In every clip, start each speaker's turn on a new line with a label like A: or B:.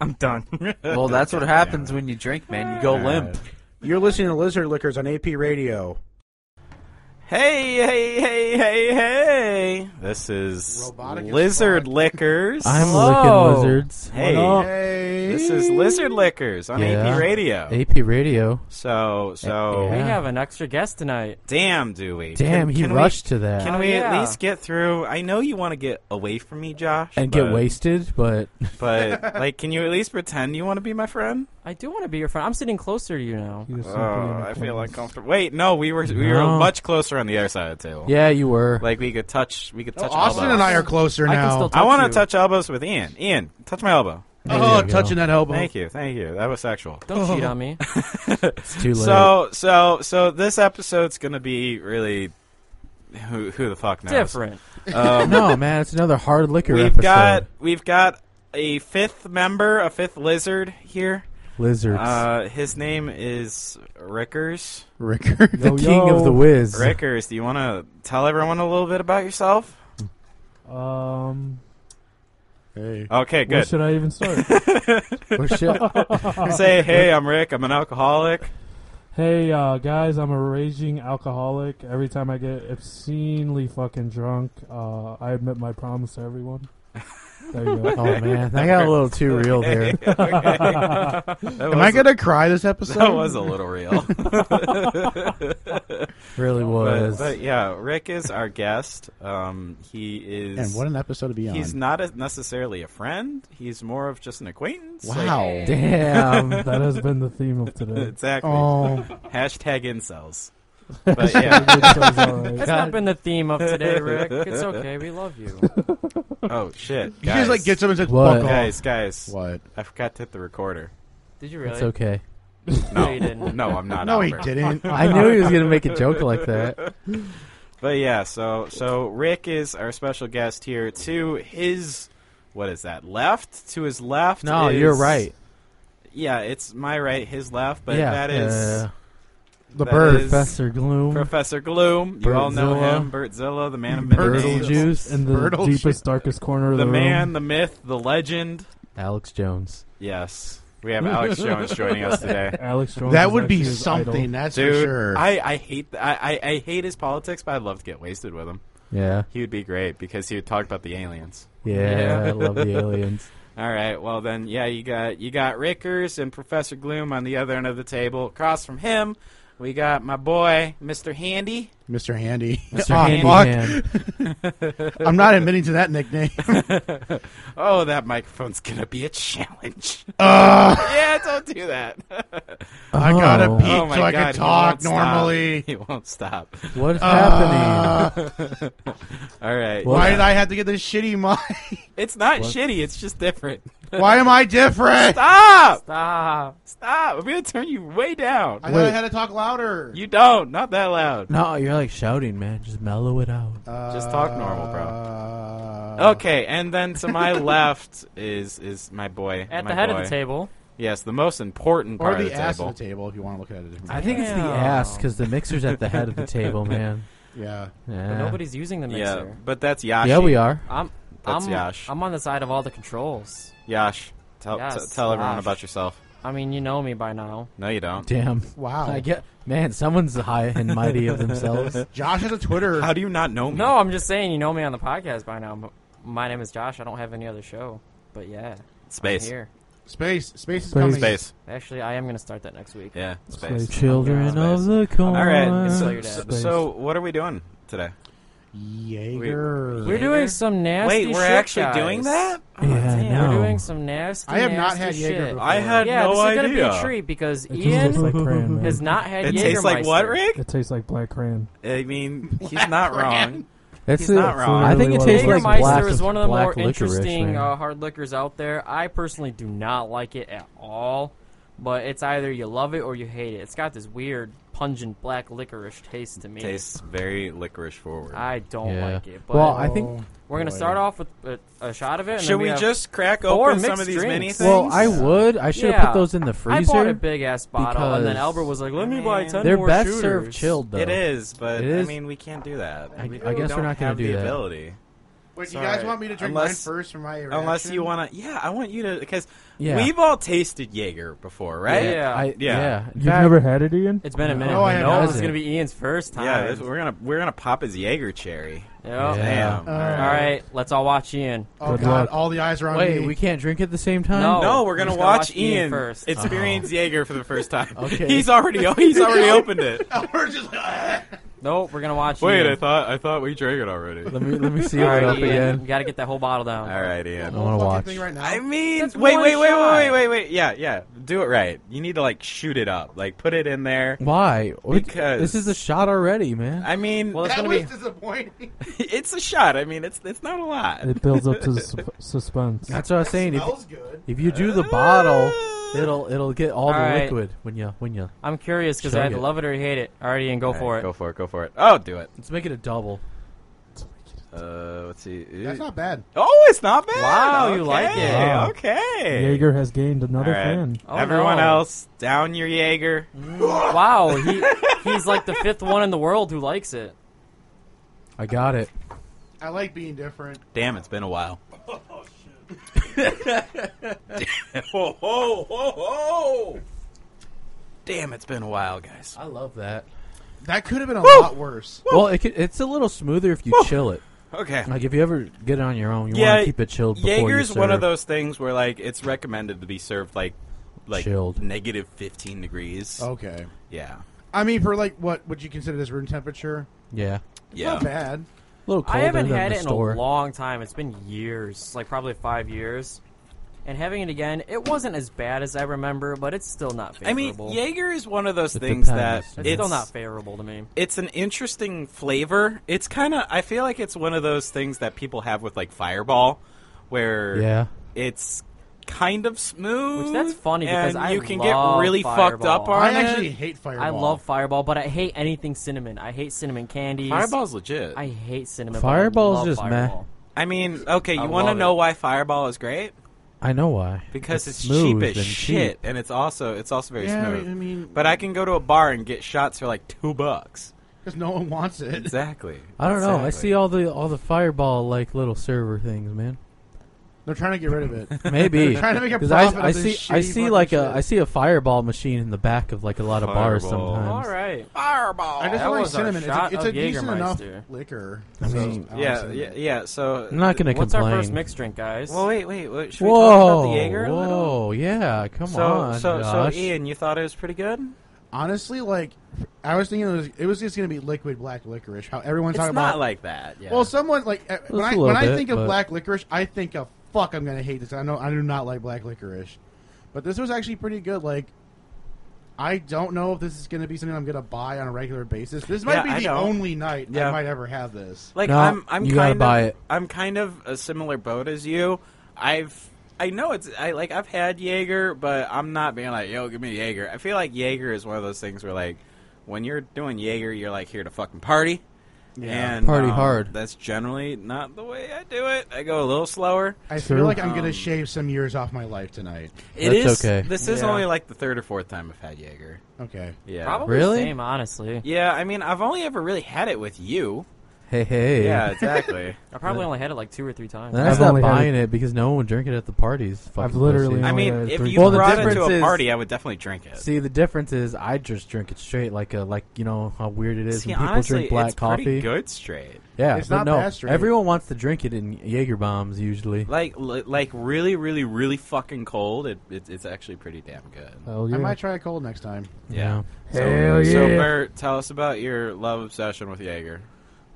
A: I'm done.
B: Well, that's what happens when you drink, man. You go limp.
C: You're listening to Lizard Lickers on AP Radio.
A: hey, hey, hey, hey, hey. This is
C: Robotic as
A: Lizard
C: fuck.
A: Lickers.
D: I'm
B: Hello.
D: licking lizards.
A: hey,
C: Oh.
D: What up?
C: Hey,
A: this is Lizard Lickers on
D: Yeah.
A: AP Radio.
D: AP Radio.
A: So, so
D: Yeah.
E: We have an extra guest tonight.
A: damn, do we?
D: Damn,
A: Can-
D: he
A: can we-
D: rushed to that
A: Can
E: Oh,
A: we at
E: yeah.
A: least get through? I know you want to get away from me, Josh,
D: and get
A: but-
D: wasted, but
A: But like, can you at least pretend you want to be my friend?
E: I do want to be your friend. I'm sitting closer to you now.
D: he was
A: Oh,
D: simply in the
A: I feel
D: corners.
A: uncomfortable. Wait, no, we were we were
D: No.
A: much closer on the other side of the table.
D: Yeah, you were.
A: like we could touch, we could touch.
C: Austin
A: elbows.
C: and I are closer
E: I can
C: now.
E: still
A: I want
E: you.
A: to touch elbows with Ian. Ian, touch my elbow.
D: There
C: oh,
D: you go.
C: touching that elbow.
A: Thank you, thank you. That was sexual.
E: Don't cheat on me.
D: It's too late.
A: So, so, so this episode's gonna be really who who the fuck knows.
E: Different.
A: Um,
D: no, man, it's another hard liquor
A: we've
D: episode.
A: got we've got a fifth member, a fifth lizard here.
D: Lizards.
A: Uh, his name is Rickers.
C: Ricker.
D: the
C: Yo,
D: king
C: yo.
D: of the whiz.
A: Rickers, do you want to tell everyone a little bit about yourself?
F: Um,
C: Hey.
A: Okay,
F: where
A: good.
F: should I even start?
D: Well, Oh, shit.
A: Say, hey, I'm Rick. I'm an alcoholic.
F: hey, uh, guys, I'm a raging alcoholic. Every time I get obscenely fucking drunk, uh, I admit my promise to everyone. There you go.
D: Oh man, that got a little too real there.
A: Okay. That
C: Am I
A: was-
C: gonna cry this episode?
A: That was a little real.
D: Really
A: but,
D: was.
A: but yeah, Rick is our guest. Um, he is.
C: and what an episode to be on.
A: he's not a, necessarily a friend. He's more of just an acquaintance. Like,
C: wow.
D: Damn.
F: that has been the theme of today.
A: exactly.
C: Oh,
A: Hashtag incels. But yeah.
F: It's alright.
E: That's not been the theme of today, Rick. It's okay. We love you.
A: oh shit.
C: you guys like get someone says
D: What?
C: fuck off.
A: Guys, guys.
C: What?
A: I forgot to hit the recorder.
E: Did you really?
D: It's okay.
E: No, you didn't.
A: No, I'm not.
C: No, he
A: Albert.
C: didn't.
D: I knew he was gonna make a joke like that.
A: But yeah, so so Rick is our special guest here. To his what is that? Left? To his left.
D: No,
A: is-
D: you're right.
A: Yeah, it's my right, his left, but
D: yeah,
A: that is
D: uh,
C: The
A: that
C: bird.
A: is
D: Professor Gloom,
A: Professor Gloom. You all know
D: Bertzilla.
A: him, Bertzilla, the man of many names.
D: Bertlejuice,
F: In
D: and
F: the
C: Birdle
F: deepest,
C: shit.
F: darkest corner of
A: The
F: the,
A: man,
F: room.
A: the myth, the legend.
D: Alex Jones.
A: Yes. We have Alex Jones joining us today.
F: Alex Jones.
C: That
F: is
C: would
F: actually
C: be
F: his
C: something.
F: idol.
C: That's
A: Dude,
C: for sure.
A: I, I hate th- I, I, I hate his politics, but I'd love to get wasted with him.
D: Yeah,
A: He would be great because he would talk about the aliens.
D: yeah.
E: Yeah.
D: I love the aliens.
A: All right. Well, then, yeah, you got you got Rickers and Professor Gloom on the other end of the table. Across from him, we got my boy Mr. Handy.
C: Mr. Handy.
D: Mr.
C: Oh,
D: Handyman.
C: fuck. I'm not admitting to that nickname.
A: Oh, that microphone's gonna be a challenge.
C: Uh,
A: yeah, don't do that.
C: I gotta
D: Oh.
C: pee
A: oh my
C: so I
A: God,
C: can
A: he
C: talk
A: won't stop.
C: normally.
A: He won't stop.
D: What's
C: Uh,
D: happening?
A: All right.
D: Well-
C: Why did I have to get this shitty mic?
A: It's not shitty. It's just different.
C: Why am I different?
A: Stop!
E: Stop.
A: Stop! I'm gonna turn you way down.
C: I thought I had to talk louder.
A: You don't. Not that loud.
D: No, you're like shouting, man. Just mellow it out.
A: Just talk normal, bro.
C: Uh,
A: Okay, and then to my left is is my boy
E: At
A: my
E: the head of
A: boy.
E: the table.
A: Yes, the most important
C: Or
A: part
C: the,
A: of the
C: ass
A: table.
C: of the table if you want to look at it. a different
D: I
C: way.
D: think it's the
E: Damn.
D: ass because the mixer's at the head of the table, man.
C: Yeah.
D: Yeah.
E: But nobody's using the mixer.
A: Yeah, but that's Yash.
D: yeah, we are.
E: I'm,
A: That's
E: I'm,
A: Yash.
E: I'm on the side of all the controls.
A: Yash, tell
E: Yes,
A: t- tell everyone
E: Yash.
A: about yourself.
E: I mean, you know me by now.
A: No, you don't.
D: Damn.
C: Wow.
D: I get man. Someone's high and mighty of themselves.
C: Josh has a Twitter.
A: How do you not know me?
E: No, I'm just saying you know me on the podcast by now. but My name is Josh. I don't have any other show. But yeah,
A: space,
E: I'm here.
C: Space. Space is
F: Space.
C: coming.
A: space.
E: Actually, I am going to start that next week.
A: Yeah, space.
F: Space.
D: Children
E: Space.
D: of the corn.
A: All right.
E: It's
A: So,
E: like
A: so,
E: that.
A: so what are we doing today?
C: Jaeger.
E: We're doing some nasty
A: Wait, we're
E: shit,
A: actually
E: guys.
A: doing that? Oh,
D: yeah,
E: We're
D: no.
E: doing some nasty.
C: I have not
E: nasty
C: had
E: shit.
C: Jaeger before.
A: I had
E: Yeah,
A: no
E: this is
A: idea.
E: gonna be a treat because
F: It just tastes
E: Ian
F: like crayon, man.
E: has not had.
A: It tastes like what,
E: Jägermeister.
A: Rick?
F: It tastes like black crayon.
A: I mean, he's not wrong.
D: It's
A: He's not wrong.
D: I think it
F: Really
D: tastes
F: was.
D: like black.
E: Jägermeister is one of the
D: black
E: more
D: licorice,
E: interesting
D: man.
E: uh, hard liquors out there. I personally do not like it at all, but it's either you love it or you hate it. It's got this weird pungent black licorice taste to me.
A: Tastes very licorice forward.
E: I don't
D: Yeah.
E: like it. But
D: Well, I think-
E: we're gonna
C: boy.
E: start off with a, a shot of it. And
A: Should
E: then
A: we
E: have-
A: just crack
E: four
A: open some
E: mixed
A: of these
E: drinks.
A: mini things?
D: well, I would. I should have
E: Yeah.
D: put those in the freezer.
E: I bought a big ass bottle, and then
D: because-
E: Albert was like, "Let me buy
A: Man.
E: ten
D: They're
E: more
D: best
E: shooters."
D: served chilled, though.
A: It is, but
D: It
A: I
D: is-
A: mean, we can't do that.
D: I-
A: We
D: I guess
A: don't
D: we're not gonna
A: have
D: do
A: the
D: that.
A: ability.
C: Wait,
A: It's
C: you guys
A: alright.
C: want me to drink
A: Unless-
C: mine first for my reaction?
A: Unless you want to, yeah, I want you to because
D: Yeah.
A: we've all tasted Jaeger before, right?
E: Yeah.
D: I, yeah. In
F: You've
D: fact,
F: never had it, Ian?
E: It's been a minute.
A: Oh,
C: No, I
E: no,
D: haven't.
E: this is gonna be Ian's first time.
A: Yeah, this, we're gonna we're gonna pop his Jaeger cherry.
E: Yep.
D: Yeah.
A: Damn.
C: Uh,
E: All right, let's all watch Ian.
C: Oh
F: Good
C: God!
F: luck.
C: All the eyes are on
D: Wait,
C: me.
D: we can't drink at the same time.
E: No.
A: No, we're gonna
E: We're just
A: watch,
E: watch Ian
A: Ian
E: first.
A: experience Jaeger for the first time.
D: Okay.
A: he's already he's already opened it.
C: We're just like,
E: Nope, we're gonna watch Ian.
A: thought I thought we drank it already.
D: Let me let me see
E: All
D: what
E: right,
D: up
E: Ian,
D: again.
E: You gotta get that whole bottle down.
A: All right, Ian.
D: I wanna
C: Fucking
D: watch.
C: Thing right now.
A: I mean,
E: That's
A: wait,
E: one
A: wait, wait, wait,
E: shot.
A: wait, wait, wait. Yeah, yeah. Do it right. You need to like shoot it up. Like put it in there.
D: Why? What-
A: Because-
D: this is a shot already, man.
A: I mean,
E: Well, it's
C: that
E: gonna
C: was
E: be.
C: disappointing.
A: it's a shot. I mean, it's it's not a lot.
F: It builds up to the sus- suspense.
D: That's what I was saying. If,
C: Smells good.
D: if you do the bottle, it'll it'll get all, the
E: Alright.
D: liquid when you when you.
E: I'm curious because
D: Chug
E: I either
D: it.
E: love it or hate it. All right, Ian, go
A: All right,
E: for it.
A: Go for it. Go for it. Oh, do it.
D: Let's make it a double.
A: Uh, let's see.
C: That's not bad.
A: Oh, it's not bad.
E: Wow, you
A: Okay,
E: like it.
F: Wow.
A: Okay.
F: Jaeger has gained another
A: All right.
F: fan.
E: Oh,
A: Everyone
E: no.
A: else, down your Jaeger.
E: Wow, he he's like the fifth one in the world who likes it.
D: I got it.
C: I like being different.
A: Damn, it's been a while. Oh, ho, ho, ho, ho. Damn, it's been a while, guys.
D: I love that.
C: That could have been a
A: Woo!
C: lot worse.
D: Well, it could, it's a little smoother if you chill it.
A: Okay.
D: Like if you ever get it on your own, you want
A: Yeah,
D: to keep it chilled. Before
A: Jaeger's
D: you serve.
A: one of those things where like it's recommended to be served like like
D: Chilled.
A: negative 15 degrees.
C: Okay.
A: Yeah.
C: I mean, for like what would you consider this room temperature?
D: Yeah,
A: Yeah.
C: Not bad.
D: a little colder
E: I haven't
D: than
E: had
D: the
E: it in
D: store.
E: a long time. It's been years, like probably five years. And having it again, it wasn't as bad as I remember, but it's still not
A: I mean,
E: favorable.
A: Jaeger is one of those
D: It
A: things
D: depends.
A: that
E: it's,
A: it's
E: still not favorable to me.
A: it's an interesting flavor. It's kind of I feel like it's one of those things that people have with like Fireball, where
D: yeah,
A: it's kind of smooth.
E: Which that's funny because
A: and
E: I
A: you can
E: love
A: get really fucked
E: Fireball.
A: up
E: I
A: on
C: I
A: it.
C: actually hate fireball.
E: I love Fireball, but I hate anything cinnamon. I hate cinnamon candies.
A: Fireball's legit.
E: I
A: I,
E: hate cinnamon.
D: Fireball's
E: but I love
D: just meh.
E: Fireball.
A: mean, okay,
E: I
A: you want to
E: love
A: know
E: it.
A: why Fireball is great?
D: I know why.
A: Because it's, cheap
D: smooth
A: as
D: and
A: shit,
D: cheap.
A: and it's also it's also very
C: Yeah,
A: smooth.
C: I mean,
A: but I can go to a bar and get shots for like two bucks.
C: because no one wants it.
A: Exactly.
D: I don't know. I
A: Exactly.
D: see all the all the fireball like little server things, man.
C: They're trying to get rid of it.
D: Maybe
C: They're trying to make a
D: 'Cause
C: profit.
D: I, I
C: of this
D: see I
C: shitty
D: see
C: fucking
D: like a
C: shit.
D: I see a fireball machine in the back of like a lot of bars
A: Fireball.
D: sometimes.
E: All right.
A: Fireball.
C: I just
E: That
C: don't like
E: was our
C: cinnamon. It's a,
E: shot
C: it's a
E: of
C: decent enough
E: Jägermeister.
C: liquor.
D: I mean-
C: So, I like
A: yeah,
C: cinnamon.
A: yeah, yeah. So
D: I'm not gonna
E: What's
D: complain.
E: our first mixed drink, guys?
A: Well, wait, wait. wait should we talk
D: whoa,
A: about the Jaeger a little?
D: whoa, yeah, come
A: so,
D: on,
A: so,
D: Josh.
A: so, Ian, you thought it was pretty good?
C: Honestly, like I was thinking, it was, it was just going to be liquid black licorice. How everyone's
A: It's
C: talking
A: not
C: about.
A: like that. Yeah.
C: well, someone like uh, when
D: Just
C: I
D: a little
C: when I
D: bit,
C: think of
D: but-
C: black licorice, I think of fuck. I'm going to hate this. I know I do not like black licorice, but this was actually pretty good. Like. I don't know if this is going to be something I'm going to buy on a regular basis. This might
A: Yeah,
C: be
A: I
C: the
A: don't.
C: only night I
A: Yeah.
C: might ever have this.
A: like
D: No,
A: I'm, I'm
D: you
A: kind
D: gotta
A: of,
D: buy it.
A: I'm kind of a similar boat as you. I've, I know it's, I like, I've had Jaeger, but I'm not being like, yo, give me Jaeger. I feel like Jaeger is one of those things where, like, when you're doing Jaeger, you're like here to fucking party. And
D: Party
A: um,
D: hard.
A: That's generally not the way I do it. I go a little slower.
C: I
D: Sure.
C: feel like I'm going
A: Um,
C: to shave some years off my life tonight.
A: It is
D: That's okay.
A: This is
E: Yeah.
A: only like the third or fourth time I've had Jaeger.
C: Okay.
A: Yeah.
E: Probably
D: Really?
E: same, honestly.
A: Yeah, I mean, I've only ever really had it with you.
D: hey, hey,
A: Yeah, exactly.
E: I probably only had it like two or three times.
D: That's
F: I've
D: not
F: only had
D: buying it because no one would drink it at the parties. fucking
F: literally
D: pussies.
A: I
F: only
A: mean,
F: had
A: if
F: three
A: you
D: Well, the
A: brought it to
D: difference
A: a
D: is-
A: party, I would definitely drink it.
D: See, the difference is I just drink it straight, like a like you know how weird it is
A: See,
D: when people
A: honestly,
D: drink black
A: it's
D: coffee.
A: pretty good straight.
D: Yeah,
C: It's
D: but
C: not
D: no,
C: bad straight.
D: everyone wants to drink it in Jaeger bombs usually.
A: Like, li- like really, really, really fucking cold. It, it, it's actually pretty damn good.
F: Hell
C: I
F: yeah.
C: might try a cold next time.
A: Yeah. So,
F: Uh,
A: uh,
F: Hell
A: so,
F: yeah.
A: Bert, tell us about your love obsession with Jaeger.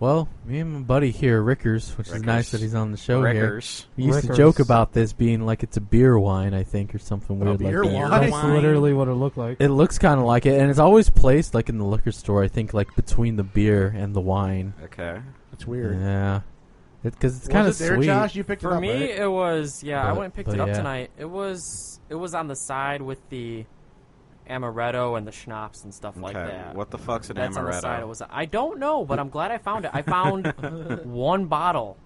D: Well, me and my buddy here, Rickers, which is
A: Rickers.
D: nice that he's on the show here.
A: Rickers.
D: We used
F: Rickers.
D: to joke about this being like it's a beer wine, I think, or something weird
C: beer
D: like that.
C: wine?
F: That's
A: Wine.
F: literally what it looked like.
D: It looks kind of like it, and it's always placed like in the liquor store. I think like between the beer and the wine.
A: Okay.
C: It's weird.
D: Yeah, because it's
C: Was
D: kind of
C: it there,
D: sweet.
C: Josh? You picked it
E: For
C: up,
E: me,
C: right?
E: it was yeah. I
D: But-
E: went and picked
D: but
E: it up
D: yeah.
E: tonight. It was it was on the side with the amaretto and the schnapps and stuff like
A: okay.
E: that.
A: What the fuck's an
E: That's on the side. It
A: amaretto?
E: was. I don't know, but I'm glad I found it. I found one bottle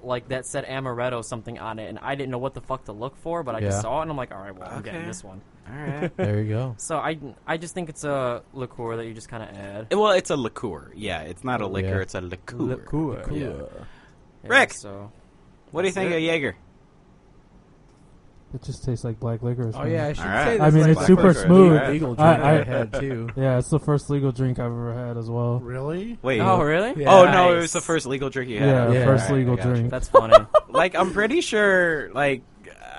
E: like that said amaretto something on it, and I didn't know what the fuck to look for, but I just
D: Yeah.
E: saw it and I'm like, all right, well, I'm getting
A: Okay.
E: this one.
A: All right.
D: There you go.
E: So I I just think it's a liqueur that you just
A: Eh,
E: kind of add.
A: well, it's a liqueur. Yeah, it's not a liquor.
D: Yeah.
A: It's a liqueur.
D: Liqueur.
A: Yeah.
E: Yeah,
A: Rick!
E: So
A: What do you think of Jaeger?
F: It just tastes like black licorice.
D: Oh
F: man.
D: yeah, I should
A: Alright.
D: say.
A: I
D: that's
A: mean,
D: like
A: it's
D: my
A: super
D: first
A: smooth.
D: Legal drink
F: I-
D: I,
F: I-
D: had too.
F: Yeah, it's the first legal drink I've ever had as well.
C: Really?
A: Wait.
E: Oh really?
D: Yeah.
A: Oh no! It
E: Nice.
A: was the first legal drink you had.
F: Yeah,
A: Okay,
D: Yeah.
F: first
A: alright, I
F: legal
A: gotcha.
F: drink.
E: That's funny.
A: Like I'm pretty sure. Like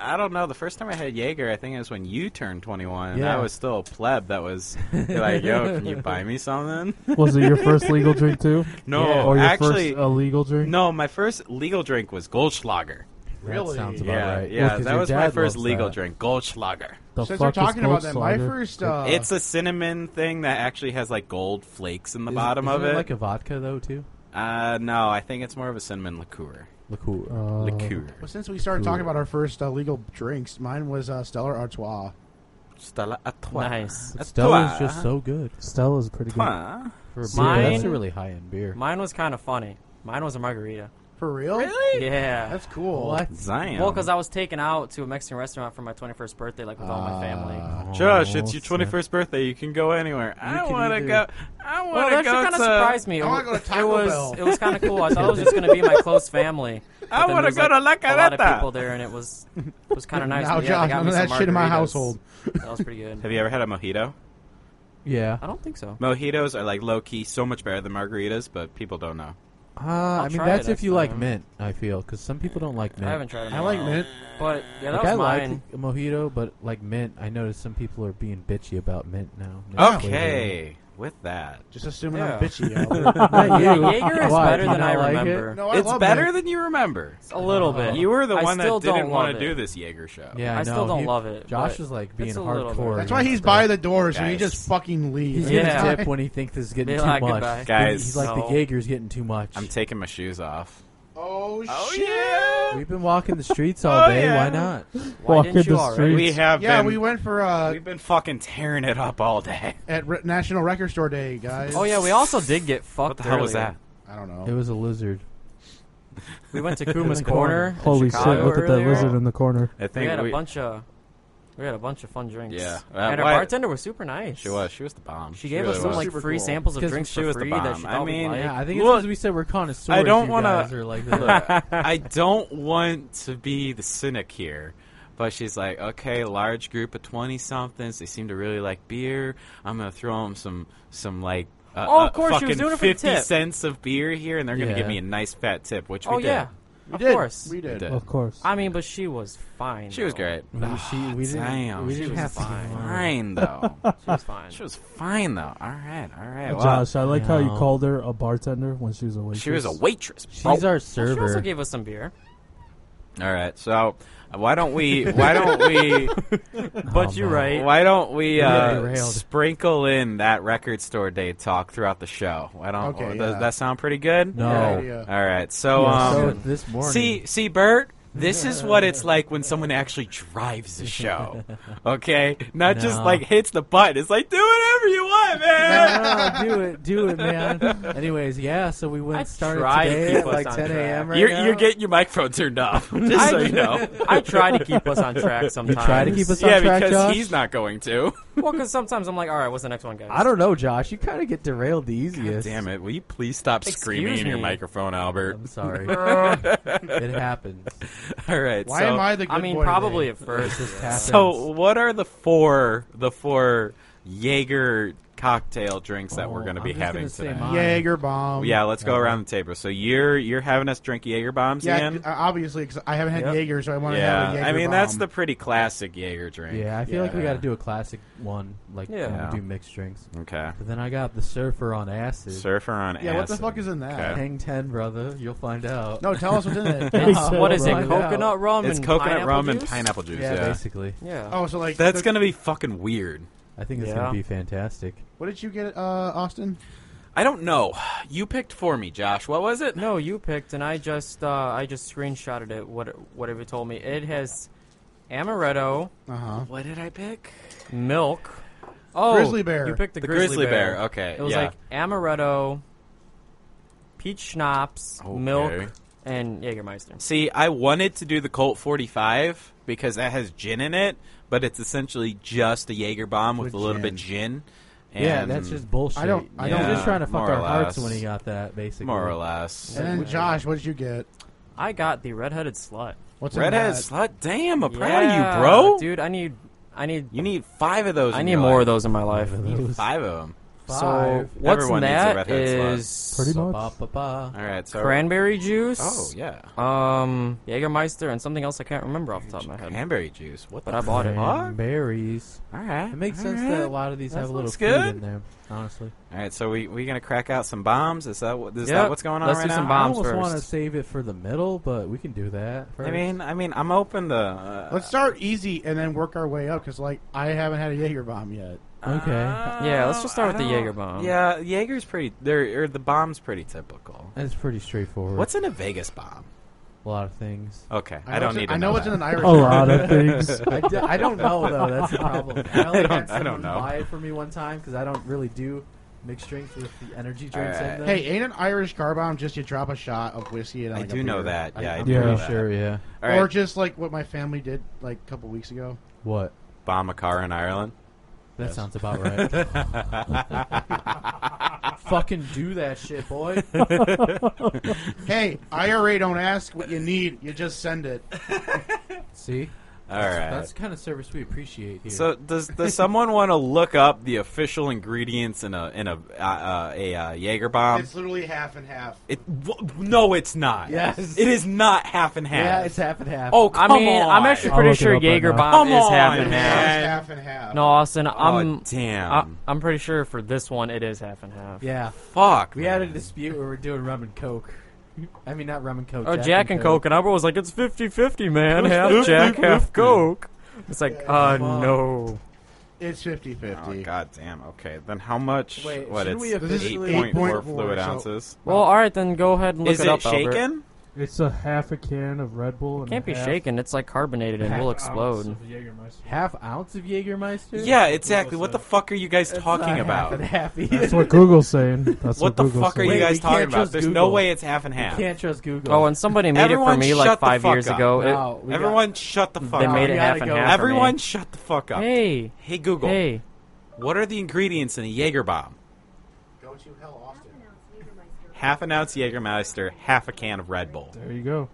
A: I don't know. The first time I had Jaeger, I think it was when you turned 21, and
C: Yeah.
A: I was still a pleb. That was like, yo, can you buy me something?
F: Was it your first legal drink too?
A: No,
F: or your
A: actually,
F: first illegal drink?
A: no. My first legal drink was Goldschlager.
C: Really?
D: That sounds about
A: Yeah,
D: right.
A: yeah.
D: Well, 'cause
A: that
D: your
A: was my
D: dad
A: first
D: loves
A: legal
D: that.
A: drink, Goldschlager.
F: The
C: Since
F: fuck
C: we're
F: is
C: talking about that, my
F: Goldschlager?
C: first. Uh,
A: it's a cinnamon thing that actually has like gold flakes in the
D: Is-
A: bottom
D: isn't
A: of it.
D: Like a vodka though too.
A: uh, no, I think it's more of a cinnamon liqueur.
D: Liqueur.
F: Uh,
A: liqueur.
C: well, since we started talking about our first uh, legal drinks, mine was uh, Stellar Artois.
A: Stella Artois.
E: nice.
A: Artois.
D: Stella's just so good.
F: Stella's pretty good.
A: Artois.
D: For a beer,
E: Mine-
D: that's a really high end beer.
E: Mine was kind of funny. Mine was a margarita.
C: For real?
A: Really?
E: Yeah.
C: That's cool. Uh,
A: Zion.
E: Well, because I was taken out to a Mexican restaurant for my 21st birthday, like with all my family.
C: Ah.
A: Josh,
E: Oh,
A: it's your
D: Almost,
A: twenty first birthday. You can go anywhere. I
D: can
A: want to
D: either-
A: go. I
E: Well,
A: want
E: it
A: to
E: actually
A: go
E: kind
A: to.
E: of surprised me.
C: I wanna go to Taco
E: it was,
C: Bell.
E: It was kind of cool. I thought it was just going to be my close family.
A: I
E: want
A: wanna go to La
E: A lot of
A: Carreta.
E: people there, and it was it was kind of nice.
C: Now,
E: But yeah, they
C: Josh,
E: got
C: none
E: me
C: of
E: some
C: that shit in my
E: margaritas.
C: household.
E: That was pretty good.
A: Have you ever had a mojito?
D: Yeah.
E: I don't think so.
A: Mojitos are like low key, so much better than margaritas, but people don't know.
D: Uh, I mean,
E: try
D: that's
E: it
D: if you
E: next
D: like
E: time.
D: mint. I feel because some people don't like mint.
E: I haven't tried it.
C: I like mint.
E: but yeah, that
D: like, I
E: was mine.
D: like a mojito, but like mint, I noticed some people are being bitchy about mint now. Mint flavor.
A: Okay, with that,
C: Just assuming
E: Yeah.
C: I'm bitchy. Albert.
D: Not you.
E: Yeah, Jaeger is
D: Why,
E: better
D: do you
E: than
D: not
E: Oh, I
D: like it?
E: remember.
C: no, I
A: it's
C: love
A: better
C: mint.
A: than you remember.
E: It's a little bit.
A: You were the
E: I
A: one
E: still
A: that
E: don't
A: didn't want
E: love
A: to
E: it.
A: do this Jaeger show.
D: Yeah,
E: I
D: I
E: still
D: know.
E: don't
D: He-
E: love it,
D: Josh
E: but
D: is like being
E: it's a little
D: hardcore.
E: bit.
C: That's why he's by the doors and he
A: Guys.
C: just fucking leaves.
D: He's
E: Yeah.
D: gonna tip when he thinks this is getting
E: Be
D: too
E: like,
D: much.
E: "Goodbye."
A: Guys,
D: he's like
E: no.
D: the Jaeger's getting too much.
A: I'm taking my shoes off.
C: Oh, shit.
A: yeah,
D: We've been walking the streets all
A: Oh,
D: day.
A: yeah.
D: Why not?
E: Why
F: Walk
E: didn't
F: in
E: you
F: the
E: already?
F: street.
A: we have
C: Yeah,
A: been.
C: we went for uh,
A: We've been fucking tearing it up all day.
C: at Re- National Record Store Day, guys.
E: Oh yeah, we also did get fucked.
A: What the hell was
E: earlier.
A: that?
C: I don't know.
D: It was a lizard.
E: We went to Kuma's
D: In the
E: Corner.
D: corner.
E: in
F: Holy
E: Chicago
F: shit! Look at that
E: earlier.
F: lizard in the corner.
A: I
E: We
A: think
E: had a bunch of we had a bunch of fun drinks.
A: Yeah. Uh,
E: and our
A: why-
E: bartender was super nice.
A: She was. She was the bomb.
E: She gave
A: really
E: us some
A: was.
E: like
C: Super
E: free
C: cool.
E: samples of
D: 'Cause
E: drinks
A: she
E: for
A: was the
E: free that she
A: bomb. I
E: thought we
A: mean,
E: liked.
D: Yeah, I think it's
A: Look,
D: because we said we're connoisseurs.
A: I don't
D: you
A: wanna-
D: guys are like
A: Look,
D: that.
A: I don't want to be the cynic here, but she's like, okay, large group of twenty somethings. They seem to really like beer. I'm gonna throw them some some like. Uh,
E: Oh, of
A: uh,
E: course, she
A: fucking
E: was doing it for the
A: fifty
E: tip.
A: cents of beer here, and they're gonna
D: Yeah.
A: give me a nice fat tip, which
E: oh
A: we did.
E: yeah,
C: We
E: of
C: did.
E: course.
C: We did.
A: We did.
F: Of course.
E: I mean, but she was fine.
A: She was
E: though.
A: great. Ah,
D: we, Ah, she, we didn't,
A: Damn,
D: we
A: she
D: didn't
A: was
D: have to
E: fine.
A: Fine though,
E: She was fine.
A: she was fine though. All right, all right. Well,
F: Uh, Josh, I like how you
D: No.
F: called her a bartender when she was a waitress.
A: she was a waitress. bro.
D: She's our
E: She also
D: server.
E: gave us some beer,
A: All right, so uh, why don't we? Why don't we?
E: but
D: Oh,
E: you're
D: man.
E: right.
A: Why don't we
D: got
A: uh,
D: derailed.
A: sprinkle in that record store day talk throughout the show? Why don't?
C: Okay,
A: does
C: yeah.
A: that sound pretty good?
D: No.
C: Good idea.
A: All right. So,
D: Yeah, so
A: um,
D: this morning.
A: see, see, Bert. This is what it's like when someone actually drives the show. Okay, not just
D: No.
A: like hits the button. It's like do whatever you want, man.
D: No, do it, do it, man. Anyways, yeah. So we
E: I
D: went started
E: try to
D: today
E: keep
D: at
E: us
D: like
E: on
D: 10 a.m.
E: track.
D: Right
A: you're,
D: now.
A: you're getting your microphone turned off, just so you know.
E: I try to keep us on track sometimes.
D: try to keep us-
A: yeah,
D: Soundtrack,
A: because
D: Josh?
A: he's not going to.
E: Well, because sometimes I'm like, all right, what's the next one, guys?
D: I don't know, Josh. You kind of get derailed the easiest.
A: Damn it! Will you please stop
E: Excuse
A: screaming in your
E: me.
A: microphone, Albert?
D: I'm sorry.
E: know.
D: it happens.
A: All right.
C: Why
A: so-
C: am I the good
E: I mean,
C: boy
E: probably
C: today?
E: at first.
D: It just
E: yeah.
D: happens.
A: So, what are the four the four Jaeger cocktail drinks that we're
D: Oh,
A: going to
D: I'm
A: be
D: just gonna
A: having
D: say
A: today?
D: mine.
C: Jaeger bomb.
A: Yeah, let's go around the table. So you're you're having us drink Jaeger bombs,
C: Yeah,
A: Ian?
C: uh, obviously, because I haven't had
D: Yep.
C: Jaeger, so I want to
A: yeah.
C: have a Jaeger
A: I mean, that's the
C: bomb.
A: pretty classic Jaeger drink.
D: Yeah, I feel like we
A: Yeah.
D: got to do a classic one, like
E: Yeah.
D: when
A: Yeah.
D: we do mixed drinks.
A: Okay.
D: But then I got the surfer on acid.
A: Surfer on
C: Yeah, what the
A: acid.
C: fuck is in that?
A: Okay.
D: Hang ten, brother. You'll find out.
C: No, tell us what's in it.
E: It's- what is it?
D: Right now.
E: Coconut rum
A: It's
E: and
A: coconut
E: pineapple
A: rum and
E: juice?
A: pineapple juice.
D: yeah,
A: Yeah.
D: basically.
E: Yeah.
C: Oh, so like
A: That's
C: the-
A: going to be fucking weird.
D: I think it's
E: Yeah.
D: gonna be fantastic.
C: What did you get, uh, Austin?
A: I don't know. You picked for me, Josh. What was it?
E: No, you picked, and I just uh, I just screenshotted it. What whatever you told me. It has amaretto,
C: Uh huh.
A: What did I pick?
E: milk. Oh,
C: Grizzly bear.
E: You picked the,
A: The, grizzly bear. Okay.
E: It was
A: yeah.
E: like amaretto, peach schnapps,
A: Okay.
E: milk, and Jägermeister.
A: See, I wanted to do the Colt 45 because that has gin in it, but it's essentially just a Jaeger bomb with,
C: With
A: a little
C: gin.
A: bit gin. And
D: yeah, that's just bullshit.
C: I don't- I
D: He was
A: don't-
D: just trying to fuck
A: more or
D: our hearts
A: less.
D: when he got that, basically.
A: more or less.
C: And then Josh, what did you get?
E: I got the redheaded slut.
C: What's in
A: Redhead
C: that?
A: slut. Damn, I'm proud
E: Yeah,
A: of you, bro.
E: Dude, I need, I need,
A: You need five of those.
E: I
A: in
E: need
A: your
E: more of
A: life.
E: those in my life.
A: You need five of them.
E: So what's
A: Everyone
E: in
A: needs a
E: that
A: redheaded slut.
E: is
F: Pretty much.
A: All right, so
E: cranberry juice.
A: Oh yeah,
E: Um, Jägermeister and something else I can't remember off the top of my head.
A: cranberry juice. What
E: But
A: the
E: I bought it.
A: fuck?
D: Berries.
A: All right,
D: It makes
A: all
D: sense
A: right.
D: that a lot of these
A: That
D: have a little
A: looks
D: food
A: good.
D: in there. Honestly,
A: All right, so we we gonna crack out some bombs? Is that what is
E: Yep,
A: that what's going on
E: let's
A: right
E: do some
A: now?
D: I
E: Bombs
D: almost want to
E: first.
D: save it for the middle, but we can do that. First.
A: I mean, I mean, I'm open to. Uh,
C: Let's start easy and then work our way up because, like, I haven't had a Jaeger bomb yet.
D: Okay.
A: Uh,
E: Yeah, let's just start with the
A: I
E: Jaeger
A: don't-
E: bomb.
A: Yeah, Jaeger's pretty. They're, or the bomb's pretty typical.
D: it's pretty straightforward.
A: What's in a Vegas bomb?
D: a lot of things?
A: Okay, I,
C: know
A: don't
C: it's-
A: need. To
C: I know,
A: know
C: it's in
A: that.
C: an Irish.
F: A lot of things.
D: I, d- I don't know though. That's the problem. I, only
A: I don't-
D: had
A: I don't
D: someone
A: know.
D: Buy it for me one time because I don't really do mixed drinks with the energy drinks.
A: Alright.
D: in them.
C: Hey, ain't an Irish car bomb just you drop a shot of whiskey and
A: I
C: like, a
A: do know
C: beer?
A: that. Yeah, I
C: I'm
A: do
F: Yeah.
A: know
F: pretty
A: that.
D: sure. Yeah.
A: All
C: Or
A: right,
C: just like what my family did like a couple weeks ago.
D: What?
A: bomb a car in Ireland.
D: That sounds about right. Fucking do that shit, boy.
C: Hey, IRA don't ask what you need, you just send it.
D: See,
A: All
D: that's,
A: right.
D: that's the kind of service we appreciate here.
A: so does does someone want to look up the official ingredients in a in a uh, uh, a uh, Jaeger bomb?
C: it's literally half and half.
A: It w- no, it's not.
D: Yes.
A: it is not half and half.
D: yeah, it's half and half.
A: oh,
E: I
A: come
E: mean,
A: on.
E: I'm actually
F: I'll
E: pretty
F: look it
E: sure
F: up right
E: Jaeger
F: now.
E: bomb
A: Come
E: is
A: on,
E: half and
A: man.
E: half.
C: It's half and half.
E: No, Austin, I'm
A: oh, damn.
E: I, I'm pretty sure for this one it is half and half.
D: yeah.
A: Fuck.
D: We had a
A: man.
D: dispute where we're doing rum and coke. I mean, not rum and coke.
E: Oh, Jack, and Coke, and I was like, it's 50-50, man. Half Jack, half Coke. It's like, uh,
D: Fuck.
E: no.
C: It's 50 50.
A: Oh, God damn. Okay, then how much?
D: Wait,
A: what?
D: shouldn't
A: It's
D: we officially-
A: 8.4
C: 8.4,
A: fluid
C: so-
A: ounces.
E: Well, all right, then go ahead and look
A: is
E: it
A: it,
E: up, Albert.
A: shaken?
F: It's a half a can of Red Bull. And
E: Can't be
F: half-
E: shaken. It's like carbonated and
F: half
E: will
F: ounce
E: explode.
F: of Jägermeister.
D: Half ounce of Jägermeister.
A: Yeah, exactly. What the fuck are you guys talking about?
D: Half and half.
F: That's what Google's saying. That's
A: What
F: what,
A: the
F: Google's
A: fuck are
F: saying.
A: you
D: Wait,
A: guys
D: we
A: talking
D: can't
A: about?
D: trust
A: There's no
D: Google.
A: way it's half and half.
D: Can't trust Google.
E: Oh, and somebody made it
A: Everyone
E: for me like
A: shut the
E: five
A: fuck
E: years
A: up.
E: ago. It-
D: No, we got-
A: Everyone, shut the fuck
E: they
A: up.
E: made
D: we
E: it
D: gotta
E: half and
D: go.
E: half. for me.
A: Everyone, shut the fuck up.
E: Hey,
A: Hey, Google.
E: hey.
A: What are the ingredients in a Jaeger bomb?
C: Go to hell, Austin.
A: Half an ounce Jägermeister, half a can of Red Bull.
F: There you go.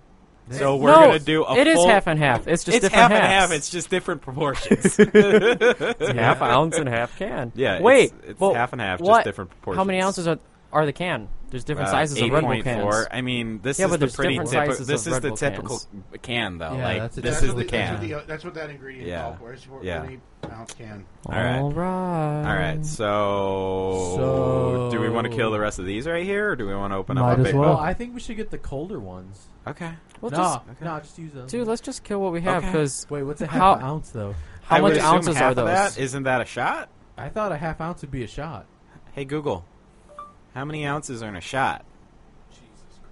A: So we're
E: no,
A: gonna do a
E: It is
A: full-
E: half and half. It's just
A: it's half
E: different
A: and
E: halves.
A: half. It's just different proportions.
E: It's half ounce and half can.
A: Yeah, it's-
E: Wait.
A: it's
E: well,
A: half and half, just
E: what?
A: different
E: How
A: proportions.
E: many
A: Uh,
E: ounces are are the can? There's different sizes of Red Bull cans.
A: 8.4. I mean, this
E: Yeah,
A: is
E: but
A: the
E: there's
A: pretty
E: different
A: typical.
E: sizes
A: This
E: of
A: is
E: Red
A: the
E: Bull
A: typical can, though.
D: Yeah,
A: like
D: that's a
A: this
D: different-
A: is the
C: That's
A: can.
C: what, the, that's what that ingredient
A: Yeah.
C: is called for. It's for
A: Yeah.
C: any ounce can.
A: All right.
E: All right.
A: All right, so,
D: So-
A: do we want to kill the rest of these right here, or do we want to open up
F: Might
A: a
F: as
A: big
F: well.
D: Well,
A: book?
D: I think we should get the colder ones.
A: Okay,
E: Well,
D: no,
E: just,
D: no, just use those.
E: dude, let's just kill what we have
A: Okay.
E: because
D: Wait, what's a half
E: How-
D: ounce though?
E: how
A: I would
E: much
A: assume
E: ounces
A: half
E: are those?
A: Of that? Isn't that a shot?
D: I thought a half ounce would be a shot.
A: Hey Google, how many ounces are in a shot?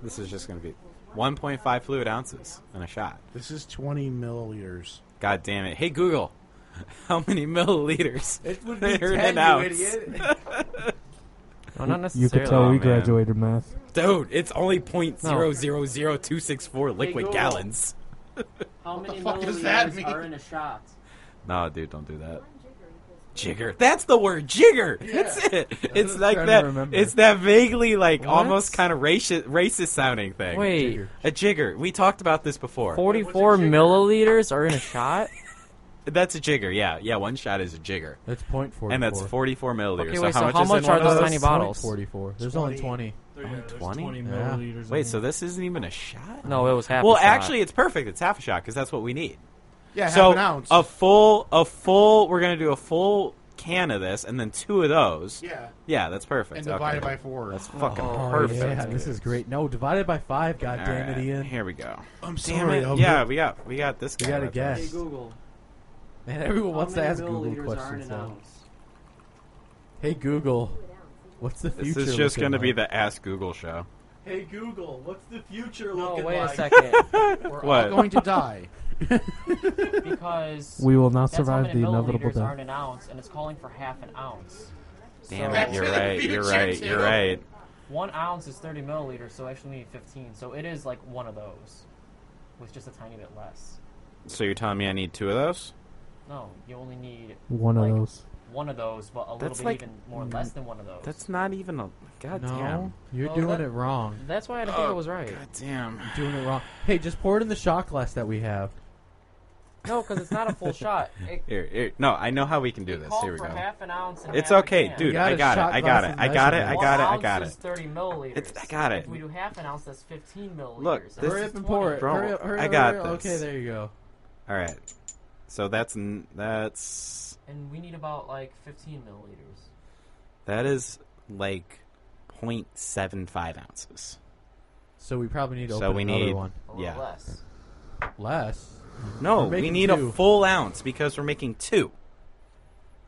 A: This is just going to be 1.5 fluid ounces in a shot.
C: This is 20 milliliters.
A: God damn it! Hey Google, how many milliliters?
D: It would
A: be
D: be
A: They're in
D: 10,
A: ten, an you idiot.
E: No, not necessarily.
F: You could tell we
A: Oh, man.
F: graduated math.
A: Dude, it's only 0.000264 liquid
E: Google.
A: gallons.
E: How
C: many fuck does that milliliters mean? are
E: in a shot?
A: No, dude, don't do that. Jigger. That's the word. Jigger. That's it. It's like
D: trying to
A: that.
D: remember.
A: It's that vaguely like
E: What?
A: almost kind of racist, racist sounding thing.
E: Wait,
D: Jigger.
A: a jigger. We talked about this before.
E: 44 milliliters are in a shot?
A: That's a jigger. Yeah, yeah. One shot is a jigger,
D: That's point four.
A: and that's 44 milliliters.
E: Okay, wait,
A: so how
E: so
A: much,
E: how
A: is
E: much
A: in one
E: are
A: of
E: those
A: those?
E: tiny bottles?
D: Forty-four. There's only twenty.
A: Only 20?
F: 20
D: Yeah.
F: milliliters.
A: Wait,
F: in
A: so
F: it.
A: this isn't even a shot?
E: No, it was half.
A: Well,
E: a shot.
A: actually, it's perfect. It's half a shot because that's what we need.
C: Yeah, half
A: so
C: an ounce.
A: a full, a full. We're gonna do a full can of this, and then two of those.
C: yeah.
A: Yeah, that's perfect.
C: And
A: Okay.
C: divided by four.
A: That's fucking
E: Oh,
A: perfect.
D: Yeah, this is great. No, divided by five. God
A: All
D: damn it,
A: right,
D: Ian.
A: Here we go.
C: I'm
A: Damn it. Yeah, we got we got this.
D: We
A: guy
D: gotta
A: with
D: guess.
A: us.
E: Google.
D: Man, everyone wants to ask Google questions now. Hey Google, what's the
A: This
D: future?
A: is just
D: looking
A: gonna be
D: like?
A: the Ask Google show.
D: Hey Google, what's the future
E: No,
D: looking
E: wait
D: like?
E: a second.
C: We're
A: What?
C: all going to die.
E: Because
F: we will not
E: that's how
F: survive
E: many
F: the inevitable
E: milliliters are
F: death.
E: in an ounce, and it's calling for half an ounce.
A: Damn
E: So-
A: it! You're right. You're right. You're right.
E: One ounce is 30 milliliters, so I actually need 15. So it is like one of those, with just a tiny bit less.
A: So you're telling me I need two of those?
E: No, you only need
F: One of
E: like,
F: those.
E: one of those, but a little
A: That's
E: bit
A: like-
E: even more less than one of those.
A: That's not even a. God
D: No,
A: damn.
D: you're
E: Well,
D: doing
E: Oh, that-
D: it wrong.
E: That's why I think I was right.
A: Oh, God damn.
D: You're doing it wrong. Hey, just pour it in the shot glass that we have.
E: No, because it's not a full shot. It,
A: Here, here. No, I know how we can do
E: it
A: this.
E: called
A: Here we
E: for
A: go.
E: half an ounce. And
A: It's
E: half a
A: okay,
E: can.
A: dude.
D: You got
A: I
D: a
A: got it. I
D: shot
A: got
D: glass
A: it.
D: and
A: I got it. I
D: measurement.
A: got it.
E: One
A: I got
E: ounce
A: it.
E: is Thirty milliliters.
A: It's, I got it.
E: If we do half an ounce, that's fifteen milliliters.
A: Look,
E: That's
A: this-
D: hurry
A: is
D: up and pour it.
E: 20.
A: Bro,
D: hurry up, hurry
A: I
D: up,
A: got
D: hurry up.
A: this.
D: Okay, there you go.
A: All right. So that's n- that's
E: And we need about like fifteen milliliters.
A: that is like 0.75 ounces.
D: So we probably need to
A: So
D: open
A: we
D: another
A: need-
D: one.
E: A little
A: Yeah.
E: less.
D: Less.
A: No,
D: We're
A: we
D: making
A: need
D: two.
A: a full ounce because we're making two.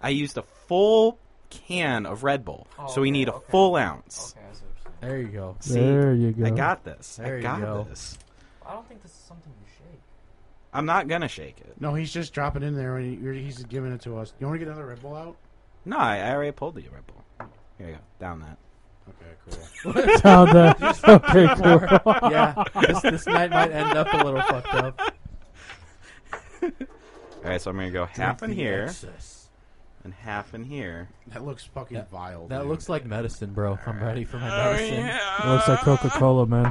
A: I used a full can of Red Bull,
E: Oh,
A: so we
E: okay,
A: need a
E: okay.
A: full ounce.
E: Okay, I see what you're saying.
D: There you go.
A: See,
F: There you go.
A: I got this.
D: There
A: I
D: you
A: got
D: go.
A: this.
E: I don't think this is something you shake.
A: I'm not gonna shake it.
C: No, he's just dropping in there and he- he's just giving it to us. You want to get another Red Bull out?
A: No, I, I already pulled the Red Bull. Here you go. Down that.
C: Okay, cool.
F: Down the- okay, cool.
D: yeah, this, this night might end up a little fucked up.
A: All right, so I'm gonna go half in
D: The
A: here
D: excess.
A: and half in here.
C: That looks fucking
D: That-
C: vile.
D: That
C: dude.
D: looks like medicine, bro. I'm ready for my
A: Oh,
D: medicine.
F: Looks like Coca Cola, man.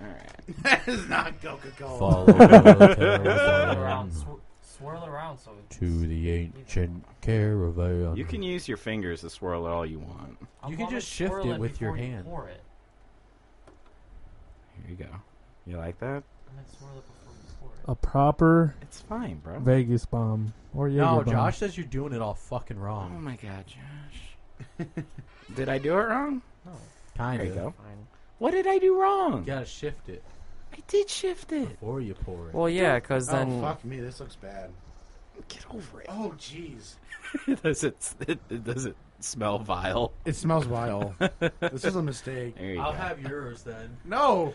A: All right.
C: that is not Oh, Coca Cola.
D: Follow the
E: Swirl around,
D: caravan
E: swir- swirl around. So it's-
D: to the ancient caravan.
A: You can use your fingers to swirl it all you want.
E: I'll
D: You can
E: probably
D: just shift
E: swirl
D: it with your
E: before you
D: hand.
E: pour it.
A: Here you go. You like that?
E: And then swirl it before you pour it.
F: A proper
A: It's fine, bro.
F: Vegas bomb or Jaeger
D: No,
F: bomb.
D: Josh says you're doing it all fucking
A: Oh
D: wrong.
A: my god, Josh. did I do it wrong?
E: No,
D: Kind
A: There
D: of.
A: you go.
E: fine.
A: What did I do wrong?
D: You gotta shift it
A: I did shift it.
D: before you pour it.
E: Well, yeah, because
C: Oh
E: then
C: fuck me, this looks bad.
A: Get over it.
C: Oh jeez,
A: does it, it, it does it smell vile?
C: it smells vile. this is a mistake.
A: There you
D: I'll
A: go.
D: have yours then.
C: No,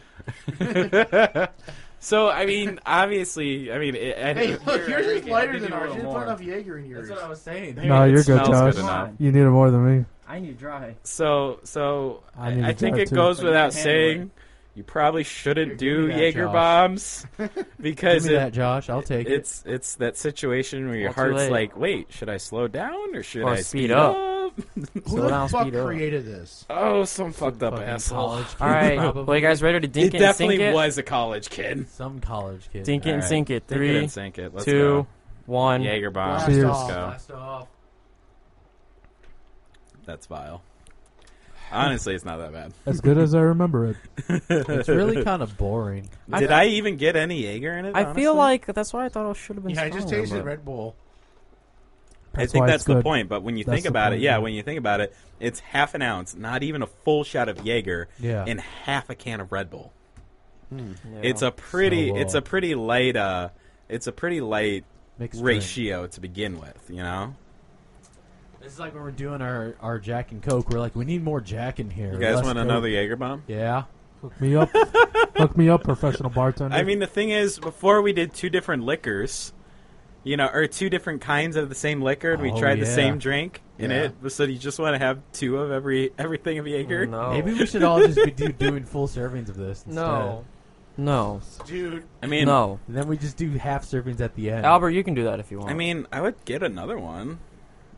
A: so I mean, obviously, I mean, it, I-
C: hey, look, yours is lighter
A: Did
C: than
A: you
C: ours.
A: want
C: You didn't put
A: more?
C: enough Jaeger in yours.
D: That's what I was saying.
F: No,
A: It
F: you're good,
A: smells good
F: Josh.
A: enough.
F: you need it more than me.
E: I need to dry.
A: So, so
F: I
A: I,
F: need
A: I
F: a
A: think
F: jar,
A: it
F: too.
A: goes
F: But
E: you
A: without
E: can handle
A: saying you probably shouldn't
D: Here, give
A: do
D: me that,
A: Jaeger
D: Josh.
A: bombs
D: Give
A: because
D: me
A: it-
D: that, Josh. I'll take it.
A: it's it's that situation where your
E: Well, too
A: heart's
E: late.
A: like, wait, should I slow down or should
E: Or
A: I
E: speed
A: speed,
E: up."
A: up?
C: Who
E: Slow
C: the
E: down,
C: fuck
E: speed up.
C: created this?
A: oh, some fucked up
D: Fucking
A: asshole.
D: college
E: All
D: kid,
E: right,
D: probably.
E: well, you guys ready to
A: It
E: dink it, and sink
A: definitely
E: it?
A: was a college kid.
D: Some college kid.
E: Dink it and
A: Alright.
E: sink it.
A: Think it
E: Three,
A: and sink it. Let's
E: two,
A: go.
E: one.
A: Jaeger bomb.
C: Blast
F: Cheers.
C: off.
A: Go.
D: Blast off.
A: That's vile. Honestly, it's not that bad.
F: As good as I remember it.
D: It's really kind of boring.
A: Did I even get any Jaeger in it?
E: I feel
A: honestly?
E: like that's why I thought it should have been.
C: Yeah, I just
E: stronger,
C: tasted
E: but-
C: Red Bull.
A: I
F: That's
A: think
F: why
A: that's
F: it's
A: the
F: good.
A: point. But when you
F: That's
A: think
F: the
A: about it,
F: point,
A: yeah,
F: yeah.
A: when you think about it, it's half an ounce, not even a full shot of Jaeger,
D: Yeah.
A: and half a can of Red Bull.
E: Yeah.
A: It's a pretty,
D: So, uh,
A: it's a pretty light, uh, it's a pretty light
D: Mixed drink.
A: ratio to begin with. You know,
D: This is like when we're doing our, our Jack and Coke. We're like, we need more Jack in here.
A: you guys
D: Less
A: want
D: Coke.
A: another Jaeger bomb?
D: Yeah.
F: Hook me up. Hook me up, professional bartender.
A: I mean, the thing is, before we did two different liquors, you know, or two different kinds of the same liquor, and we
D: Oh,
A: tried the
D: yeah.
A: same drink, and
D: Yeah.
A: it was so you just want to have two of every everything of Jaeger.
E: No,
D: Maybe we should all just be do, doing full servings of this. Instead.
E: no, no,
C: Dude,
A: I mean,
E: no.
D: And then we just do half servings at the end.
E: Albert, you can do that if you want.
A: I mean, I would get another one.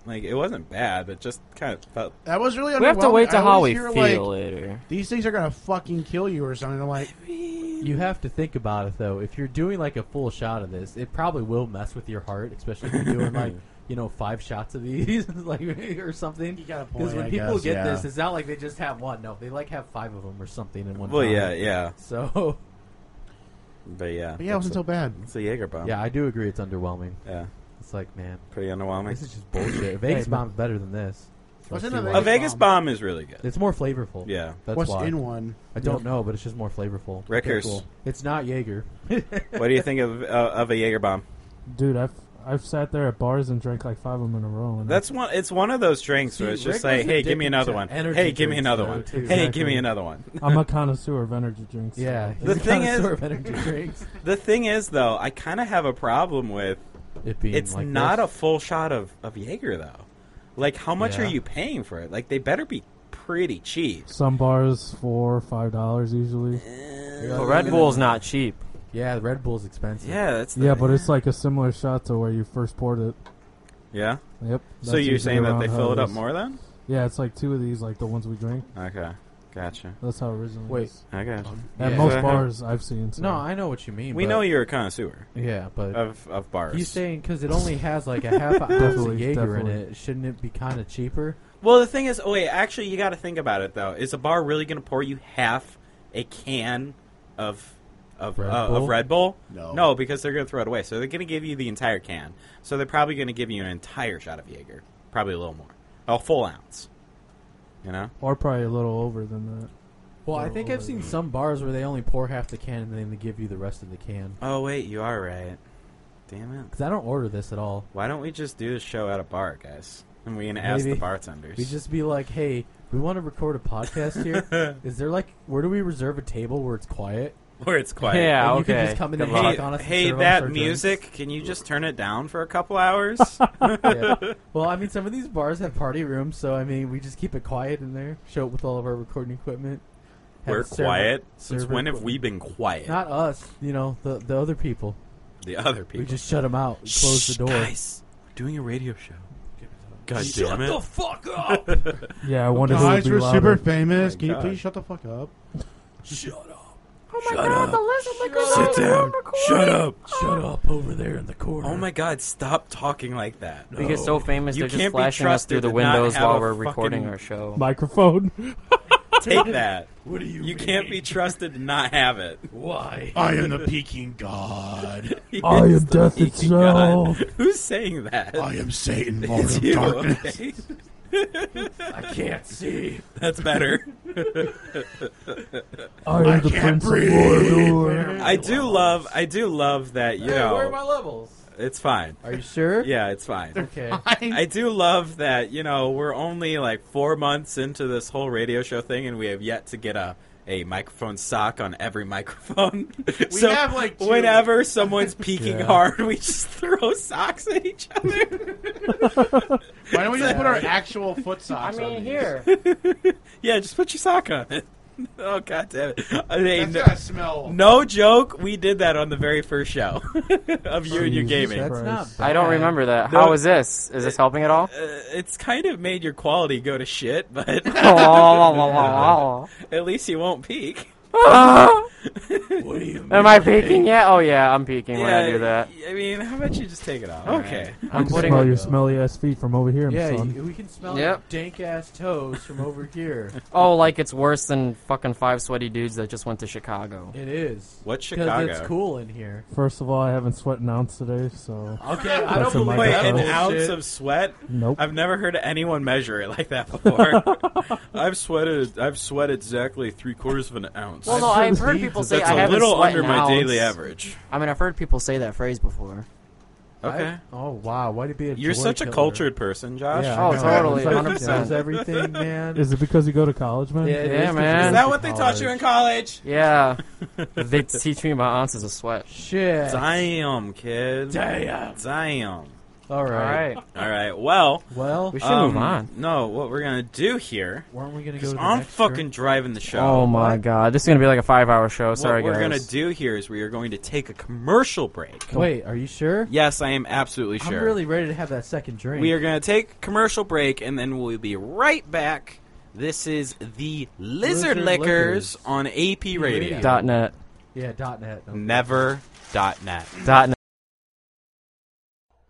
A: Like it wasn't bad, it just kind of felt.
C: that was really.
E: we have to
C: underwhelming.
E: wait
C: I
E: till
C: always
E: how we
C: hear,
E: feel
C: like,
E: later.
C: These things are gonna fucking kill you or something. I'm like,
D: You have to think about it though. If you're doing like a full shot of this, it probably will mess with your heart, especially if you're doing like you know five shots of these, like or
C: you
D: something.
C: got a point.
D: Because when
C: I
D: people
C: guess,
D: get
C: yeah.
D: this, it's not like they just have one. No, they like have five of them or something in one.
A: Well,
D: time.
A: yeah, yeah,
D: So
A: but yeah,
C: but yeah, it wasn't so bad.
A: it's a Jaeger bomb.
D: yeah, I do agree. It's underwhelming.
A: yeah,
D: It's like man,
A: pretty underwhelming.
D: this is just bullshit. Vegas
F: Hey,
D: bomb's better than this.
C: What's
D: Let's
C: in
D: do
C: a
D: one.
A: a
C: Vegas
A: Vegas bomb.
C: bomb.
A: is really good.
D: It's more flavorful.
A: yeah,
D: that's
C: What's
D: why.
C: in one?
D: I don't know, but it's just more flavorful.
A: Rickers.
C: Cool.
D: It's not Jaeger.
A: what do you think of uh, of a Jaeger bomb?
F: dude, I've I've sat there at bars and drank like five of them in a row. And
A: That's one. It's one of those drinks where
D: See,
A: it's just
D: Rick
A: like,
D: was
A: hey, give me
D: addicted
A: another
D: to
A: one.
D: energy
A: Hey, give me
D: drinks,
A: another
D: though,
A: one.
D: too.
A: Hey, give
F: Exactly.
A: me another one.
F: I'm a connoisseur of energy drinks.
D: yeah,
A: The
D: he's a
A: thing
D: connoisseur
A: is-
D: of energy drinks.
A: The thing is, though, I kind of have a problem with
D: It being
A: it's
D: like
A: not
D: this.
A: a full shot of of Jaeger though. Like, how much
D: Yeah.
A: are you paying for it? Like, they better be pretty cheap.
F: Some bars four, five dollars usually.
E: But Red Bull's not cheap.
D: Yeah, the Red Bull's expensive.
A: Yeah, that's the
F: Yeah,
A: thing.
F: but it's like a similar shot to where you first poured it.
A: Yeah.
F: Yep.
A: so
F: that's
A: you're
F: usually
A: saying that
F: around
A: they
F: how
A: fill it up
F: is.
A: more then?
F: Yeah, it's like two of these, like the ones we drink.
A: Okay. Gotcha.
F: That's how originally.
D: Wait.
F: it's.
A: I got.
F: At
D: Yeah.
F: most
A: So-
F: bars I've seen. So.
D: No, I know what you mean.
A: We
D: but-
A: know you're a connoisseur
D: Yeah, but
A: of of bars.
D: he's saying because it only has like a half an ounce of
F: Definitely,
D: Jaeger in
F: definitely.
D: it. Shouldn't it be kind of cheaper?
A: Well, the thing is, oh wait, actually, you got to think about it though. Is a bar really going to pour you half a can of of
D: Red
A: Red, uh,
D: Bull?
A: of Red Bull?
C: No.
A: no, because they're going to throw it away. So they're going to give you the entire can. So they're probably going to give you an entire shot of Jaeger, probably a little more, a full ounce. You know?
F: Or probably a little over than that.
D: Well, I think I've seen some bars where they only pour half the can and then they give you the rest of the can.
A: Oh wait, you are right. Damn it!
D: Because I don't order this at all.
A: Why don't we just do the show at a bar, guys? And we can ask the
D: Maybe.
A: bartenders.
D: We just be like, hey, we want to record a podcast here. Is there like, where do we reserve a table where it's quiet?
A: where it's quiet.
E: Yeah,
D: and You
E: okay.
D: can just come in
E: Good
D: and
E: luck.
A: Hey,
D: talk on us. and
A: hey
D: serve us our
A: that
D: drinks.
A: music! Can you just turn it down for a couple hours?
D: Yeah. Well, I mean, some of these bars have party rooms, so I mean, we just keep it quiet in there. Show up with all of our recording equipment. Have
A: We're
D: a server-
A: quiet. Since
D: server
A: when have
D: equip-
A: we been quiet?
D: Not us, you know, the the other people.
A: the other people.
D: We just shut them out, and close
A: Shh,
D: the door.
A: Guys, we're doing a radio show. God damn it!
E: fuck up!
F: Yeah, I wonder
C: Guys,
F: who would
C: we're
F: be
C: super
F: louder.
C: famous.
A: My
C: Can you
A: God.
C: please shut the fuck up?
E: Oh my
A: Shut
E: god,
A: up.
E: the lizard liquor
A: Sit down. Shut up.
D: Shut up over there in the corner.
A: Oh my God! Stop talking like that.
E: We get so famous,
A: You
E: they're just
A: can't be
E: flashing us
A: trusted
E: through the
A: to not
E: windows
A: have a
E: while we're
A: fucking-
E: recording our show.
F: Microphone.
A: Take that.
G: What do you?
A: You can't be trusted to not have it.
G: Why?
C: I am the
G: Peking God.
A: He
F: I am
A: is the
F: death
A: peaking god.
F: itself.
A: Who's saying that?
C: am Satan,
A: It's you, okay?
G: I can't see.
A: That's better.
F: I am
C: I
F: the
C: can't
F: Prince of
C: breathe.
F: Mordor.
A: I do love. I do love that. You know,
D: where are my levels?
A: it's fine.
D: Are you sure?
A: Yeah, it's fine.
D: Okay.
A: I do love that, you know, we're only like four months into this whole radio show thing and we have yet to get a, a microphone sock on every microphone.
C: We
A: so
C: have like two.
A: whenever someone's peeking
D: Yeah.
A: hard, we just throw socks at each other.
C: Why don't we just put our actual foot socks? on these?
A: yeah, just put your sock on it. Oh god damn it. I mean,
C: That's gotta smell.
A: no joke, we did that on the very first show of you and your
F: Jesus
A: gaming.
F: Christ.
D: That's not bad.
E: I don't remember that.
A: No.
E: How is this? Is this helping at all?
A: Uh, it's kind of made your quality go to shit, but
E: Oh, Am
A: at least you won't peek.
G: What do you? Mean?
E: I peeking yet? Oh yeah, I'm peeking when I
A: Yeah,
E: do that.
A: I mean, how about you just take it off? Okay.
E: I'm
F: can
E: putting.
F: smell your smelly ass feet from over here,
D: Yeah,
F: son.
D: you, we can smell
E: Yep.
D: dank ass toes from over here.
E: Oh, like it's worse than fucking five sweaty dudes that just went to Chicago.
D: It is.
A: What's
D: Because
A: Chicago?
D: it's cool in here.
F: First of all, I haven't sweat an ounce today, so
D: Okay, I
F: That's
D: don't
F: in my
A: Wait,
D: believe that
A: an
F: bullshit.
A: ounce of sweat?
F: nope.
A: I've never heard anyone measure it like that before. I've sweated. I've sweated exactly three quarters of an ounce.
E: Well, no, I've heard people say
A: That's
E: I
A: a
E: haven't
A: little
E: sweat
A: under
E: an
A: my
E: ounce.
A: daily average.
E: I mean, I've heard people say that phrase before.
A: Okay.
D: I- oh wow, why'd it be a
A: You're
D: joy
A: such a
D: killer?
A: cultured person, Josh.
D: Yeah,
E: Oh,
D: I know.
E: totally,
D: It's like
E: 100%.
D: knows everything, man.
F: Is it because you go to college, man?
D: it
E: Yeah,
D: is
E: man.
A: Is
E: Is
A: that
D: cultured
A: what they taught you in
D: college.
A: college?
E: Yeah, they teach me my ounces of sweat.
D: Shit.
A: Damn, kid.
G: Damn.
A: Damn.
D: All
E: All
D: right.
E: right,
A: All right. Well,
D: Well,
E: we should
A: um,
E: move on.
A: No, what we're gonna do here?
D: weren't we gonna go
A: Because
D: to the
A: I'm
D: next
A: fucking
D: drink?
A: driving the show.
E: Oh my god, this is gonna be like a five-hour show. Sorry,
A: what we're
E: guys.
A: gonna do here is we are going to take a commercial break.
D: Wait, are you sure?
A: Yes, I am absolutely sure.
D: I'm really ready to have that second drink.
A: we are going to take a commercial break and then we'll be right back. This is the Lizard,
D: Lizard
A: Lickers,
D: Lickers.
A: on AP Radio.
D: Radio.
E: Dot net.
D: Yeah, dot net. Okay.
A: Never dot net.
E: Dot net.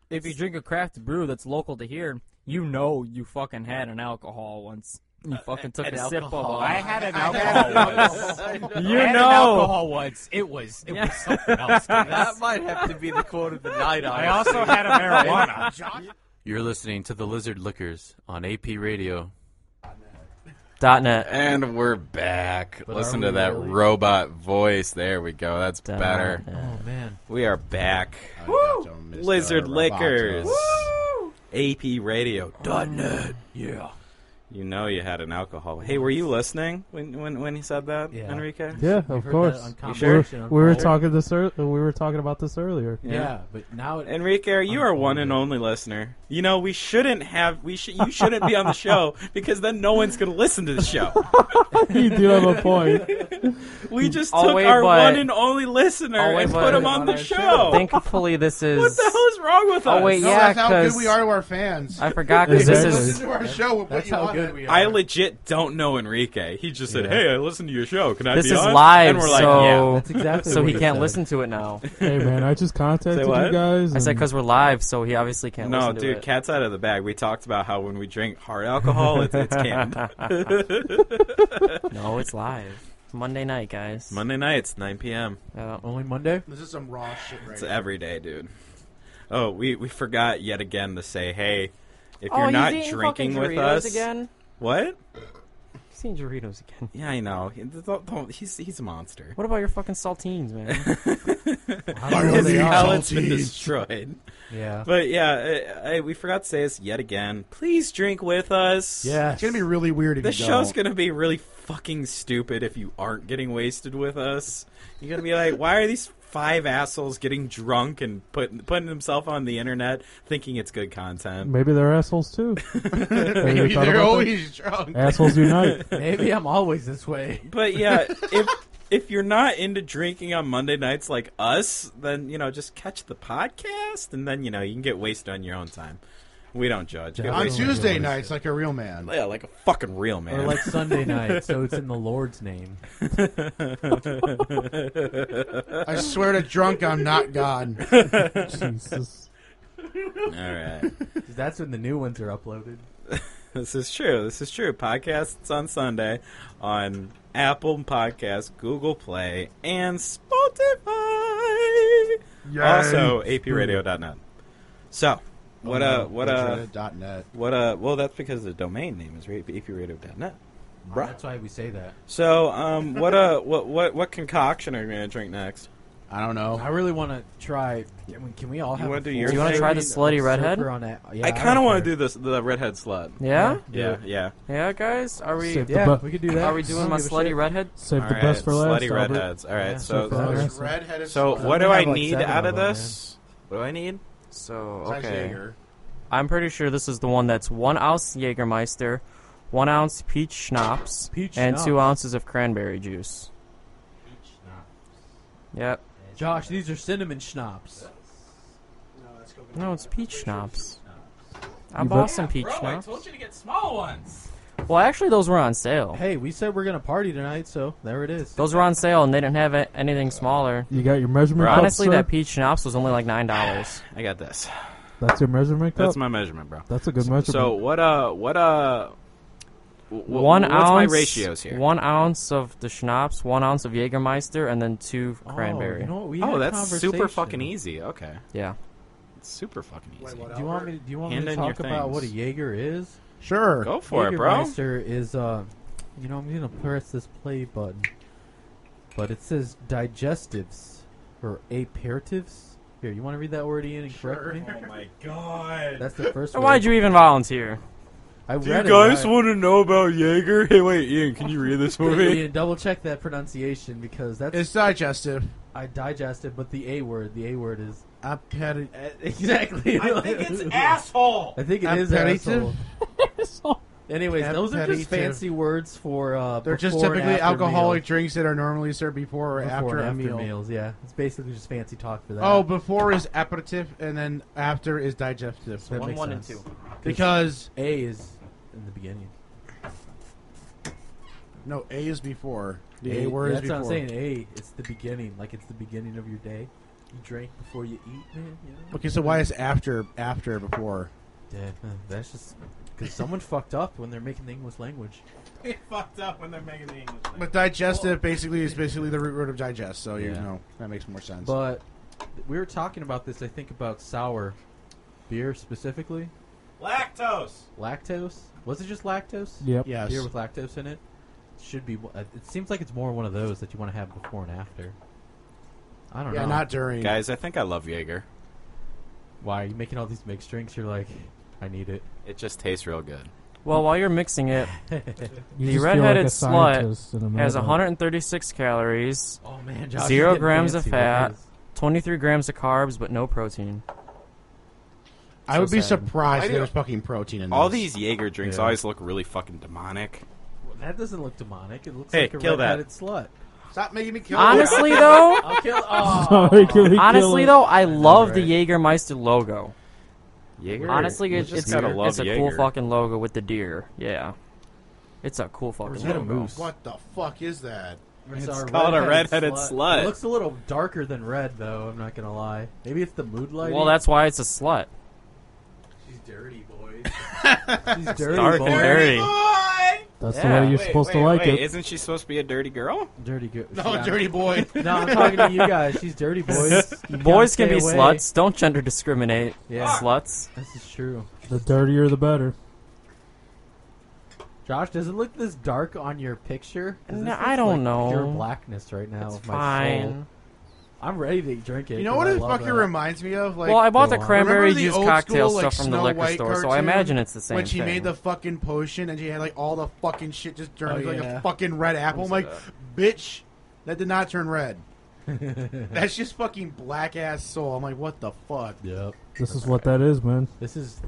H: if you drink a craft brew that's local to here, you know you fucking had an alcohol once. You fucking took
A: An
H: a sip of
A: alcohol.
H: it.
A: I
H: had an
E: You
H: I had an
E: know.
H: alcohol once. It was it was something else.
B: That might have to be the quote of the night.
H: I also had a marijuana.
B: You're listening to the Lizard Lickers on AP Radio.
E: Dot net.
A: And we're back.
D: But
A: Listen
D: are
A: to
D: we
A: that
D: really?
A: robot voice. There we go. That's
E: Dot
A: better.
E: net.
D: Oh man.
A: We are back.
C: I got to miss
A: Lizard
C: the
A: Lickers.
C: Roboto.
A: AP Radio. Dot net.
G: Yeah.
A: You know you had an alcohol. Hey, were you listening when when, when he said that,
D: Yeah.
A: Enrique?
F: Yeah,
D: We
F: of
D: heard that
F: course.
A: You
D: on
F: We
A: sure?
F: were,
D: Conversation on
F: we were
D: Call.
F: talking this. ear we were talking about this earlier.
D: Yeah, but now it,
A: Enrique, you are one and
D: Unfolded.
A: only listener. You know we shouldn't have we should you shouldn't be on the show because then no one's going to listen to the show.
F: you do have a point.
A: We just
E: Oh,
A: took
E: wait,
A: our
E: but-
A: one and only listener
E: Oh, wait,
A: and put
E: but-
A: him on,
D: on
A: the
D: our
A: show.
D: show.
E: Thankfully, this is.
A: what the hell is wrong with us?
E: Oh, wait,
C: No,
E: yeah,
C: that's how good
E: 'cause-
C: we are to our fans.
E: I forgot 'cause
C: They
F: Is
E: this
F: that-
E: is.
C: listen to our show. We'll put
D: that's
C: you
D: how
C: on
D: good
C: it.
D: we are.
A: I legit don't know Enrique. He just said,
D: Yeah.
A: "Hey, I listened to your show. Can I
E: This
A: be
E: is
A: on?"
E: live,
A: and we're like,
E: so
A: "Yeah."
D: That's exactly
E: So
D: what
E: he can't
D: said.
E: listen to it now.
F: hey man, I just contacted you
A: what?
F: guys.
E: I said
H: Hmm.
F: and-
E: because we're live, so he obviously can't
A: No,
E: listen to
A: dude,
E: it.
A: cat's out of the bag. We talked about how when we drink hard alcohol, it's, it's canned.
E: No, it's live. Monday night, guys. Uh,
A: Monday nights, 9 p.m.
E: Yeah.
D: Only Monday.
C: This is some raw shit right
A: It's
C: now.
A: every day, dude. Oh, we, we forgot yet again to say, hey, if
E: oh,
A: you're
E: he's
A: not
E: eating
A: drinking
E: fucking
A: with
E: Doritos
A: us,
E: again.
A: what?
E: He's eating Doritos again.
A: Yeah, I know. He- don't- don't- he's he's a monster.
E: What about your fucking saltines, man?
D: I
C: Why
D: don't
C: are
D: know
A: His
C: they
D: they
C: are.
D: are.
A: palate's been
C: saltines?
A: destroyed.
D: Yeah.
A: But yeah, I, I, we forgot to say this yet again. Please drink with us.
D: Yeah.
C: It's gonna be really weird if
A: This
C: you
A: show's
C: don't.
A: gonna be really fucking stupid if you aren't getting wasted with us. You're gonna be like, why are these five assholes getting drunk and putting putting themselves on the internet thinking it's good content?
F: maybe they're assholes too. Maybe
C: Maybe they're always drunk.
F: assholes unite.
D: Maybe I'm always this way.
A: But yeah, if if you're not into drinking on Monday nights like us, then you know just catch the podcast and then you know you can get wasted on your own time. We don't judge. Get
C: On
D: Definitely.
A: wasted-
C: Tuesday nights, like a real man.
A: yeah, like a fucking real man.
D: Or like Sunday night, so it's in the Lord's name.
C: I swear to drunk, I'm not God.
F: Jesus.
A: All right.
D: 'Cause That's when the new ones are uploaded.
A: This is true. This is true. Podcasts on Sunday on Apple Podcasts, Google Play, and Spotify. Also, APRadio.net. So, what uh, what uh,
C: Oh, Dot net.
A: what uh, well, that's because the domain name is right, APRadio.net. Bruh.
D: That's why we say that.
A: So, um, what uh, what what what concoction are you gonna drink next?
C: I don't know.
D: I really want to try. Can we, can we all
A: You
D: have?
A: wanna
D: a
A: do
D: full
A: your Do
E: you wanna try the
D: screen
E: slutty
D: of
E: redhead?
D: Surfer On that? Yeah,
A: I kind of want
D: want
A: to do this the redhead slut.
E: yeah,
A: Yeah, yeah.
E: yeah, guys. Are we?
F: Save the
D: Yeah,
F: bu-
D: we could do that.
E: Are we doing my slutty redhead?
F: Save
A: All
F: the
A: right,
F: best for last.
A: slutty
F: Albert.
A: redheads. All right,
D: Yeah,
A: so
F: so far.
A: there's-
C: There's redheaded.
A: So
C: son of
A: what
D: I
A: do I
D: have, like,
A: need
D: seven
A: out of
D: of them,
A: this? What do I need?
E: So
C: a- It's actually
E: okay,
C: Jaeger.
E: I'm pretty sure this is the one that's one ounce Jägermeister, one ounce peach schnapps,
D: Peach
E: and
D: schnapps.
E: two ounces of cranberry juice. Yep.
D: Josh, these are cinnamon schnapps.
E: No, it's peach schnapps. I
F: You
E: bought
F: bet.
E: some peach schnapps.
A: Oh, you to get small ones.
E: Well, actually, those were on
A: Oh.
E: sale.
D: Hey, we said we're gonna party tonight, so there it is.
E: Those were on sale, and they didn't have a- anything smaller.
F: You got your measurement cup,
E: Honestly,
F: sir?
E: that peach schnapps was only like nine dollars.
A: I got this.
F: That's your measurement cup.
A: That's my measurement, bro.
F: That's a good measurement.
A: So what? Uh, what? Uh, wh- wh-
E: One
A: what's
E: ounce.
A: my ratios here?
E: One ounce of the schnapps, one ounce of Jägermeister, and then two
D: Oh,
E: cranberry.
D: you know what? We had
A: oh,
D: a
A: that's super
D: conversation.
A: fucking easy. Okay,
E: Yeah.
A: it's super fucking easy.
C: Wait, what
D: Do you want me? To, do you want me
A: Hand
D: to
A: in your
D: talk about what a
A: things.
D: Jaeger is?
C: Sure.
A: Go for it, bro.
D: Jägermeister is, uh, you know, I'm gonna press this play button, but it says digestives or aperitives. Here, you want to read that word, Ian, and correct
C: Sure.
D: me?
A: my god.
D: That's the first.
E: So why'd you even volunteer?
D: I
A: Do you
D: read
A: guys
D: it, right?
A: want to know about Jaeger? Hey, wait, Ian, can you read this for me?
D: Ian, double check that pronunciation because that's
C: It's digestive.
D: I digested, but the a word, the a word is
C: Appeti-
D: exactly. I think it's asshole. I think it is asshole.
C: Appetitive?
D: Anyways, those are just
C: Appetitive.
D: fancy words for. Uh,
C: They're just
D: before and
C: typically
D: after
C: alcoholic
D: meals.
C: drinks that are normally served before or
D: Before
C: after,
D: and
C: a meal.
D: meals. Yeah, it's basically just fancy talk for that.
C: Oh, before is aperitif, and then after is digestive.
D: That makes
E: one and
D: sense.
E: two.
C: Because
D: A is in the beginning.
C: no, A is before. The A, word
D: That's
C: is before.
D: what I'm saying. A, it's the beginning. Like it's the beginning of your day. You drink before you eat, man. You know?
C: Okay, so why is after after before?
D: Yeah, huh, that's just because someone fucked up when they're making the English language.
A: They fucked up when they're making the English.
C: But digestive basically is basically the root word of digest, so you
D: Yeah.
C: know that makes more sense.
D: But th- we were talking about this. I think about sour beer specifically.
A: Lactose.
D: Lactose was it just lactose?
F: yep.
C: yes,
D: Beer with lactose in it should be. one- uh, It seems like it's more one of those that you want to have before and after. I don't
C: yeah,
D: know.
C: not during.
A: Guys, I think I love Jaeger.
D: Why are you making all these mixed drinks? You're like, I need it.
A: It just tastes real good.
E: Well, while you're mixing it,
F: You
E: the
F: just feel like a
E: redheaded
F: scientist in
E: slut
F: a
E: has
F: minute.
E: 136 calories,
D: Oh man, Josh,
E: Zero
D: you're getting
E: grams of
D: fancy with
E: fat.
D: this.
E: 23 grams of carbs, but no protein.
C: I would be
E: sad.
A: Why
C: surprised
A: do-
C: there was fucking protein in
A: All
C: this.
A: these Jaeger drinks
B: Yeah.
A: always look really fucking demonic.
D: Well, That doesn't look demonic. It looks
A: Hey,
D: like a
A: kill that.
D: redheaded slut.
C: Stop making me kill.
E: Honestly, though,
D: I'll kill. Oh,
F: Sorry, can we kill
E: honestly
F: it?
E: though, I love the
D: right?
E: Jägermeister logo.
A: Jaeger.
E: Honestly,
A: you
E: it's,
A: just
E: it's,
A: gotta love
E: it's a
A: Jaeger.
E: cool fucking logo with the deer. Yeah, it's a cool fucking
D: is that a
E: logo.
D: moose?
C: What the fuck is that?
D: It's,
A: called a redheaded slut.
D: It looks a little darker than red, though. I'm not gonna lie. Maybe it's the mood lighting.
E: Well, that's why it's a slut.
D: she's dirty, boys. she's dirty,
E: Dark
D: boys.
E: and dirty.
F: That's
E: Yeah.
F: the way you're
A: Wait,
F: supposed
A: wait,
F: to like
A: wait,
F: it.
A: Isn't she supposed to be a dirty girl?
D: dirty. Go-
C: No,
D: yeah.
C: dirty boy.
D: No, I'm talking to you guys. She's dirty, boys. You gotta
E: Boys can
D: stay
E: be
D: away.
E: sluts. Don't gender discriminate.
D: Yeah.
E: Sluts.
D: This is true.
F: The dirtier, the better.
D: Josh, does it look this dark on your picture? 'Cause
E: No,
D: this looks
E: I don't
D: like
E: know.
D: Pure blackness right now.
E: It's
D: of Oh, my soul.
E: fine.
D: I'm ready to drink it.
C: You know
D: 'cause
C: what
D: I
C: it
D: love
C: fucking
D: that.
C: reminds me of? Like
E: well, I bought the
D: Go on.
E: cranberry
C: Remember the
E: juice
C: old
E: cocktail
C: school, like,
E: stuff from the
C: Snow
E: liquor
C: White
E: store, so I
C: cartoon?
E: imagine it's the same
C: when she
E: thing.
C: made the fucking potion and she had like all the fucking shit just turned
D: Oh,
C: into, like
D: yeah.
C: a fucking red apple. I'm like, bitch, that did not turn red. That's just fucking black ass soul. I'm like, what the fuck?
D: Yep.
F: This is what that is, man.
D: This is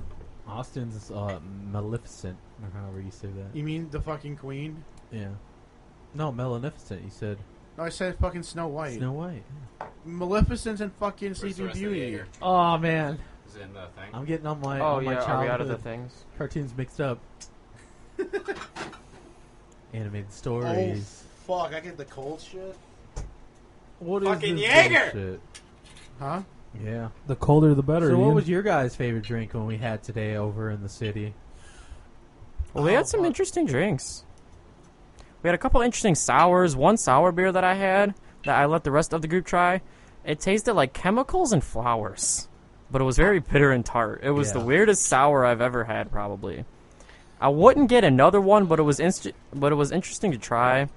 D: Austin's uh, Maleficent, or however you say that.
C: You mean the fucking queen?
D: Yeah. No, Maleficent. You said
C: No, I said fucking Snow White.
D: Snow White.
C: Maleficent and fucking Sleeping Beauty.
D: Oh man,
A: Is in the thing.
D: I'm getting all my
E: oh
D: all my
E: yeah, are we out of the
D: childhood
E: things?
D: cartoons mixed up. Animated stories.
C: Oh fuck! I get the cold shit.
D: What is
A: Fucking
D: this
A: Jaeger!
D: bullshit?
C: Huh?
D: Yeah.
F: The colder, the better.
D: So, what
F: Ian.
D: was your guys' favorite drink when we had today over in the city?
E: Well, we had some interesting drinks. We had a couple interesting sours. One sour beer that I had that I let the rest of the group try. It tasted like chemicals and flowers, but it was very bitter and tart. It was the
D: Yeah.
E: weirdest sour I've ever had, probably. I wouldn't get another one, but it was inst- but it was interesting to try.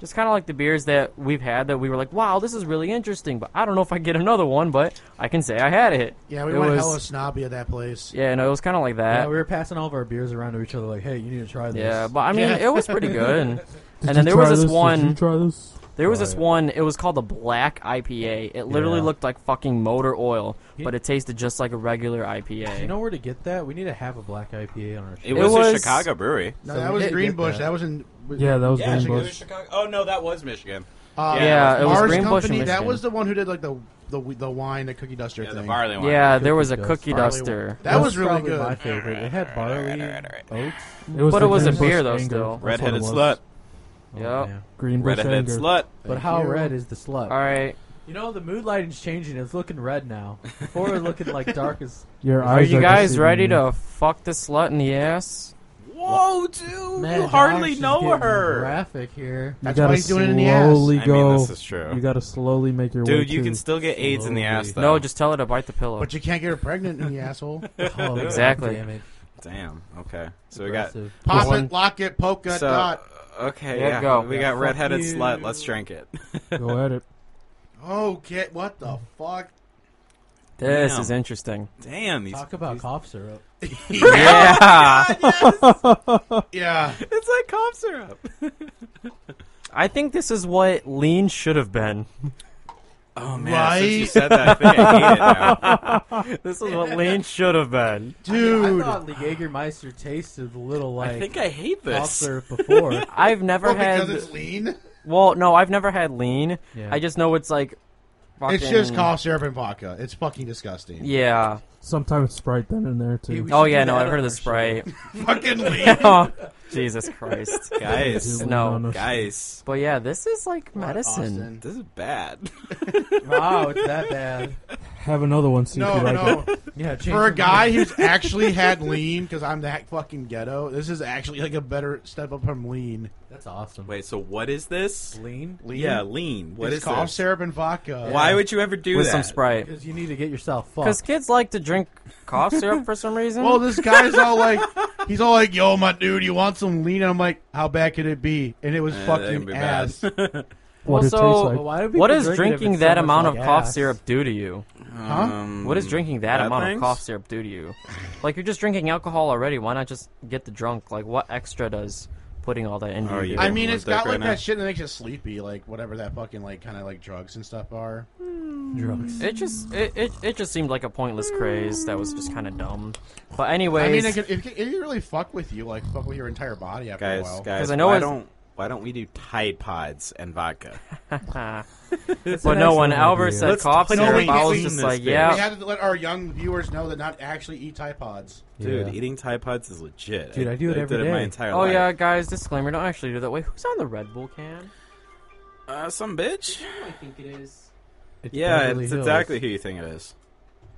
E: Just kind of like the beers that we've had that we were like, "Wow, this is really interesting," but I don't know if I get another one, but I can say I had it.
C: Yeah, we
E: It
C: went
E: was-
C: hella snobby at that place.
E: Yeah, no, it was kind of like that.
D: yeah, we were passing all of our beers around to each other, like, "Hey, you need to try this."
E: Yeah, but I mean,
C: Yeah.
E: it was pretty good. And,
F: Did
E: and then
F: you
E: there was
F: try
E: this one.
F: Did you try this?
E: There was
D: Oh,
E: this
D: yeah.
E: one. It was called the Black IPA. It literally
D: Yeah.
E: looked like fucking motor oil,
D: Yeah.
E: but it tasted just like a regular IPA.
D: Do you know where to get that? We need to have a black IPA on our show.
A: It was,
E: was-
A: a Chicago brewery.
C: No,
D: So
C: that
D: we
C: was
D: did get
C: Greenbush.
D: that.
C: That. was in. was-
F: Yeah, that was
A: Yeah,
F: Green
A: Chicago,
F: Bush.
A: Chicago. Oh no, that was Michigan.
C: Uh,
E: yeah, it was
C: Mars
E: Greenbush in
C: Company. That
E: Michigan.
C: was the one who did like the the the wine, the cookie duster
A: Yeah, the
C: thing.
A: barley one.
E: yeah, there was a
D: Cookie dust.
E: cookie
C: Barley
E: duster.
C: one. That was
D: That's
C: really
D: probably
C: good.
D: My favorite. It had barley, oats.
F: It was
E: But
F: the
E: it was a
F: Green
E: beer,
F: Bush
E: though,
F: anger.
E: still.
F: That's what it
A: Redheaded
F: was.
A: slut.
D: Oh,
E: Yep.
D: man.
F: Green Bush
A: Redheaded
F: anger.
A: slut.
D: But
C: Thank
D: how
C: you.
D: red is the slut?
E: All right,
D: You know the mood lighting's changing. It's looking red now. Before it was looking like dark as.
F: Your
E: are
F: eyes
E: you guys
F: deceiving
E: ready
F: you.
E: to fuck this slut in the ass?
A: Whoa, dude!
D: Man,
A: you hardly
D: Josh is
A: know
D: getting
A: her.
D: Graphic here.
F: You
C: That's
F: gotta
C: why he's doing it in the ass.
F: slowly
A: I
F: go.
A: mean, this is
F: You
A: true.
F: gotta slowly make your way.
A: Dude, you
F: to-
A: can still get AIDS in the ass though.
E: No, just tell her to bite the pillow.
C: But you can't get her pregnant, you asshole.
D: Oh,
E: Exactly.
D: Damn it.
A: damn. Okay, so we got
D: Aggressive.
C: Pop
E: One-
C: it, lock it, poke it,
A: so
C: dot.
A: okay.
E: Yeah,
A: Yeah,
E: go.
A: we
D: Yeah,
A: got
D: fuck
A: redheaded
D: you.
A: slut. Let's drink it.
F: go at it.
C: Okay, what the fuck?
E: this
A: Damn.
E: is interesting.
A: Damn, these.
D: Talk about cough syrup.
E: Yeah,
C: Yeah,
A: It's like cough syrup.
E: I think this is what lean should have been.
A: Oh man,
C: Right?
A: since you said that, I think I hate it now.
E: This is what lean should have been.
C: dude.
D: I thought the Jägermeister tasted a little like
A: I think I hate
D: cough
A: this.
D: syrup before.
E: I've never
C: Well,
E: had.
C: because it's lean.
E: Well, no, I've never had lean.
D: Yeah.
E: I just know it's like.
C: It's just
E: fucking-
C: cough syrup and vodka. It's fucking disgusting.
E: Yeah.
F: Sometimes Sprite then in there
D: He
F: too.
D: was-
E: Oh
D: should
E: yeah,
D: do
E: no,
D: that
E: I've heard
D: on our
E: of the Sprite.
C: Fucking lean.
E: oh, Jesus Christ.
A: Guys,
E: no,
A: guys,
E: But yeah, this is like medicine.
C: Austin.
A: this is bad.
D: wow, it's that bad.
F: Have another one, see if
C: No,
F: you like
C: no.
F: it.
D: Yeah, change
C: For a
D: the
C: guy
D: name.
C: who's actually had lean, because I'm that fucking ghetto, this is actually like a better step up from lean.
D: that's awesome.
A: Wait, so what is this?
D: lean?
C: Lean?
A: Yeah, lean. What
C: it's
A: is
C: cough
A: this?
C: syrup and vodka.
A: Why would you ever do
E: With
A: that?
E: some Sprite.
D: Because you need to get yourself
E: Because
D: fucked.
E: kids like to drink cough syrup for some reason.
C: Well, this guy's all like, he's all like, "Yo, my dude, you want some lean?" I'm like, "How bad could it be?" And it was
A: Eh, that
C: fucking
A: can be bad.
C: ass.
F: what it
E: also,
F: tastes like.
D: why do people
E: What does
D: drink it if
E: drinking
D: it's so
E: that
D: much
E: amount
D: like
E: of cough
D: ass?
E: syrup do to you?
A: Um,
E: What does drinking that
A: bad
E: amount
A: things?
E: of cough syrup do to you? Like you're just drinking alcohol already. Why not just get the drunk? Like what extra does putting all that into
A: Oh,
E: you?
A: yeah.
E: do?
C: I mean,
A: Everyone's
C: it's got
A: dick right
C: like
A: now.
C: that shit that makes you sleepy, like whatever that fucking like kind of like drugs and stuff are.
D: drugs.
E: It just it, it, it just seemed like a pointless craze that was just kind of dumb. But anyways,
C: I mean, it could, if, it- if you really fuck with you, like fuck with your entire body after
D: Oh,
A: guys,
C: a while.
A: guys,
E: I know
A: why
E: it's-
A: don't why don't we do Tide Pods and vodka?
E: ah.
D: It's
E: but
D: an
E: no one.
D: excellent
E: Albert
D: idea.
E: said
A: Let's
E: cough
A: play
E: syrup.
A: Queen
E: I was
A: Queen
E: just
A: this
E: like,
A: thing.
E: yeah,
C: We have to let our young viewers know that not actually eat Tide Pods.
A: Dude,
D: Yeah.
A: eating Tide Pods is legit.
D: Dude, I do it
A: I
D: every
A: did it my
D: day.
A: entire
E: Oh
A: life.
E: yeah, guys, disclaimer, don't actually do that. Wait, who's on the Red Bull can?
A: Uh, some bitch.
E: I think it is.
D: It's
A: Yeah,
D: Beverly
A: it's
D: Hills.
A: exactly who you think it is.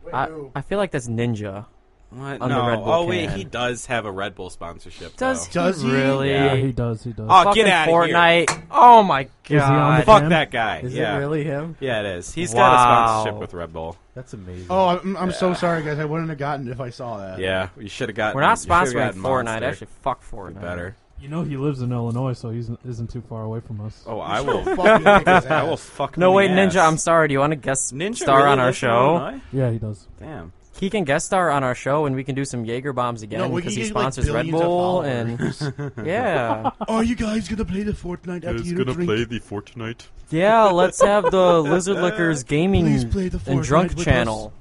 C: Wait,
E: I,
C: who?
E: I feel like that's Ninja.
A: What?
E: On the
A: no.
E: Red Bull
A: oh wait,
E: can.
A: he does have a Red Bull sponsorship.
E: Does
A: though.
E: he
C: Does he?
E: really?
A: Yeah,
F: Yeah, he does. He does.
A: Oh,
E: Fucking
A: get out of here!
E: Fortnite. Oh my
F: he on
E: god.
F: the-
A: Fuck
F: Him?
A: that guy.
D: Is
A: yeah.
D: it really him?
A: Yeah, it is. He's got
E: Wow.
A: a sponsorship with Red Bull.
D: That's amazing.
C: Oh, I'm, I'm so sorry, guys. I wouldn't have gotten it if I saw that.
A: Yeah, you should have got.
E: We're not
A: you should've
E: sponsoring
A: gotten
E: Fortnite.
A: Monster.
E: Actually, fuck Fortnite.
A: better.
F: You know he lives in Illinois, so he isn't too far away from us.
A: Oh, I will.
C: Fucking kick his
A: I will
C: ass.
A: fuck. him
E: No
A: in
E: wait,
A: the
E: Ninja. I'm
A: ass.
E: sorry. Do you want to guest
A: Ninja
E: star
A: really
E: on our
A: lives in
E: show?
A: Illinois?
F: Yeah, he does.
A: Damn.
E: He can guest star on our show, and we can do some Jaeger bombs again
C: No, we
E: because
C: can
E: he
C: get, like,
E: sponsors Red
C: billions of
E: Bull. And
C: followers.
E: yeah,
C: Are you guys gonna play the Fortnite after you drink?
B: the Fortnite.
E: yeah. Let's have the Lizard Lickers
C: Please
E: gaming
C: play the
E: and
C: Fortnite
E: drunk
C: with
E: channel.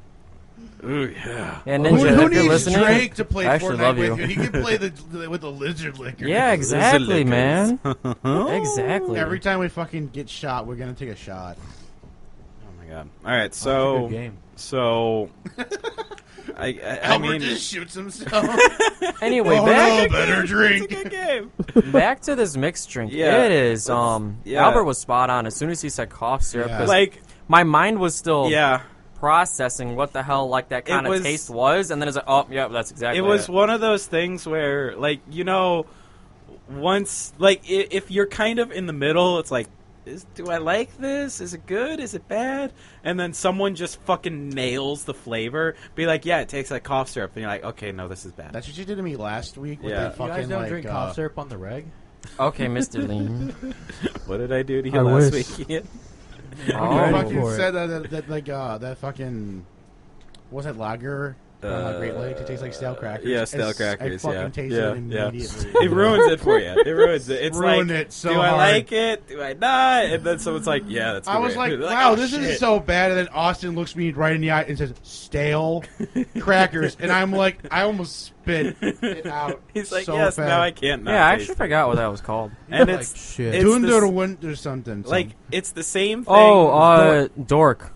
A: Ooh yeah.
E: And
C: Us. Who,
E: Ninja,
C: who
E: if you're
C: needs
E: listening,
C: Drake to play
E: I actually
C: Fortnite
E: love
C: with
E: you.
C: you? He can play the with the lizard liquor.
E: Yeah, exactly,
A: lickers.
E: man.
A: Oh,
C: Oh.
E: exactly.
C: Every time we fucking get shot, we're gonna take a shot.
A: Oh my god. All right,
D: That's a good
A: so
D: game.
A: so. I I, I
C: Albert
A: mean,
C: just shoots himself.
E: anyway,
C: oh
E: back
C: no, better drink.
A: good game.
E: back to this mixed drink.
A: Yeah.
E: It is. Um,
A: Yeah.
E: Albert was spot on as soon as he said cough syrup.
C: Yeah.
E: 'cause
A: Like
E: my mind was still
A: yeah,
E: processing what the hell like that
A: It
E: kind of
A: was-
E: taste was, and then it's like, oh yeah, that's exactly.
A: it was one of those things where like you know, once like i- if you're kind of in the middle, it's like. Is, do I like this? Is it good? Is it bad? And then someone just fucking nails the flavor. Be like, yeah, it tastes like cough syrup. And you're like, okay, no, this is bad.
C: That's what you did to me last week with
A: Yeah.
C: that
D: You
C: fucking
D: guys don't
C: like.
D: drink
C: uh,
D: cough syrup on the reg?
E: okay, Mister Lean.
A: what did I do to you
F: I
A: last
F: wish.
A: week? Ian?
C: You
D: Ready
E: oh,
C: fucking
D: for it.
C: said that, that, that like uh, that fucking was it lager? from, uh, Great Lakes. It tastes like stale crackers.
A: Yeah, stale
C: It's-
A: crackers.
C: I fucking
A: yeah,
C: tasted
A: yeah,
C: it
A: yeah.
C: immediately.
A: It ruins it for you. It ruins it. It's
C: Ruined
A: like,
C: it so
A: do I
C: hard.
A: like it? Do I not? And then someone's like, yeah, that's.
C: I was
A: great.
C: like, wow,
A: oh,
C: this
A: shit.
C: is so bad. And then Austin looks me right in the eye and says, stale crackers. And I'm like, I almost spit it out.
A: He's like,
C: so
A: yes,
C: fast.
A: now I can't. Not
E: yeah, I
A: taste
E: actually forgot what that was called.
A: it. And
D: Like,
A: it's
D: shit.
A: it's
C: Doing
A: this-
C: the winter something. some-
A: like it's the same thing.
E: Oh, uh, dork.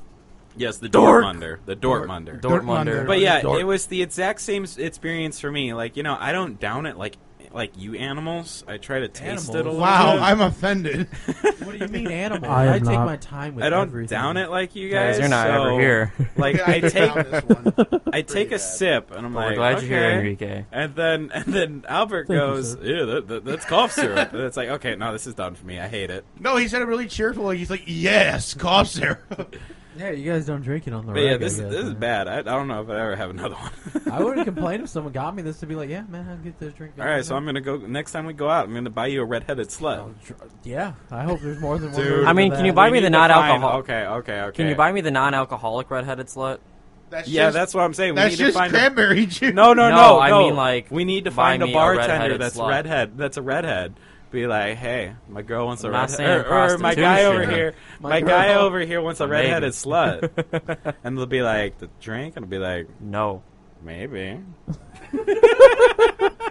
A: yes, the
E: Dork.
A: Dortmunder, the Dortmunder.
E: Dortmunder.
C: Dortmunder.
A: But yeah,
D: Dork.
A: it was the exact same s- experience for me. Like you know, I don't down it like like you animals. I try to taste it a
D: Animals?
A: little.
C: wow,
A: bit.
C: I'm offended.
D: What do you mean animal?
F: I am
D: take
F: not-
D: my time with
A: I don't
D: everything.
A: down it like you guys.
E: Guys, you're not
A: so,
E: ever here.
A: Like I take
C: found this one.
A: I take a
C: bad.
A: sip and I'm
E: We're
A: like,
E: glad
A: okay.
E: you're here, Enrique.
A: And then and then Albert
F: Thank you,
A: goes,
F: sir.
A: "Yeah, that, that, that's cough syrup." and it's like, okay, no, this is done for me. I hate it.
C: No, he said it really cheerful. Like, he's like, yes, cough syrup.
D: Yeah, you guys don't drink it on the
A: But
D: reg.
A: yeah, this
D: I guess,
A: this is
D: man.
A: bad. I, I don't know if I ever have another one.
D: I wouldn't complain if someone got me this to be like, yeah, man, I'll get this drink.
A: All right, so I'm gonna go next time we go out. I'm gonna buy you a redheaded slut.
D: Yeah, I hope there's more than one.
A: Dude.
D: version
A: I
D: of
E: mean, can
D: that.
E: you buy
A: We
E: me the
A: need to find-
E: non-alcohol-
A: Okay, okay, okay.
E: Can you buy me the non-alcoholic redheaded slut?
C: That's
A: Yeah,
C: just,
A: that's what I'm saying. We
C: that's
A: need to
C: just
A: find. A,
C: cranberry juice.
A: no, no, no,
E: No, I
A: no.
E: mean, like,
A: we need to
E: buy
A: find a
E: me a
A: bartender
E: redheaded
A: that's
E: slut.
A: redhead. That's a redhead. Be like, hey, my girl wants a
E: I'm not
A: redhead,
E: saying
A: or, or my guy over
E: prostitution.
A: here,
D: My
A: my, guy
D: girl.
A: over here wants a
E: Or maybe.
A: redheaded slut, and they'll be like, the drink, and I'll be like,
E: No.
A: Maybe.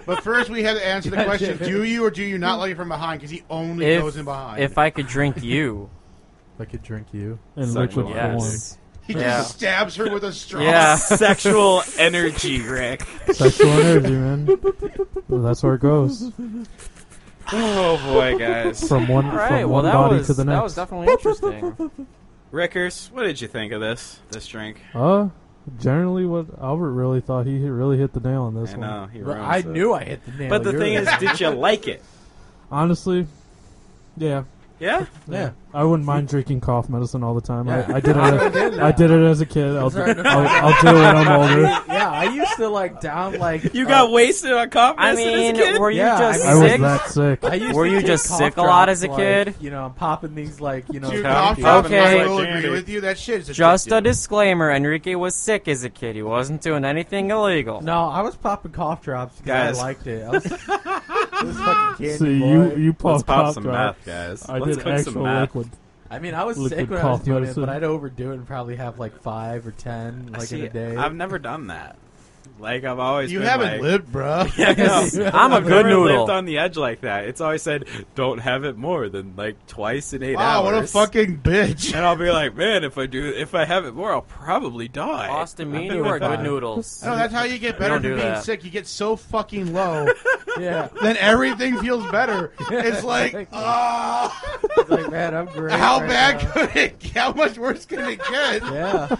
C: But first, we had to answer the question: Do you or do you not like it from behind? Because he only goes
E: If
C: in behind.
E: if I could drink you,
D: I could drink you.
F: In
A: Suck
F: liquid
A: my
F: form.
E: yes.
C: he
E: yeah.
C: just stabs her with a straw.
E: Yeah.
A: Sexual energy, Rick.
F: Sexual energy, man. Well, that's where it goes
A: Oh boy, guys.
F: from one
E: All right.
F: from
E: Well,
F: one
E: that
F: body
E: was
F: to the next.
E: that was definitely interesting.
A: Rickers, what did you think of this this drink?
F: Uh, generally, what Albert really thought he hit- really hit the nail on this
A: I
F: one.
A: know he ruins
D: I
A: it.
D: knew I hit the nail.
A: But the
D: You're
A: thing is,
D: right.
A: did you like it?
F: Honestly, yeah,
A: Yeah.
D: Yeah.
F: I wouldn't mind drinking cough medicine all the time.
D: Yeah.
F: I, I did it. As, I did it as a kid. I'll, do-
D: Sorry to-
F: I'll, I'll do it when I'm older.
D: yeah, I used to like down like uh,
A: You got wasted on
E: I
A: confidence as a
E: mean,
A: kid?
E: were you
D: Yeah,
E: just
F: I was
E: sick?
F: that sick.
D: I used
E: Were
D: to
E: you
D: take
E: just
D: cough
E: sick a lot as a
D: drops,
E: kid?
D: Like, you know, I'm popping these like you know.
C: Dude,
A: Tell
C: cough
A: me.
C: drops,
E: Okay.
C: I will
A: Danny.
C: agree with you. That shit is
E: Just a
C: addictive.
E: disclaimer: Enrique was sick as a kid. He wasn't doing anything illegal.
D: No, I was popping cough drops because
A: Guys.
D: I liked it. I was, it was fucking candy
F: See,
D: boy.
F: you you
A: Let's
F: pop
A: pop some
F: drop.
A: meth, guys.
F: I
A: Let's
F: did
A: cook some
F: actual
A: meth.
F: liquid.
D: I mean, I was
F: Liquid
D: sick when I was
F: cough
D: doing
F: medicine.
D: it, but I'd overdo it and probably have like five or ten like
A: See,
D: in a day.
A: I've never done that. Like I've always
C: You
A: been
C: haven't
A: like,
C: lived, bruh.
A: I know.
E: I'm a
A: I've
E: good
A: never
E: noodle.
A: lived on the edge like that. It's always said, don't have it more than like twice in eight
C: Wow,
A: hours.
C: what a fucking bitch.
A: And I'll be like, man, if I do, if I have it more, I'll probably die.
E: Austin,
A: I've
E: me and
A: been
E: you are
A: with
E: good
A: that.
E: noodles.
C: No, that's how you get better from
E: don't do
C: being
E: that.
C: sick. You get so fucking low,
D: yeah,
C: then everything feels better. It's like, ah,
D: It's like man, I'm great.
C: how
D: right
C: bad
D: now.
C: could it? get? How much worse could it get?
D: Yeah,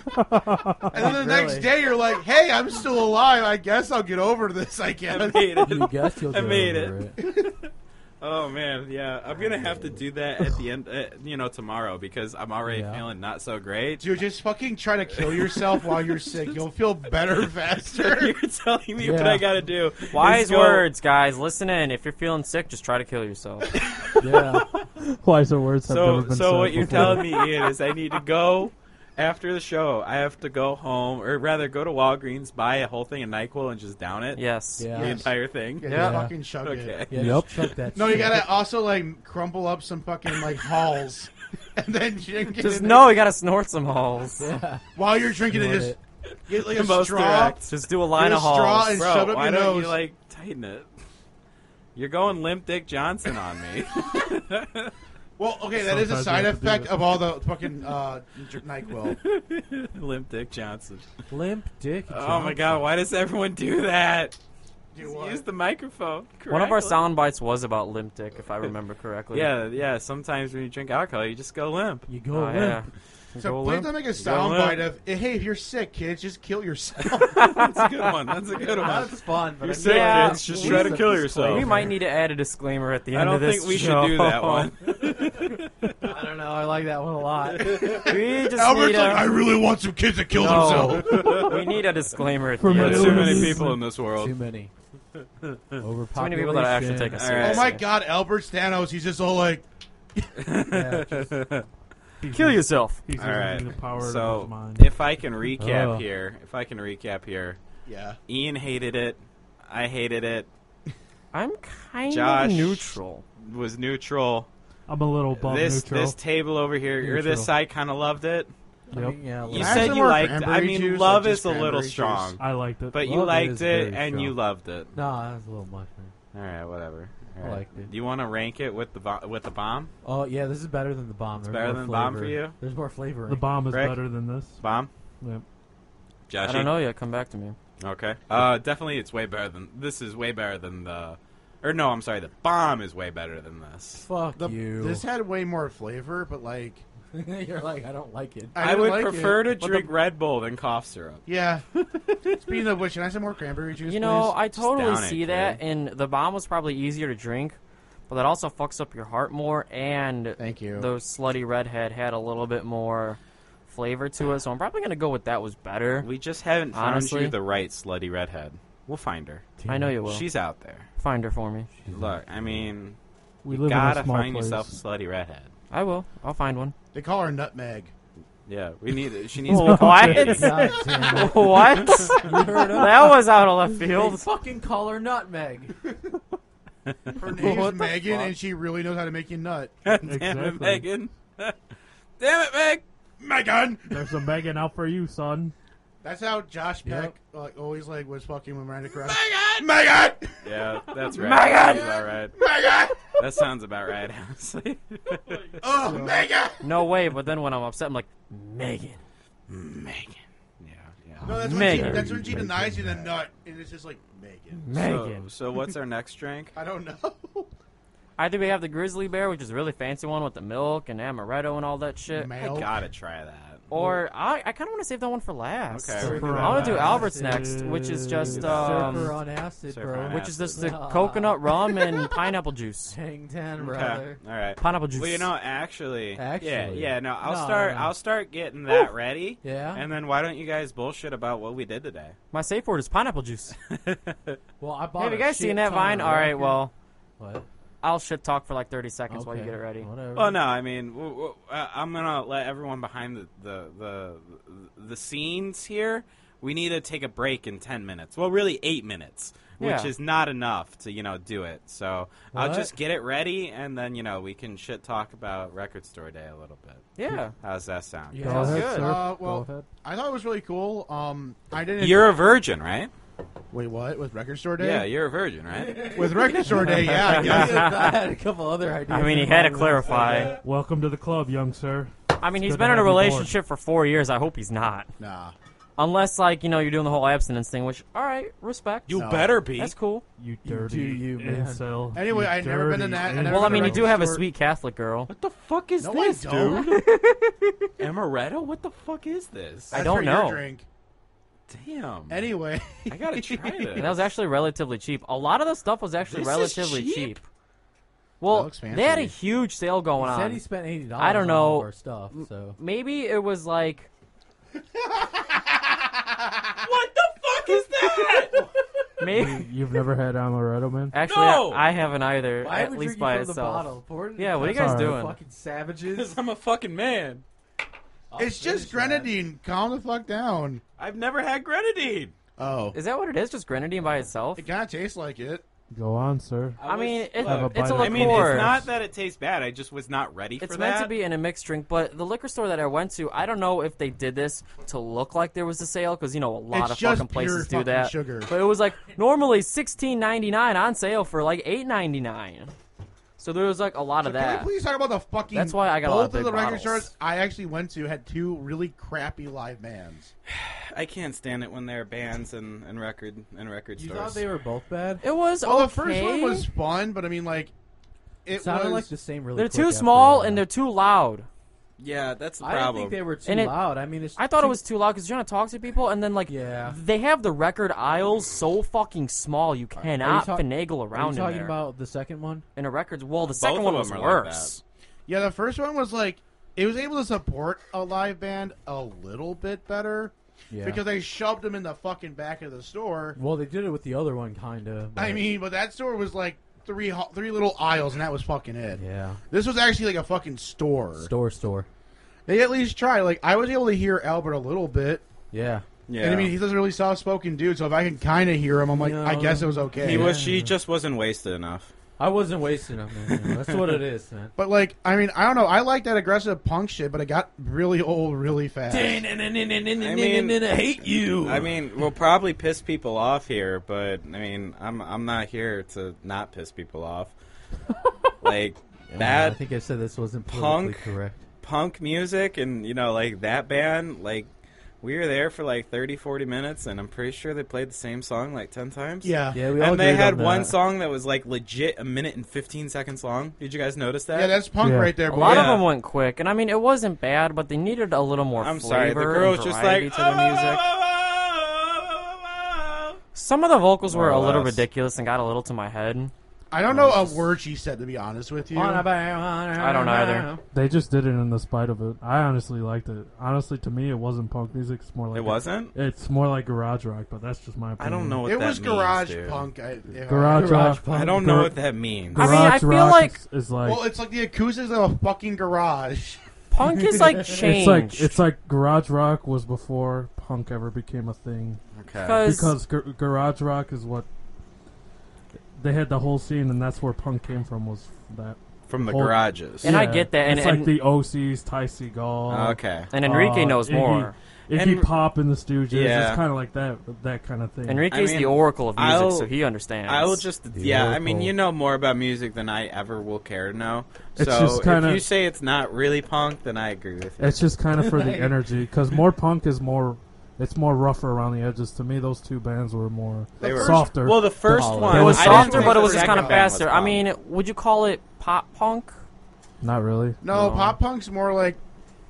C: And then the next
D: Really?
C: day, you're like, hey, I'm still alive. I guess I'll get over this. I
A: I
C: guess.
A: made it.
D: you guess you'll
A: I
D: get
A: made
D: over
A: it. Oh man, yeah, I'm gonna have to do that at the end, uh, you know, tomorrow because I'm already
D: Yeah.
A: feeling not so great.
C: Dude, just fucking try to kill yourself while you're sick. You'll feel better faster.
A: You're telling me what
D: Yeah.
A: I gotta do.
E: Wise
A: is go-
E: words, guys. Listen in. If you're feeling sick, just try to kill yourself.
D: Yeah,
F: Why so words have
A: So,
F: never been
A: so
F: said
A: what you're
F: before.
A: telling me, Ian, is I need to go after the show. I have to go home, or rather, go to Walgreens, buy a whole thing of Nyquil, and just down it.
E: Yes.
A: the
D: yeah,
C: Yes.
A: entire thing.
C: Yeah,
E: Yeah.
C: just fucking chug
A: Okay.
C: it.
D: yeah.
F: Yep.
D: just chuck that
C: No, you
D: shit.
C: gotta also like crumple up some fucking like halls, and then drink it.
E: Just
C: in
E: know you gotta snort some halls.
D: Yeah.
C: it. while you're drinking it,
D: Snort
C: just
D: it.
C: get like
A: The
C: a
A: most
C: straw.
A: direct.
E: Just do a line
C: a
E: of
C: straw
E: halls.
C: and-
A: Bro,
C: shove up
A: why
C: your
A: don't
C: nose.
A: you like tighten it? You're going Limp Dick Johnson on me.
C: Well, okay, that is a
F: Sometimes
C: side
F: you have to do
C: effect
F: that.
C: of all the fucking uh, dr- Nyquil.
A: Limp Dick Johnson.
D: Limp dick.
A: Oh my god, why does everyone do that?
C: Do
A: Just
C: what?
A: Use the microphone.
E: One of our
A: correctly.
E: sound bites was about limp dick, if I remember correctly.
A: Yeah, yeah. Sometimes when you drink alcohol, you just go limp.
D: You go
E: Oh,
D: limp.
E: yeah.
C: So
E: Go
C: please
E: limp.
C: don't make a
A: limp.
C: soundbite of "Hey, if you're sick, kids, just kill yourself."
A: That's a good one. That's a good one.
D: That's fun, but
A: You're
D: I
A: sick,
E: Yeah.
A: kids. Just
D: We
A: try to
D: should
A: kill
D: just
A: yourself.
E: We might need to add a disclaimer at the
A: Oh, I
E: end
A: don't
E: of this
A: think we
E: show.
A: should do that one.
D: I don't know. I like that one a lot.
E: we just
C: Albert's
E: need
C: like, "I
E: a,
C: really want some kids to kill themselves."
E: we need a disclaimer at the
F: For
E: end.
F: my
E: of
A: There's
E: this.
A: too many
F: Yes.
A: people in this
D: Too
A: world.
D: many. Overpopulation.
E: Too many people that actually take us
A: All right.
E: seriously.
C: Oh my God, Albert Stanos, he's just all like,
D: Yeah, just-
E: Kill yourself.
F: He's
A: All
F: using
A: right.
F: the power of his
A: So
F: mind.
A: if I can recap
D: Oh.
A: here, if I can recap here,
C: "Yeah."
A: Ian hated it. I hated it.
E: I'm kind
A: Josh.
E: of neutral.
A: Was neutral.
F: I'm a little bum
A: this
F: neutral.
A: this table over here or
F: Neutral.
A: this side kind of loved it.
D: I
F: Yep.
D: mean, yeah,
A: You
D: like-
C: I have
A: said
C: some
A: you
C: more
A: liked. it. I
C: cranberry
A: mean,
C: juice,
A: love
C: like
A: is
C: just
A: a little
C: cranberry
A: strong,
F: I liked it.
A: but you
D: Love it
A: liked
D: is
A: it
D: very
A: and you
D: strong.
A: loved it.
D: Nah, that's a little much, man.
A: All right, whatever. All
D: I
A: right.
D: liked it.
A: Do you want to rank it with the bo- with the bomb?
D: Oh yeah, this is better than the bomb. There's
A: better
D: more
A: than the
D: flavor.
A: bomb for you?
D: There's more flavor.
F: the bomb is
A: Rick?
F: better than this.
A: Bomb.
F: Yeah.
A: Joshy?
E: I don't know yet. Come back to me.
A: Okay. Uh, definitely, it's way better than this. Is way better than the, or no, I'm sorry, the bomb is way better than this.
D: Fuck
C: The-
D: you.
C: This had way more flavor, but like,
D: You're like, I don't like it.
C: I,
A: I,
C: didn't
A: would
C: like
A: prefer
C: it.
A: to drink Red Bull than cough syrup.
C: Yeah. Speaking of which, can I have some more cranberry juice?
E: You know,
C: please?
E: I totally
A: down it,
E: see that, and the bomb was probably easier to drink, but that also fucks up your heart more, and
C: Thank you.
E: the slutty redhead had a little bit more flavor to it, so I'm probably gonna go with that was better.
A: We just haven't found
E: Honestly?
A: you the right slutty redhead. We'll find her.
E: I know you will.
A: She's out there.
E: Find her for me.
A: Look, I mean,
F: We
A: you
F: live in
A: gotta
F: a small
A: find
F: place.
A: yourself a slutty redhead.
E: I will. I'll find one.
C: They call her Nutmeg.
A: Yeah, we need. She needs.
E: what? what?
D: God damn it.
E: That was out of left
D: They
E: field.
D: fucking call her nutmeg.
C: Her name's
E: What the
C: Megan,
E: fuck?
C: and she really knows how to make you nut.
A: Damn it,
F: Exactly.
A: Megan. Damn it, Meg.
C: Megan.
F: There's a Megan out for you, son.
C: That's how Josh
D: Yep.
C: Peck like, always like was fucking with Miranda Cross. Megan. Megan.
A: Yeah, that's right. Megan. All right.
C: Megan.
A: That sounds about right, honestly.
C: Oh, Megan.
E: No way. But then when I'm upset, I'm like, Megan.
A: Megan. Yeah, yeah.
C: No, that's when she,
E: Megan.
C: that's when she denies you the nut, and it's just like Megan.
E: Megan.
A: So, so what's our next drink?
C: I don't know.
E: Either we have the grizzly bear, which is a really fancy one with the milk and amaretto and all that shit.
C: Male.
A: Gotta try that.
D: Oh,
E: Or I, I kind of want to save that one for last.
A: Okay, we
E: I want to do Albert's next, which is just
D: Surfer
E: um,
D: on acid,
A: Surfer
D: bro.
A: on
E: which is just the
D: Ah.
E: coconut rum and pineapple juice.
D: Hang ten,
A: Okay.
D: brother.
A: All right.
E: Pineapple juice.
A: Well, you know, actually, yeah,
D: Actually.
A: yeah. No, I'll
D: No,
A: start.
D: no.
A: I'll start getting that ready.
D: Yeah.
A: And then why don't you guys bullshit about what we did today?
E: My safe word is pineapple juice.
D: well, I bought.
E: Have you
D: a
E: guys
D: shit
E: seen that
D: ton
E: vine?
D: of
E: All right,
D: record-
E: well,
D: What?
E: I'll shit talk for like 30 seconds while you
D: Okay,
E: get it ready.
D: Whatever.
A: Well, Oh, no, I mean, w- w- uh, I'm gonna let everyone behind the the, the the scenes here. We need to take a break in ten minutes. Well, really eight minutes, which
E: Yeah.
A: is not enough to you know do it. So I'll
D: What?
A: just get it ready, and then you know we can shit talk about Record Store Day a little bit.
E: Yeah.
A: How's that sound?
F: Go
E: sounds
F: ahead,
E: good.
F: sir.
C: Uh, well-
F: Go ahead.
C: I thought it was really cool. Um, I didn't.
A: You're a virgin, right?
C: Wait, what? With Record Store Day?
A: Yeah, you're a virgin, right?
C: With Record Store Day, yeah. I guess.
D: I had a couple other ideas.
E: I mean, he
D: in
E: had to
D: my
E: clarify.
F: Welcome to the club, young sir.
E: I mean, he's
F: good
E: been
F: to
E: in a
F: have you aboard.
E: relationship for four years. I hope he's not.
C: Nah.
E: Unless, like, you know, you're doing the whole abstinence thing, which, all right, respect.
A: You
C: No.
A: better be.
E: That's cool.
F: You
D: do
F: dirty
D: you, man.
F: incel.
C: Anyway,
F: You
C: I'd never been in
F: dirty
C: that- I
F: incel.
C: never
E: Well, I
C: been
E: mean, you
C: Record
E: do have a
C: store-
E: sweet Catholic girl.
A: What the fuck is
C: No, I
A: this,
C: don't.
A: dude? Amaretto? What the fuck is this?
E: I
C: That's
E: don't
C: for your
E: know.
C: Drink.
A: Damn.
C: Anyway,
A: I gotta try this.
E: And that was actually relatively cheap. A lot of the stuff was actually
A: This is
E: relatively
A: cheap?
E: cheap. Well,
C: looks fancy.
E: they had a huge sale
D: He
E: going
D: said he
E: on.
D: spent eighty dollars.
E: I don't
D: on all
E: know.
D: of our stuff. So
E: Maybe it was like
A: what the fuck is that?
E: maybe.
F: You've never had amaretto, man?
E: Actually,
A: No!
E: I, I haven't either.
D: Why
E: at
D: would
E: least
D: you
E: by
D: from the
E: itself.
D: bottle? Pour it in
E: Yeah,
D: the
E: what are you
D: cup.
E: guys
F: Sorry.
E: doing?
D: Fucking savages.
A: I'm a fucking man.
C: it's just grenadine. Calm the fuck down.
A: I've never had grenadine.
C: Oh,
E: Is that what it is? Just grenadine by itself?
C: it kind of tastes like it.
F: Go on, sir.
E: I mean, it,
F: Have a
E: it's a
F: bite of
E: liqueur.
A: I mean, it's not that it tastes bad. I just was not ready for
E: It's
A: that.
E: meant to be in a mixed drink, but the liquor store that I went to, I don't know if they did this to look like there was a sale because you know a lot
C: It's
E: of
C: just
E: fucking
C: pure
E: places do
C: fucking
E: that.
C: sugar.
E: But it was like normally sixteen ninety nine on sale for like eight ninety nine. So there was like a lot of
C: Can
E: that.
C: we please talk about the fucking?
E: That's why I got a
C: both
E: lot of
C: the
E: big
C: record
E: bottles.
C: stores I actually went to had two really crappy live bands.
A: I can't stand it when there are bands and, and record and record
D: You
A: stores.
D: thought they were both bad?
E: It was
C: Well,
E: okay.
C: the first one was fun, but I mean, like, it,
D: It sounded
C: was
D: like the same. Really,
E: they're
D: quick
E: too
D: after a
E: small
D: while.
E: and they're too loud.
A: yeah, that's the
D: I didn't
A: problem.
D: think they were too
E: And it-
D: loud. I mean, it's
E: I thought
D: too-
E: it was too loud because you're trying to talk to people, and then like
D: Yeah.
E: they have the record aisles so fucking small you cannot
D: talk-
E: finagle
D: Are you
E: around in
D: talking
E: there.
D: about the second one?
E: in a records, well, the second
A: of
E: one
A: them
E: was
A: are like
E: worse.
C: yeah. The first one was like it was able to support a live band a little bit better
D: Yeah.
C: because they shoved them in the fucking back of the store.
D: well, they did it with the other one, kind of.
C: I mean, but that store was like three ho- three little aisles, and that was fucking it.
D: yeah,
C: This was actually like a fucking store.
D: store, store.
C: They at least tried. Like I was able to hear Albert a little bit,
D: Yeah,
A: yeah.
C: and I mean he's a really soft spoken dude. So if I can kind of hear him, I'm like,
D: No.
C: I guess it was okay.
A: he was. She just wasn't wasted enough.
D: I wasn't wasting them. Man. you know, That's what it is, man.
C: But like, I mean, I don't know. I like that aggressive punk shit, but it got really old really fast.
A: I
G: I
A: mean-
G: I hate you.
A: I mean, we'll probably piss people off here, but I mean, I'm I'm not here to not piss people off. like
D: I
A: that
D: think I said this wasn't
A: punk-
D: politically correct.
A: punk music and you know like that band like we were there for like 30 40 minutes and i'm pretty sure they played the same song like 10 times
C: Yeah,
D: Yeah, we all
A: and they
D: agreed
A: had
D: on that.
A: one song that was like legit a minute and 15 seconds long did you guys notice that
C: Yeah, that's punk
F: Yeah.
C: right there.
E: A
C: boy.
E: lot of
A: Yeah.
E: them went quick, and I mean, it wasn't bad, but they needed a little more
A: i'm
E: flavor
A: sorry the girl
E: and
A: was just
E: variety
A: like
E: to the
A: "Oh,
E: music.
A: oh, oh, oh, oh, oh, oh,
E: Some of the vocals
A: More
E: were a
A: or
E: little
A: less.
E: ridiculous and got a little to my head.
C: I don't know a word she said to be honest with you.
D: I
E: don't either.
F: They just did it in the spite of it. I honestly liked it. Honestly, to me, it wasn't punk music. It's more
A: oh."
F: like
A: it wasn't
F: It's more like garage rock, but that's just my
A: i
F: opinion.
A: don't know what
C: It
A: that
C: was
A: means,
C: garage
A: dude.
C: punk. I, if I-
F: Garage,
D: Garage
F: rock.
D: punk.
A: i don't
F: Gar-
A: know what that means
E: I
F: Garage
E: mean, I feel
F: rock
E: like-
F: is, is like
C: Well, it's like the acoustics of a fucking garage.
E: Punk is like
F: it's
E: changed.
F: like it's like garage rock was before punk ever became a thing.
A: okay
E: because
F: because gar- garage rock is what they had the whole scene, and that's where punk came from. Was that?
A: from the
F: Hold-
A: garages
E: And I get that, and-
F: it's like
E: and-
F: the OCs, Ty Segall,
A: okay
E: and Enrique
F: uh,
E: knows
F: Iggy-
E: more.
F: Iggy
A: And-
F: Pop and the Stooges.
A: Yeah.
F: It's kind of like that, that kind of thing.
E: Enrique's
A: I mean,
E: the oracle of music,
A: I'll-
E: so he understands.
A: I will just
D: The
A: yeah. I mean,
D: Oracle.
A: you know more about music than I ever will care to know.
F: It's
A: so
F: just kinda-
A: if you say it's not really punk, then I agree with you.
F: It's just kind of for the energy, because more punk is more. It's more rougher around the edges. To me, those two bands were more
A: They were-
F: softer.
A: well, the first
D: It
A: one
E: It was
A: I didn't
E: softer,
A: think
E: but it
A: the
E: was just
A: second
E: kind of
A: band was
E: faster. I
A: punk.
E: mean, would you call it pop punk?
F: Not really.
C: No, pop punk's more like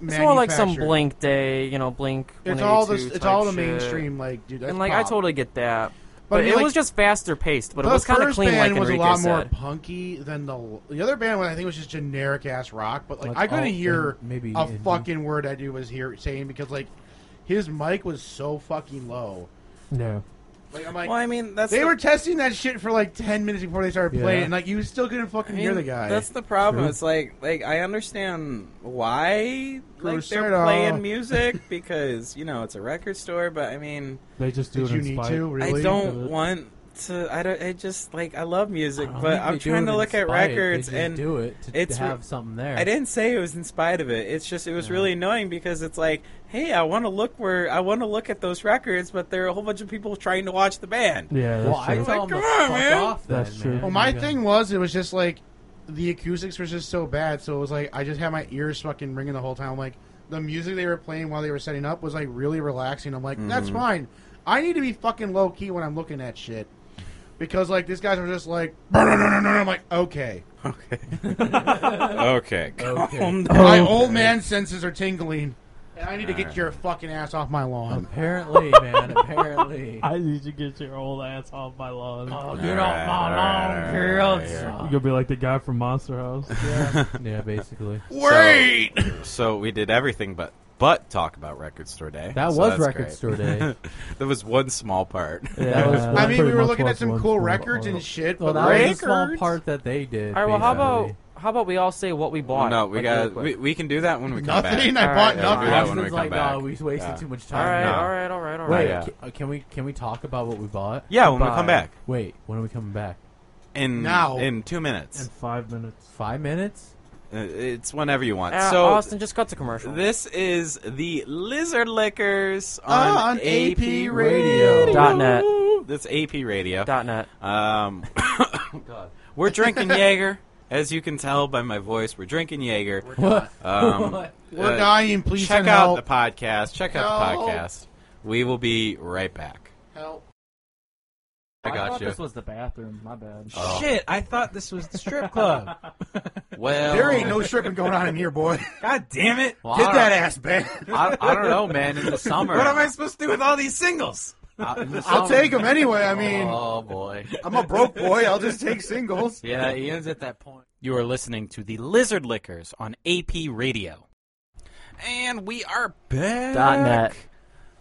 E: It's more like some Blink day, you know, Blink.
C: It's all the
E: 182
C: it's
E: type
C: all the
E: shit.
C: mainstream like dude. That's
E: and like I
C: pop.
E: totally get that,
C: But
E: but,
C: I mean,
E: it
C: like,
E: was just faster paced, but it
C: the
E: was kind of
C: first
E: clean, like
C: band was
E: Enrique
C: a lot
E: said.
C: more punky than the the other band. Was, I think was just generic ass rock, but like,
D: Like
C: I couldn't
D: alt
C: hear
D: and maybe
C: a
D: indie.
C: fucking word that dude was here saying because like his mic was so fucking low.
F: Yeah.
C: Like I'm like.
A: well, I mean, that's
C: they
A: the,
C: were testing that shit for like ten minutes before they started
D: Yeah.
C: playing, and like you still couldn't
A: I
C: fucking
A: mean,
C: hear the guy.
A: That's the problem.
D: True.
A: It's like like I understand why like they're
C: Crusader.
A: playing music because you know it's a record store, but I mean
F: They just do
C: Did
F: it
C: you
F: in
C: need
F: spite.
C: to? Really?
A: I
F: Uh,
A: don't want to. I don't. I just like I love music,
D: I don't
A: but
D: think
A: I'm
D: they do
A: trying
D: it
A: to
D: in
A: look at
D: spite. They
A: records
D: just
A: and
D: do it to- to,
A: it's re-
D: have something there.
A: I didn't say it was in spite of it. It's just it was really annoying because it's like, hey, I want to look where I want to look at those records, but there are a whole bunch of people trying to watch the band.
F: Yeah, that's
D: Well, I
F: true.
D: tell
A: Like,
D: them to
A: come on,
D: fuck
A: man.
D: off. Then,
F: That's true.
D: man. Oh,
C: Well, Oh, my
D: Yeah.
C: thing was it was just like the acoustics were just so bad, so it was like I just had my ears fucking ringing the whole time. Like the music they were playing while they were setting up was like really relaxing. I'm like, that's
F: Mm-hmm.
C: fine. I need to be fucking low key when I'm looking at shit because like these guys were just like, no, no, no, no. I'm like, okay,
A: Okay. okay. Calm down.
C: my old man senses are tingling, and I need to get your fucking ass off my
D: Um,
C: lawn.
D: Apparently, man. Apparently.
F: I need to get your old ass off my lawn.
D: Oh, get off my lawn,
F: You're
D: girls.
F: gonna be like the guy from Monster House.
D: Yeah, basically.
A: Wait. So, we did everything but but talk about record store day.
D: That
A: So
D: was
A: that's
D: record
A: great.
D: store day.
A: There was one small part.
F: Yeah,
D: was-
F: that's
C: I mean,
F: pretty
C: we were
F: much
C: looking
F: what
C: at some
F: was
C: cool
F: going
C: records
F: on.
C: and shit,
D: well,
C: but
D: that was a small
A: Records?
D: part that they did.
E: All right, well, how about
D: basically.
E: how about we all say what we bought?
A: no, we
E: like, real
A: got
E: quick?
A: we, we can do that when we come
C: nothing.
A: back.
C: I
A: All
C: bought
A: right,
C: nothing.
A: do that when we
D: Austin's
A: come
D: like,
A: back.
D: no, we wasted
A: Yeah.
D: too much
E: All right,
D: time.
E: all right, all right, all
D: Wait,
E: right.
A: Yeah.
D: ca- uh, can we can we talk about what we bought?
A: Yeah, when we
E: Goodbye.
A: come back
D: Wait, when are we coming back?
A: in
C: Now.
A: in two minutes.
F: In five minutes.
D: Five minutes?
A: Uh, It's whenever you want.
E: Uh,
A: so
E: Austin just cut the commercial.
A: This is the Lizard Lickers on,
C: Ah, on AP
D: Radio.
E: Dot net.
A: That's AP Radio.
E: dot net.
A: Um, we're drinking Jaeger, as you can tell by my voice. We're drinking Jaeger. Um,
C: we're
A: uh,
C: dying. Please
A: Check
C: send
A: out
C: help.
A: the podcast. Check out
C: Help.
A: the podcast. We will be right back.
C: help.
A: I Uh, got you.
H: This was the bathroom. My bad.
A: Shit, I thought this was the strip club. well,
C: There ain't no stripping going on in here, boy.
A: God damn it!
B: Well,
C: Get
B: I, don't,
C: that ass back.
B: I, I don't know, man. In the summer,
A: What am I supposed to do with all these singles?
B: I, in the
C: I'll
B: summer-
C: take them anyway. I mean,
B: Oh boy.
C: I'm a broke boy. I'll just take singles.
B: Yeah, Ian's at that point.
A: You are listening to the Lizard Lickers on AP Radio. And we are back.
E: Dot net.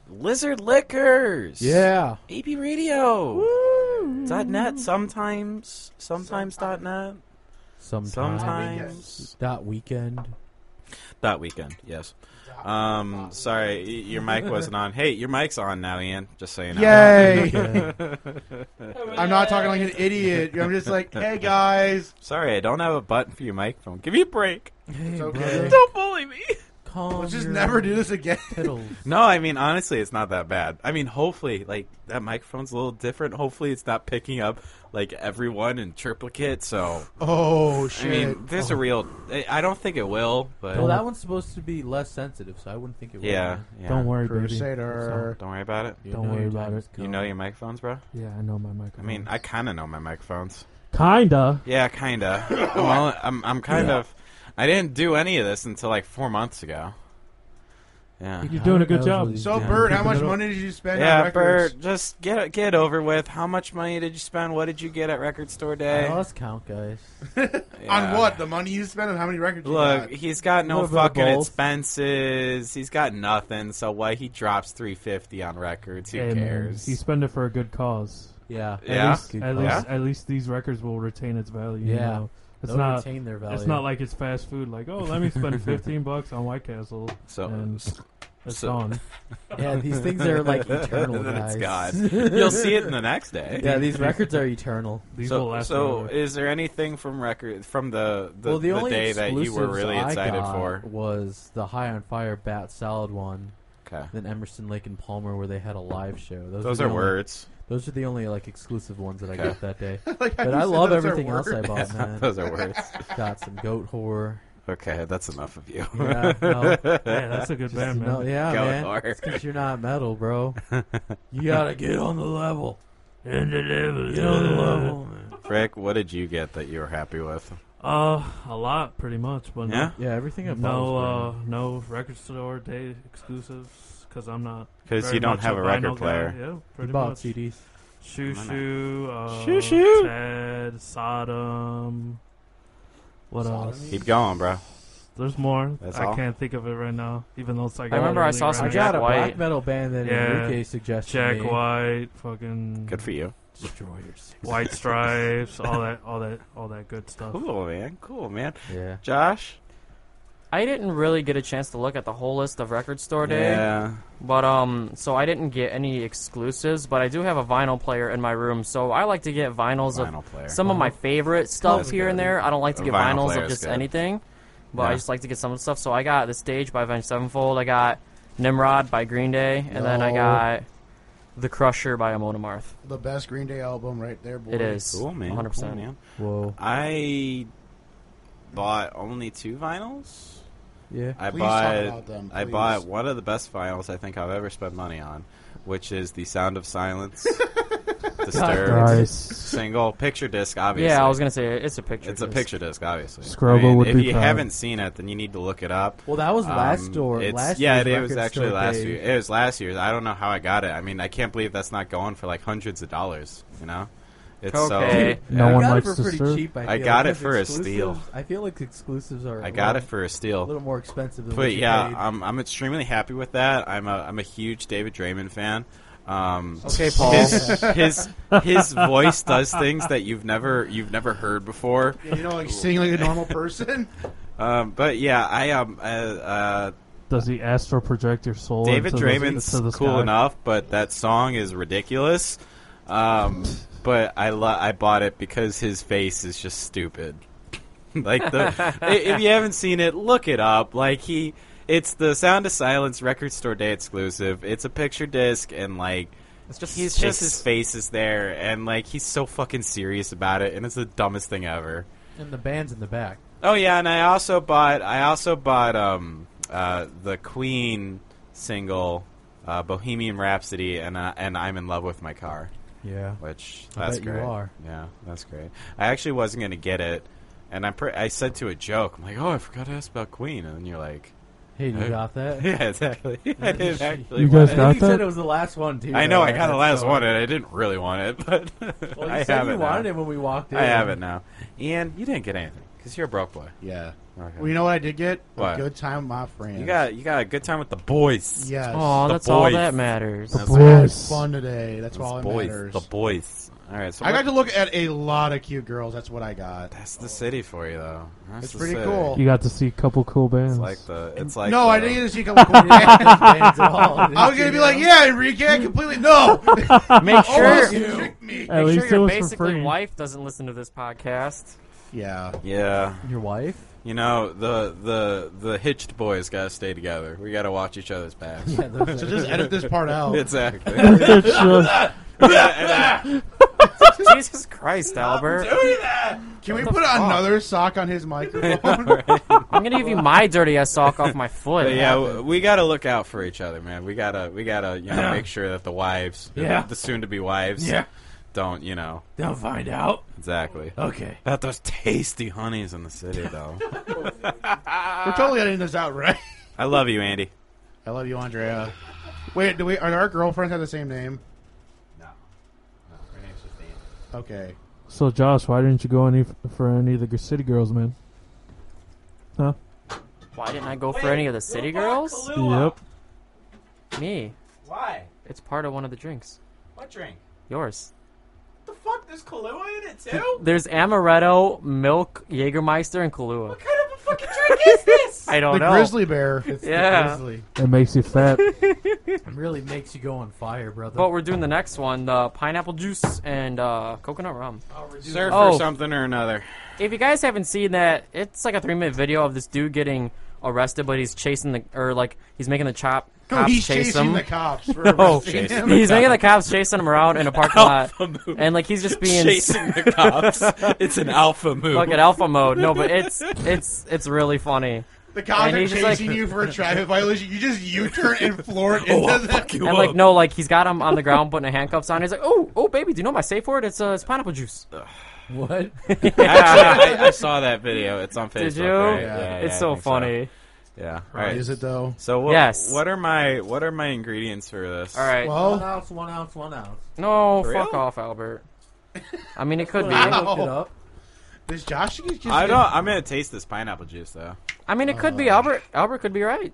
A: Lizard Lickers.
D: Yeah.
A: AP Radio. Dot net sometimes. Sometimes dot net.
D: Sometime.
A: Sometimes.
D: Dot weekend.
A: Dot weekend, yes. Um, sorry, y- your mic wasn't on. Hey, your mic's on now, Ian. Just so you know.
C: Yay! I'm not talking like an idiot. I'm just like, hey guys,
A: Sorry, I don't have a button for your microphone. Give me a break.
D: Hey,
C: okay.
D: brother,
A: Don't bully me.
D: calm
C: let's just
D: your
C: never do this again.
D: piddles.
A: No, I mean honestly, it's not that bad. I mean, hopefully, like that microphone's a little different. Hopefully, it's not picking up like everyone in triplicate. So
C: Oh
A: I
C: shit!
A: mean, there's a real. I I don't think it will, but
D: Well, that one's supposed to be less sensitive, so I wouldn't think it would.
A: yeah, yeah.
F: Don't worry, baby.
C: Crusader.
A: Don't worry about it.
D: You
F: Don't
D: know
F: worry
D: your
F: about
D: time
F: it.
D: is
A: You
D: gone.
A: know your microphones, bro.
F: Yeah, I know my microphone.
A: I mean, I kind of know my microphones.
F: kinda.
A: Yeah, kind of. well, I'm, I'm kind of. I didn't do any of this until like four months ago. Yeah.
F: You're doing a good
D: That was
F: job.
D: really-
C: So,
D: Yeah.
C: Bert, how
D: Keeping
C: much
D: it up.
C: money did you spend on
A: Yeah,
C: records?
A: Bert, just get it- get over with. How much money did you spend? What did you get at record store day?
D: I lost count, guys.
A: Yeah.
C: On what? The money you spent on how many records? you
A: Look,
C: got?
A: he's got no
D: Little bit of
A: fucking
D: both.
A: expenses. He's got nothing. So why he drops three fifty on records? Who
F: Hey, man,
A: cares?
F: You spend it for a good cause.
D: Yeah.
A: Yeah.
F: At least,
D: Good
F: at,
D: call.
F: least, at least these records will retain its value. you
D: Yeah.
F: know? It's
D: They'll
F: not.
D: retain their value.
F: It's not like it's fast food. Like, oh, let me spend fifteen bucks on White Castle.
A: so
F: and it's
A: so-
F: gone.
D: yeah, these things are like eternal,
A: Then it's
D: guys.
A: gone. you'll see it in the next day.
D: yeah, these records are eternal.
F: These
A: so,
F: will last.
A: so
F: forever.
A: is there anything from record from the the,
D: well, the, only
A: day that you were
D: exclusives
A: really
D: I
A: excited
D: got
A: for?
D: was the High on Fire Bat Salad one,
A: Okay,
D: then Emerson Lake and Palmer where they had a live show. Those,
A: those
D: the
A: are
D: only-
A: words.
D: Those are the only like exclusive ones that I
A: Okay.
D: got that day.
C: Like, how
D: But
C: you
D: I
C: said
D: love
C: those are
D: everything else I
C: words.
D: bought, man.
A: those are words.
D: got some goat whore.
A: Okay, that's enough of you.
D: Yeah, no,
F: yeah, that's a good band, man.
D: no, yeah,
A: Goat
D: man.
A: whore.
D: It's 'cause you're not metal, bro. You gotta get on the level.
F: And the devil.
D: Get on the level, man.
A: Rick, what did you get that you were happy with?
F: Uh, a lot, pretty much, but
A: Yeah?
D: Yeah, everything I've
F: no, uh, no record store day exclusives because I'm not
A: 'Cause
F: very
A: you don't
F: much
A: have a
F: vinyl
A: record player.
F: guy. Yeah,
D: he
F: pretty
D: bought
F: much.
D: CDs.
A: Why
F: Shoo
A: not?
F: Shoo, uh,
A: Shoo Shoo.
F: Ted, Sodom. What else?
A: Keep going, bro.
F: There's more.
A: That's
F: I
A: all?
F: can't think of it right now. Even though it's like
E: I remember I saw
F: really
E: some
D: I
F: random.
D: got
E: Jack
D: a
E: White.
D: black metal band that
F: Yeah.
D: Enrique suggested.
F: Jack
D: me.
F: White, fucking
A: Good for you.
D: Destroyers.
F: White Stripes, all that, all that, all that good stuff.
D: Mm-hmm.
A: Cool, man. Cool, man.
D: Yeah.
A: Josh?
E: I didn't really get a chance to look at the whole list of record store day,
A: Yeah.
E: but um, so I didn't get any exclusives. But I do have a vinyl player in my room, so I like to get vinyls of
A: Vinyl player.
E: some of my favorite stuff
A: That's
E: here and
A: good.
E: there. I don't like to
A: A
E: get
A: vinyl
E: vinyls
A: player
E: of
A: is
E: just
A: good.
E: anything, but I
A: Yeah.
E: just like to get some stuff. So I got The Stage by Avenged Sevenfold. I got Nimrod by Green Day, and then I
C: No.
E: got The Crusher by Amon Amarth.
C: The best Green Day album right there, boy.
E: It is
A: Cool, man.
E: 100%.
A: Cool, man.
D: Whoa.
A: I bought only two vinyls.
D: Yeah.
A: I
C: Please
A: bought
C: talk about them.
A: I
C: please.
A: bought one of the best vinyls I think I've ever spent money on, which is The Sound of Silence. Disturbed
F: Nice.
A: single picture disc obviously.
E: Yeah, I was gonna say it's a picture.
A: it's a
E: disc.
A: picture disc obviously.
F: Scrubble would
A: if
F: be
A: you
F: proud.
A: haven't seen it then you need to look it up.
D: Well, that was last
A: Um,
D: door.
A: it's-
D: last
A: yeah,
D: year's
A: it was
D: record
A: actually
D: store
A: last
D: day.
A: year. It was last year's. I don't know how I got it. I mean, I can't believe that's not going for like hundreds of dollars. You know, it's
E: Okay.
A: so.
F: No
D: I
F: one
D: got
F: likes
D: it for
F: to
D: pretty
F: serve.
D: cheap. I,
A: I
D: feel
A: got
D: like,
A: it for a
D: 'cause
A: steal.
D: exclusives- I feel like exclusives are.
A: I got
D: a
A: it for a
D: a
A: steal.
D: little more expensive than.
A: But
D: what you
A: yeah,
D: paid.
A: I'm I'm extremely happy with that. I'm a I'm a huge David Draymond fan. Um,
E: Okay, Paul.
A: his his his voice does things that you've never you've never heard before.
C: Yeah, you know, like singing like a normal person.
A: Um, but yeah, I um uh, uh,
F: Does he astral project your soul?
A: David
F: into
A: Draymond's
F: the, to the
A: cool
F: sky?
A: enough, but that song is ridiculous. Um, but I lo- I bought it because his face is just stupid. like the i- if you haven't seen it, look it up. Like he, it's the Sound of Silence record store day exclusive. It's a picture disc, and like
E: It's just
A: he's just his face is there, and like he's so fucking serious about it, and it's the dumbest thing ever.
D: and the band's in the back.
A: Oh yeah, and I also bought I also bought um uh the Queen single uh, Bohemian Rhapsody and uh, and I'm in love with my car,
D: Yeah.
A: which
D: I
A: that's
D: bet you
A: great.
D: are.
A: Yeah, that's great. I actually wasn't gonna get it, and I pre- I said to a joke, I'm like, oh, I forgot to ask about Queen, and you're like,
D: Hey, you
A: Hey.
D: got that?
A: yeah, exactly. I didn't actually.
F: You
A: want
F: guys
A: it.
D: I
F: Got
D: think you said
F: that?
D: it was the last one too.
A: I know
D: though,
A: I got the
D: right?
A: last
D: So-
A: one, and I didn't really want it, but
D: Well, you
A: I
D: said
A: have
D: you
A: it
D: wanted
A: now.
D: it when we walked in.
A: I have it now. Ian, you didn't get anything because you're a broke boy.
C: yeah.
A: Okay.
C: Well, you know what I did get?
A: What?
C: A good time with my friends.
A: You got you got a good time with the boys.
C: Yes.
E: Oh,
A: The
E: that's all
A: boys.
E: that matters.
A: That's
C: I had
F: Boys.
C: fun today. That's all that
A: boys.
C: matters.
A: The boys. All right, so
C: I
A: what-
C: got to look at a lot of cute girls. That's what I got.
A: that's the city for you, though. That's
C: It's
A: the
C: pretty
A: city.
C: cool.
F: You got to see a couple cool bands.
A: It's like the. It's like
C: no,
A: the,
C: I didn't get to see a couple cool girls.
D: Bands at all.
C: I was gonna be like, yeah, Enrique, I completely no.
E: Make
C: Oh,
E: sure,
C: you tricked me.
F: At
E: make
F: least
E: sure
F: it
E: your
F: was for
E: basically
F: free.
E: wife doesn't listen to this podcast.
C: Yeah.
A: Yeah,
D: Your wife?
A: you know the the the hitched boys gotta stay together. We gotta watch each other's backs.
D: Yeah, those
C: So
D: are-
C: just edit this part out.
A: exactly.
F: It's just-
E: Jesus Christ, Albert!
C: Can we put another sock on his microphone?
E: I'm gonna give you my dirty ass sock off my foot.
A: But yeah, w- we gotta look out for each other, man. We gotta we gotta you know make sure that the wives,
G: Yeah.
A: the soon to be wives,
G: Yeah.
A: don't you know
G: Don't find out.
A: exactly.
G: Okay.
A: About those tasty honeys in the city, though.
C: We're totally editing this out, right?
A: I love you, Andy.
C: I love you, Andrea. Wait, do we? Are our girlfriends have the same name?
A: No, no, her name's just Andy.
C: Okay.
F: so Josh, why didn't you go any for any of the g- city girls, man?
E: Why didn't I go for any of the city girls?
F: Yep.
E: Me.
A: Why?
E: It's part of one of the drinks.
A: What drink?
E: Yours.
A: The fuck? There's Kahlua in it too?
E: There's amaretto, milk, Jägermeister, and Kahlua.
A: kind of a fucking drink is this?
E: I don't
C: the
E: know.
C: grizzly bear. It's
E: Oh, Yeah.
C: The grizzly.
F: It makes you fat.
D: really makes you go on fire, brother.
E: But we're doing the next one: the pineapple juice and uh, coconut rum.
A: Surf
E: Oh.
A: or something or another.
E: If you guys haven't seen that, it's like a three minute video of this dude getting arrested, but he's chasing the or like he's making the chop
C: No,
E: cops
C: he's
E: chase
C: chasing
E: him. Oh,
C: the cops for arresting
A: Chasing
C: him.
E: he's making the cops chasing him around in a parking lot, and like he's just being
A: Chasing the cops. it's an alpha move.
E: fucking alpha mode. No, but it's it's it's really funny.
C: The cops
E: And
C: are
E: he's just like-
C: chasing you for a traffic violation. You just U-turn and
A: Oh,
C: floor it into the.
E: And like no, like he's got him on the ground putting the handcuffs on. He's like, oh oh baby, do you know my safe word? It's uh, it's pineapple juice.
D: What?
A: Actually, I, I saw that video. It's on Facebook.
E: Did you?
A: right?
C: Yeah.
A: Yeah,
E: it's
A: yeah, I
E: so
A: think
E: funny.
A: Yeah. All right.
C: Is it though?
A: So what,
E: Yes.
A: what are my what are my ingredients for this?
E: All right.
D: one
C: Well,
D: ounce, one ounce, one ounce.
E: no,
A: For
E: fuck
A: real?
E: off, Albert. I mean, it could be.
C: Wow.
D: I looked it up.
C: does Josh just?
A: I don't. I'm gonna taste this pineapple juice though.
E: I mean, it could
A: Uh.
E: be. Albert. Albert could be right.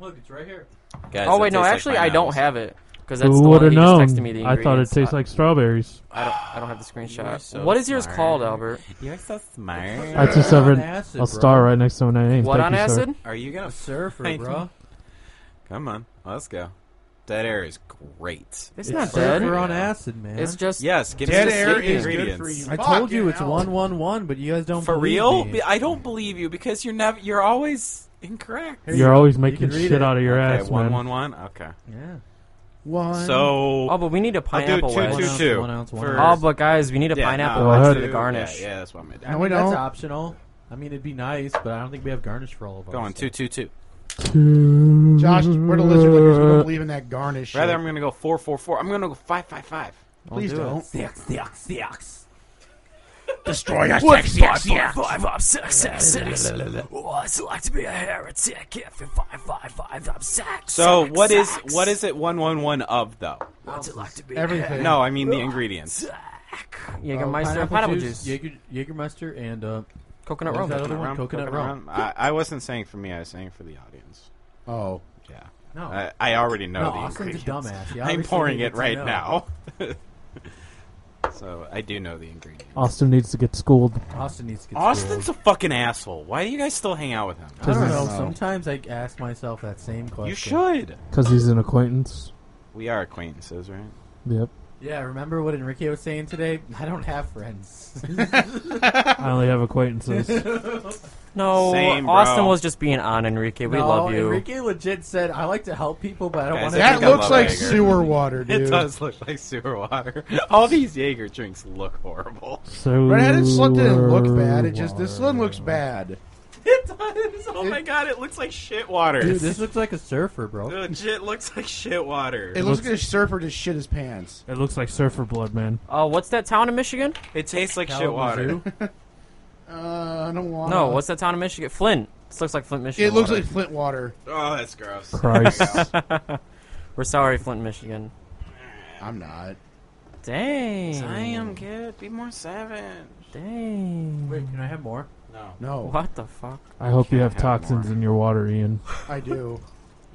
D: Look, it's right here.
A: Guys,
E: Oh
A: it
E: wait, no,
A: tastes like
E: actually, I don't
A: pineapples.
E: have it because that's
F: Who
E: the
F: would
E: one that
F: have
E: you just
F: known?
E: texted me the
F: I thought it
E: ingredients.
F: tastes like strawberries.
E: I don't. I don't have the screenshot.
A: so
E: what is yours
A: smart.
E: called, Albert?
A: You're so smart.
F: I just
D: You're on
F: severed
D: acid,
F: a
D: bro.
F: star right next to my name.
E: What
F: Thank
E: on
F: you, sir.
E: acid?
A: Are you gonna?
D: A surfer,
A: Thank
D: bro.
A: Come on, let's go. Dead air is great.
E: It's not
D: surfer
E: dead.
D: on acid, man.
E: It's just
A: Yes, give
C: Dead
A: me the
C: air
A: sleeping
C: is good
A: ingredients.
C: for you.
D: I told you
C: Fucking
D: it's
C: hell.
D: one one one, but you guys don't
A: For
D: believe
A: real?
D: me.
A: Be- I don't believe you because you're never. You're always incorrect.
D: Here you
F: You're
D: go.
F: always
D: You
F: making
D: can read
F: shit
D: it.
F: out of your
A: okay,
F: ass,
A: one,
F: man.
A: one, one. Okay.
D: Yeah.
C: One.
A: So
E: Oh, but we need a
A: I'll do
E: pineapple
A: two,
E: wedge.
A: two,
D: ounce,
A: two.
D: one ounce, one
A: for-
D: ounce.
E: Oh, but guys, we need a
A: Yeah,
E: pineapple
A: no,
F: wedge
E: wedge
F: ahead.
E: for the garnish.
A: Yeah, yeah, that's what I'm gonna do.
C: No, we
D: That's
C: don't.
D: optional. I mean, it'd be nice, but I don't think we have garnish for all of us.
A: Going two, two, two.
C: Josh, we're the lizard lickers. We don't believe in that garnish.
A: Rather, I'm
C: shit.
A: gonna go four, four, four. I'm gonna go five, five, five.
C: please
E: do it.
C: don't.
D: Six, six, six.
G: Destroy us,
H: What?
G: sex,
H: Five,
G: yes, yes.
H: five, five, I'm six, six, six. Oh, I select to be a heretic. If you're five, five, five, I'm six.
A: So
H: six,
A: what is
H: six.
A: what is it? One, one, one of though.
H: What's it like to be a
C: Everything.
A: No, I mean the ingredients.
D: Oh,
E: Jägermeister, pineapple juice,
D: Jaeger, Jägermeister, and uh,
E: coconut
D: What is
E: rum.
D: that other one? Coconut rum.
A: I, I wasn't saying for me. I was saying for the audience.
C: Oh.
A: Yeah.
D: No,
A: I, I already know
D: no,
A: the
D: Austin's a
A: ingredients.
D: dumbass. Yeah,
A: I'm
D: obviously
A: pouring
D: he
A: it
D: needs to
A: right
D: know.
A: now. so I do know the ingredients.
F: Austin needs to get schooled.
D: Austin needs to get
A: Austin's
D: schooled.
A: a fucking asshole. Why do you guys still hang out with him?
D: I don't
F: business.
D: know. Sometimes I ask myself that same question.
A: You should.
F: Because he's an acquaintance.
A: We are acquaintances, right?
F: Yep.
D: Yeah, remember what Enrique was saying today? I don't have friends.
F: I only have acquaintances.
E: No,
A: Same, bro.
E: Austin was just being on Enrique. We
D: No,
E: love you.
D: Enrique legit said, "I like to help people, but I don't
A: Guys,
D: want
A: I
D: to."
C: That
A: think I
C: looks
A: love
C: like
A: Jaeger.
C: sewer water, dude.
A: It does look like sewer water. All these Jaeger drinks look horrible.
F: So
C: But it didn't, didn't look bad. It just this one looks bad.
A: It does. Oh my god, it looks like shit water.
D: Dude, this looks like a surfer, bro.
A: legit looks like shit water.
C: It looks like a surfer just shit his pants.
F: It looks like surfer blood, man.
E: Oh, what's that town in Michigan?
A: It tastes like shit water.
D: Kalamazoo.
C: Uh, I don't want.
E: No, what's that town in Michigan? Flint. This looks like Flint, Michigan.
C: It looks
E: water.
C: like Flint water.
A: Oh, that's gross.
F: Christ.
E: We're sorry, Flint, Michigan.
C: I'm not.
E: Dang.
A: Damn, kid, be more savage.
E: Dang.
D: Wait, can I have more?
A: No,
C: No,
E: What the fuck?
F: I hope you
A: Can't
F: have
A: have
F: toxins
A: more.
F: in your water, Ian.
C: I do.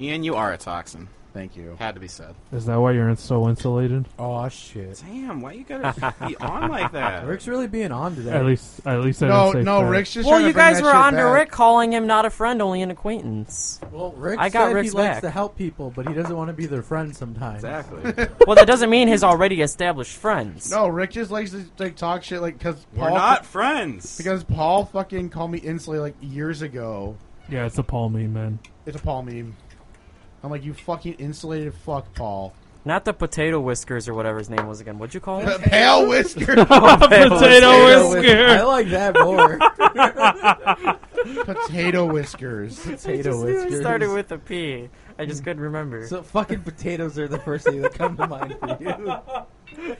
A: Ian, you are a toxin.
C: Thank you.
A: Had to be said.
F: Is that why you're in- so insulated?
D: Oh shit!
A: Damn, why you gotta be on like that?
D: Rick's really being on today.
F: At least, at least I
C: No,
F: didn't say
C: no,
F: fat.
C: Rick's just.
E: well,
C: trying to
E: you
C: bring
E: guys
C: that
E: were
C: shit
E: on to
C: back.
E: Rick calling him not a friend, only an acquaintance.
D: Well, Rick
E: I got
D: said
E: Rick's
D: he likes
E: back.
D: to help people, but he doesn't want to be their friend sometimes.
A: Exactly.
E: Well, that doesn't mean he's already established friends.
C: No, Rick just likes to like talk shit, like because
A: We're
C: Paul
A: not friends.
C: because Paul fucking called me insulin like years ago.
F: Yeah, it's a Paul meme, man.
C: It's a Paul meme. I'm like, you fucking insulated fuck, Paul.
E: Not the potato whiskers or whatever his name was again. What'd you call
C: P-
E: him?
C: Pale whisker,
E: potato
D: I like that more.
C: potato whiskers.
D: potato
E: It
D: whiskers.
E: started with a P. I just couldn't remember.
D: So fucking potatoes are the first thing that come to mind for you.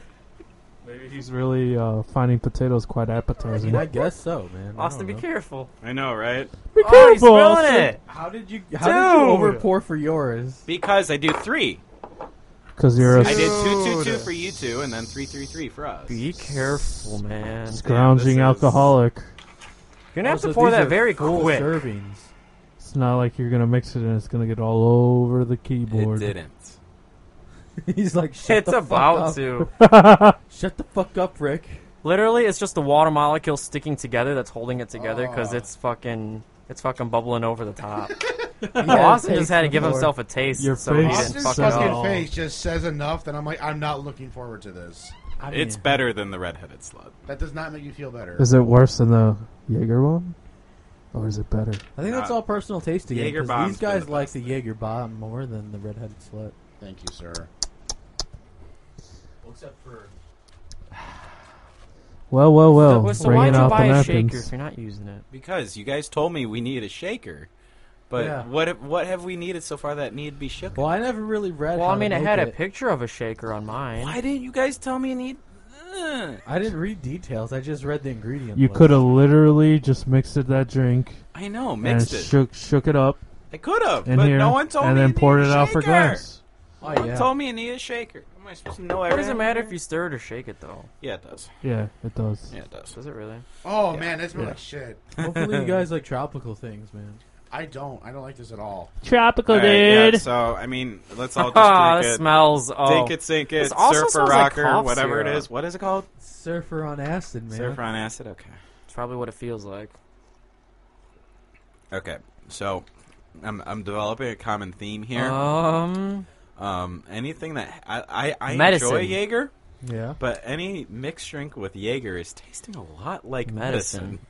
F: Maybe he's really uh, finding potatoes quite
D: I
F: appetizing.
D: mean, I guess so, man. I don't
E: Austin, be
D: know.
E: careful.
A: I know, right?
E: oh, he's
F: careful,
E: spilling
F: Austin.
E: it.
D: How did you? How did you
E: Dude.
D: over pour for yours?
A: Because I do three.
F: Because you're a
A: I did
F: s-
A: two, two, two for you two, and then three, three, three for us.
E: Be careful, man.
F: scrounging
A: Yeah, this is-
F: alcoholic.
E: You're gonna have
D: Also,
E: to pour
D: these
E: that
D: are
E: very
D: full
E: quick.
D: Servings.
F: It's not like you're gonna mix it and it's gonna get all over the
A: It
F: keyboard.
A: didn't.
D: He's like, shut
E: It's
D: the fuck
E: about
D: up.
E: to.
D: Shut the fuck up, Rick.
E: Literally, it's just the water molecules sticking together that's holding it together because it's fucking, it's fucking bubbling over the top. Well, Austin just had to give himself a taste,
F: Your
E: so he
F: face
E: didn't
C: Austin's
E: fuck
F: sucks.
E: it up.
F: all.
C: fucking face just says enough that I'm like, I'm not looking forward to this.
D: I mean,
A: It's better than the redheaded slut.
C: That does not make you feel better.
F: Is it worse than the Jaeger one, or is it better?
D: I think that's all personal taste again.
A: Jaeger
D: 'cause
A: bomb's
D: these guys
A: been the
D: like the Jaeger bomb more than the redheaded slut.
C: Thank you, sir.
D: except for
F: Well, well,
E: So,
F: well.
E: so why'd
F: bringing
E: you
F: out the
E: buy a
F: napkins.
E: shaker if you're not using it?
A: Because you guys told me we need a shaker. But
D: Yeah.
A: what what have we needed so far that need be shook?
D: well, I never really read.
E: Well,
D: how
E: I mean,
D: to
E: it
D: make
E: had a
D: it.
E: picture of a shaker on mine.
A: Why didn't you guys tell me need? uh, Ugh. Ugh.
D: I didn't read details. I just read the ingredients.
F: You could have literally just mixed it that drink
A: I know, mixed
F: and
A: it.
F: shook shook it up
A: I could have,
F: in
A: but
F: here
A: no one told
F: and
A: me.
F: then
A: you
F: poured
A: need
F: it
A: a
F: out for
A: shaker.
F: glass.
D: Oh
A: No one
D: yeah.
A: told me you need a shaker. Am I supposed to know
E: What
A: everything?
E: does it matter if you stir it or shake it though?
A: Yeah, it does.
F: Yeah, it does.
A: Yeah, it does.
E: Does it really?
C: Oh man, that smells
F: Yeah.
C: like shit.
D: Hopefully you guys like tropical things, man.
C: I don't. I don't like this at all.
H: Tropical,
A: All right,
H: dude.
A: yeah, so I mean, let's all
E: Ah,
A: just
E: it
A: drink it.
E: smells. Oh,
A: Dink it, sink it,
E: This also
A: surfer
E: smells like
A: rocker,
E: cough
A: whatever it
E: syrup.
A: is. What is it called?
D: Surfer on acid, man.
A: Surfer on acid. Okay.
E: it's probably what it feels like.
A: Okay. So, I'm I'm developing a common theme here.
E: Um,
A: Um, anything that I I, I enjoy
E: Medicine.
A: Jaeger,
F: Yeah.
A: but any mixed drink with Jaeger is tasting a lot like medicine.
E: Medicine.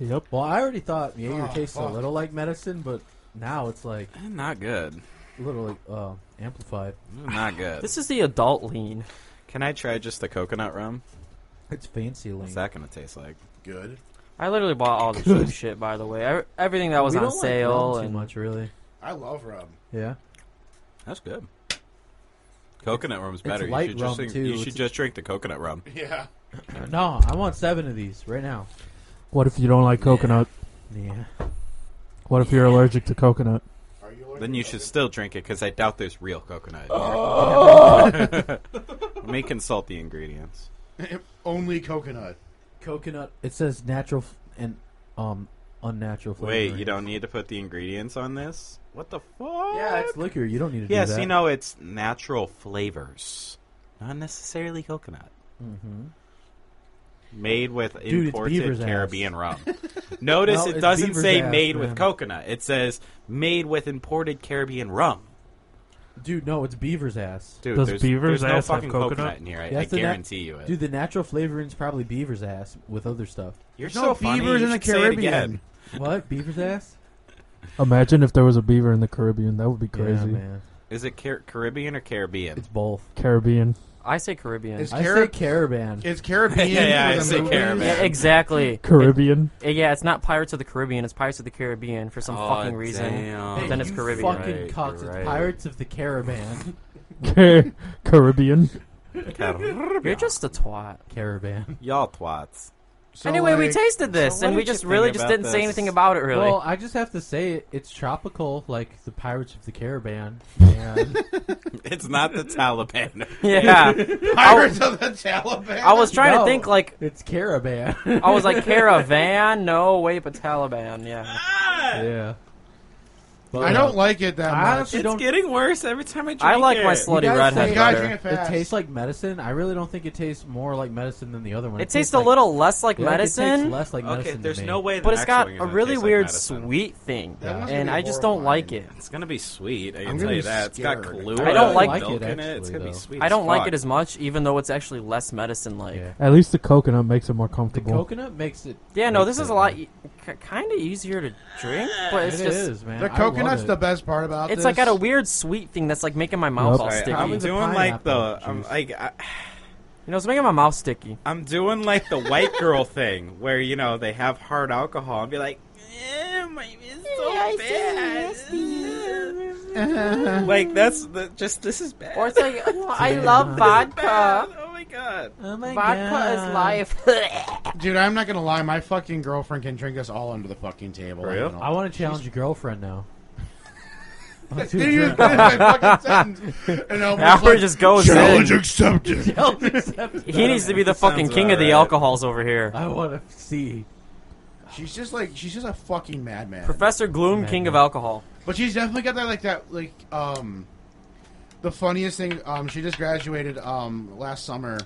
F: Yep.
D: Well, I already thought Jaeger
C: Oh,
D: tastes
C: fuck.
D: a little like medicine, but now it's like
A: Eh, Not good.
D: a little like, uh, amplified.
A: Not good.
E: this is the adult lean.
A: Can I try just the coconut rum?
D: It's fancy lean.
A: What's that gonna taste like?
C: Good.
E: I literally bought all the cheap shit, by the way. Ev- Everything that was
D: we
E: on
D: don't like
E: sale
D: rum too
E: and
D: much, really.
C: I love rum.
D: Yeah.
A: That's good. Coconut rum is
D: it's
A: better.
D: light
A: you should just
D: rum,
A: drink,
D: too.
A: You should
D: It's-
A: just drink the coconut rum.
C: Yeah.
D: No, I want seven of these right now.
F: What if you don't like coconut?
D: Yeah.
F: What if you're allergic to coconut?
C: Are you allergic
A: Then you
C: to
A: should
C: it?
A: still drink it because I doubt there's real coconut.
D: Oh.
A: Let me consult the ingredients.
C: only coconut.
D: Coconut. It says natural f- and um unnatural flavor.
A: Wait, you don't need to put the ingredients on this? What the fuck?
D: Yeah, it's liquor. You don't need to do
A: Yes,
D: that.
A: you know it's natural flavors, not necessarily coconut.
D: Mm-hmm.
A: Made with
D: Dude, it's
A: imported
D: Beaver's ass.
A: Caribbean rum. Notice
D: No,
A: it
D: it's
A: doesn't
D: Beaver's
A: say
D: ass,
A: made
D: man.
A: with coconut. It says made with imported Caribbean rum.
D: Dude, no, it's beaver's ass.
A: Dude,
F: Does
A: there's,
F: Beaver's
A: there's no
F: ass have
A: fucking
F: coconut?
A: in here. I,
D: Yeah,
A: I
D: it's the nat-
A: guarantee you it.
D: Dude, the natural flavoring's probably beaver's ass with other stuff.
A: You're
C: There's no
A: so funny.
C: beavers
A: you
C: in the
A: should say it
C: Caribbean.
A: again.
D: What? Beaver's ass?
F: Imagine if there was a beaver in the Caribbean. That would be crazy.
D: Yeah, man.
A: Is it Car- Caribbean or Caribbean?
D: It's both.
F: Caribbean.
E: I say Caribbean.
C: It's-
D: I say
C: Carib-
D: caravan.
C: It's Caribbean.
A: Yeah, yeah,
C: for
A: I
C: the
A: say
C: movies.
A: Caribbean.
E: Yeah, exactly.
F: Caribbean.
E: It- yeah, it's not Pirates of the Caribbean. It's Pirates of the Caribbean for
A: Oh,
E: some fucking reason.
D: Hey,
E: Then it's
D: you
E: Caribbean.
D: Fucking
A: Right,
D: cocks.
A: you're
D: It's
A: right.
D: Pirates of the Caravan.
F: Car- Caribbean.
E: You're just a twat.
D: caravan.
A: Y'all twats.
C: So,
E: anyway, we
C: like,
E: tasted this,
A: so what
E: and we
A: did you
E: just
A: think
E: really just
A: about
E: didn't say
A: this?
E: anything about it. Really,
D: Well, I just have to say it, it's tropical, like the Pirates of the Caravan. And
A: It's not the Taliban.
E: yeah.
C: Pirates of the Taliban.
E: I was trying
D: No.
E: to think like
D: it's caravan.
E: I was like caravan. No, wait, but Taliban. Yeah.
D: yeah. But,
C: I
D: uh,
C: don't like it that
D: I
C: much.
D: honestly don't.
A: getting worse every time I drink
E: I like my
D: You
E: slutty
D: guys
E: redhead
D: say-
C: You gotta
E: better.
C: drink it
D: It
C: fast.
D: tastes like medicine. I really don't think it tastes more like medicine than the other one.
E: It tastes a
D: like-
E: little less like
D: yeah, it tastes
E: medicine,
D: less like medicine
A: Okay,
D: to
A: there's
D: me.
A: no way. The
E: but it's
A: next
E: got
A: one is
E: a
A: gonna
E: really
A: taste like
E: weird
A: medicine.
E: sweet thing,
C: That one's
E: and
C: gonna be
E: I just don't like it.
C: horrifying.
A: It's gonna be sweet. I can
C: I'm gonna
A: tell you
C: be
A: that. It's got
C: scared.
A: Kahlua.
E: I don't
A: and
E: like
A: milk
D: it,
A: in it. It's
D: actually,
A: gonna be
D: though.
A: sweet.
E: I don't like
A: fuck.
E: it as much, even though it's actually less medicine like.
D: Yeah.
E: Yeah.
F: At least the coconut makes it more
D: The
F: comfortable.
D: coconut makes it.
E: no,
D: makes
E: this is
D: it-
E: a lot, e- kind of easier to drink, but
D: It
E: it's just.
D: is, man.
C: The
D: I love
C: coconut's
D: it.
C: the best part about
E: It's
C: this.
E: like got a weird sweet thing that's like making my mouth
F: Nope.
E: all
A: All right,
E: sticky.
A: I'm
D: Probably the
A: doing like the
D: pineapple
A: I'm
D: juice.
A: like I,
E: You know, it's making my mouth sticky.
A: I'm doing like the white girl thing where you know they have hard alcohol and be like, "Eh, my it's so bad. like that's the, just this is bad.
E: Or it's like, oh, I
D: Yeah.
E: love
A: bad.
E: vodka.
A: Oh my god.
D: Oh my
E: Vodka
D: God.
E: is life.
C: Dude, I'm not gonna lie. My fucking girlfriend can drink us all under the fucking table.
A: For real?
D: I want to challenge your girlfriend now.
C: to. Dude, you just finished my fucking sentence. And I was
E: Howard
C: like,
E: just goes
G: Challenge
E: in.
G: accepted.
D: Oh,
E: He needs to be the
A: Sounds
E: fucking king of the
A: alright.
E: alcohols over here.
D: I want to see.
C: she's just like she's just a fucking madman.
E: Professor Gloom,
D: Man,
E: king of
D: man.
E: alcohol.
C: But she's definitely got that like that like um the funniest thing um she just graduated um last summer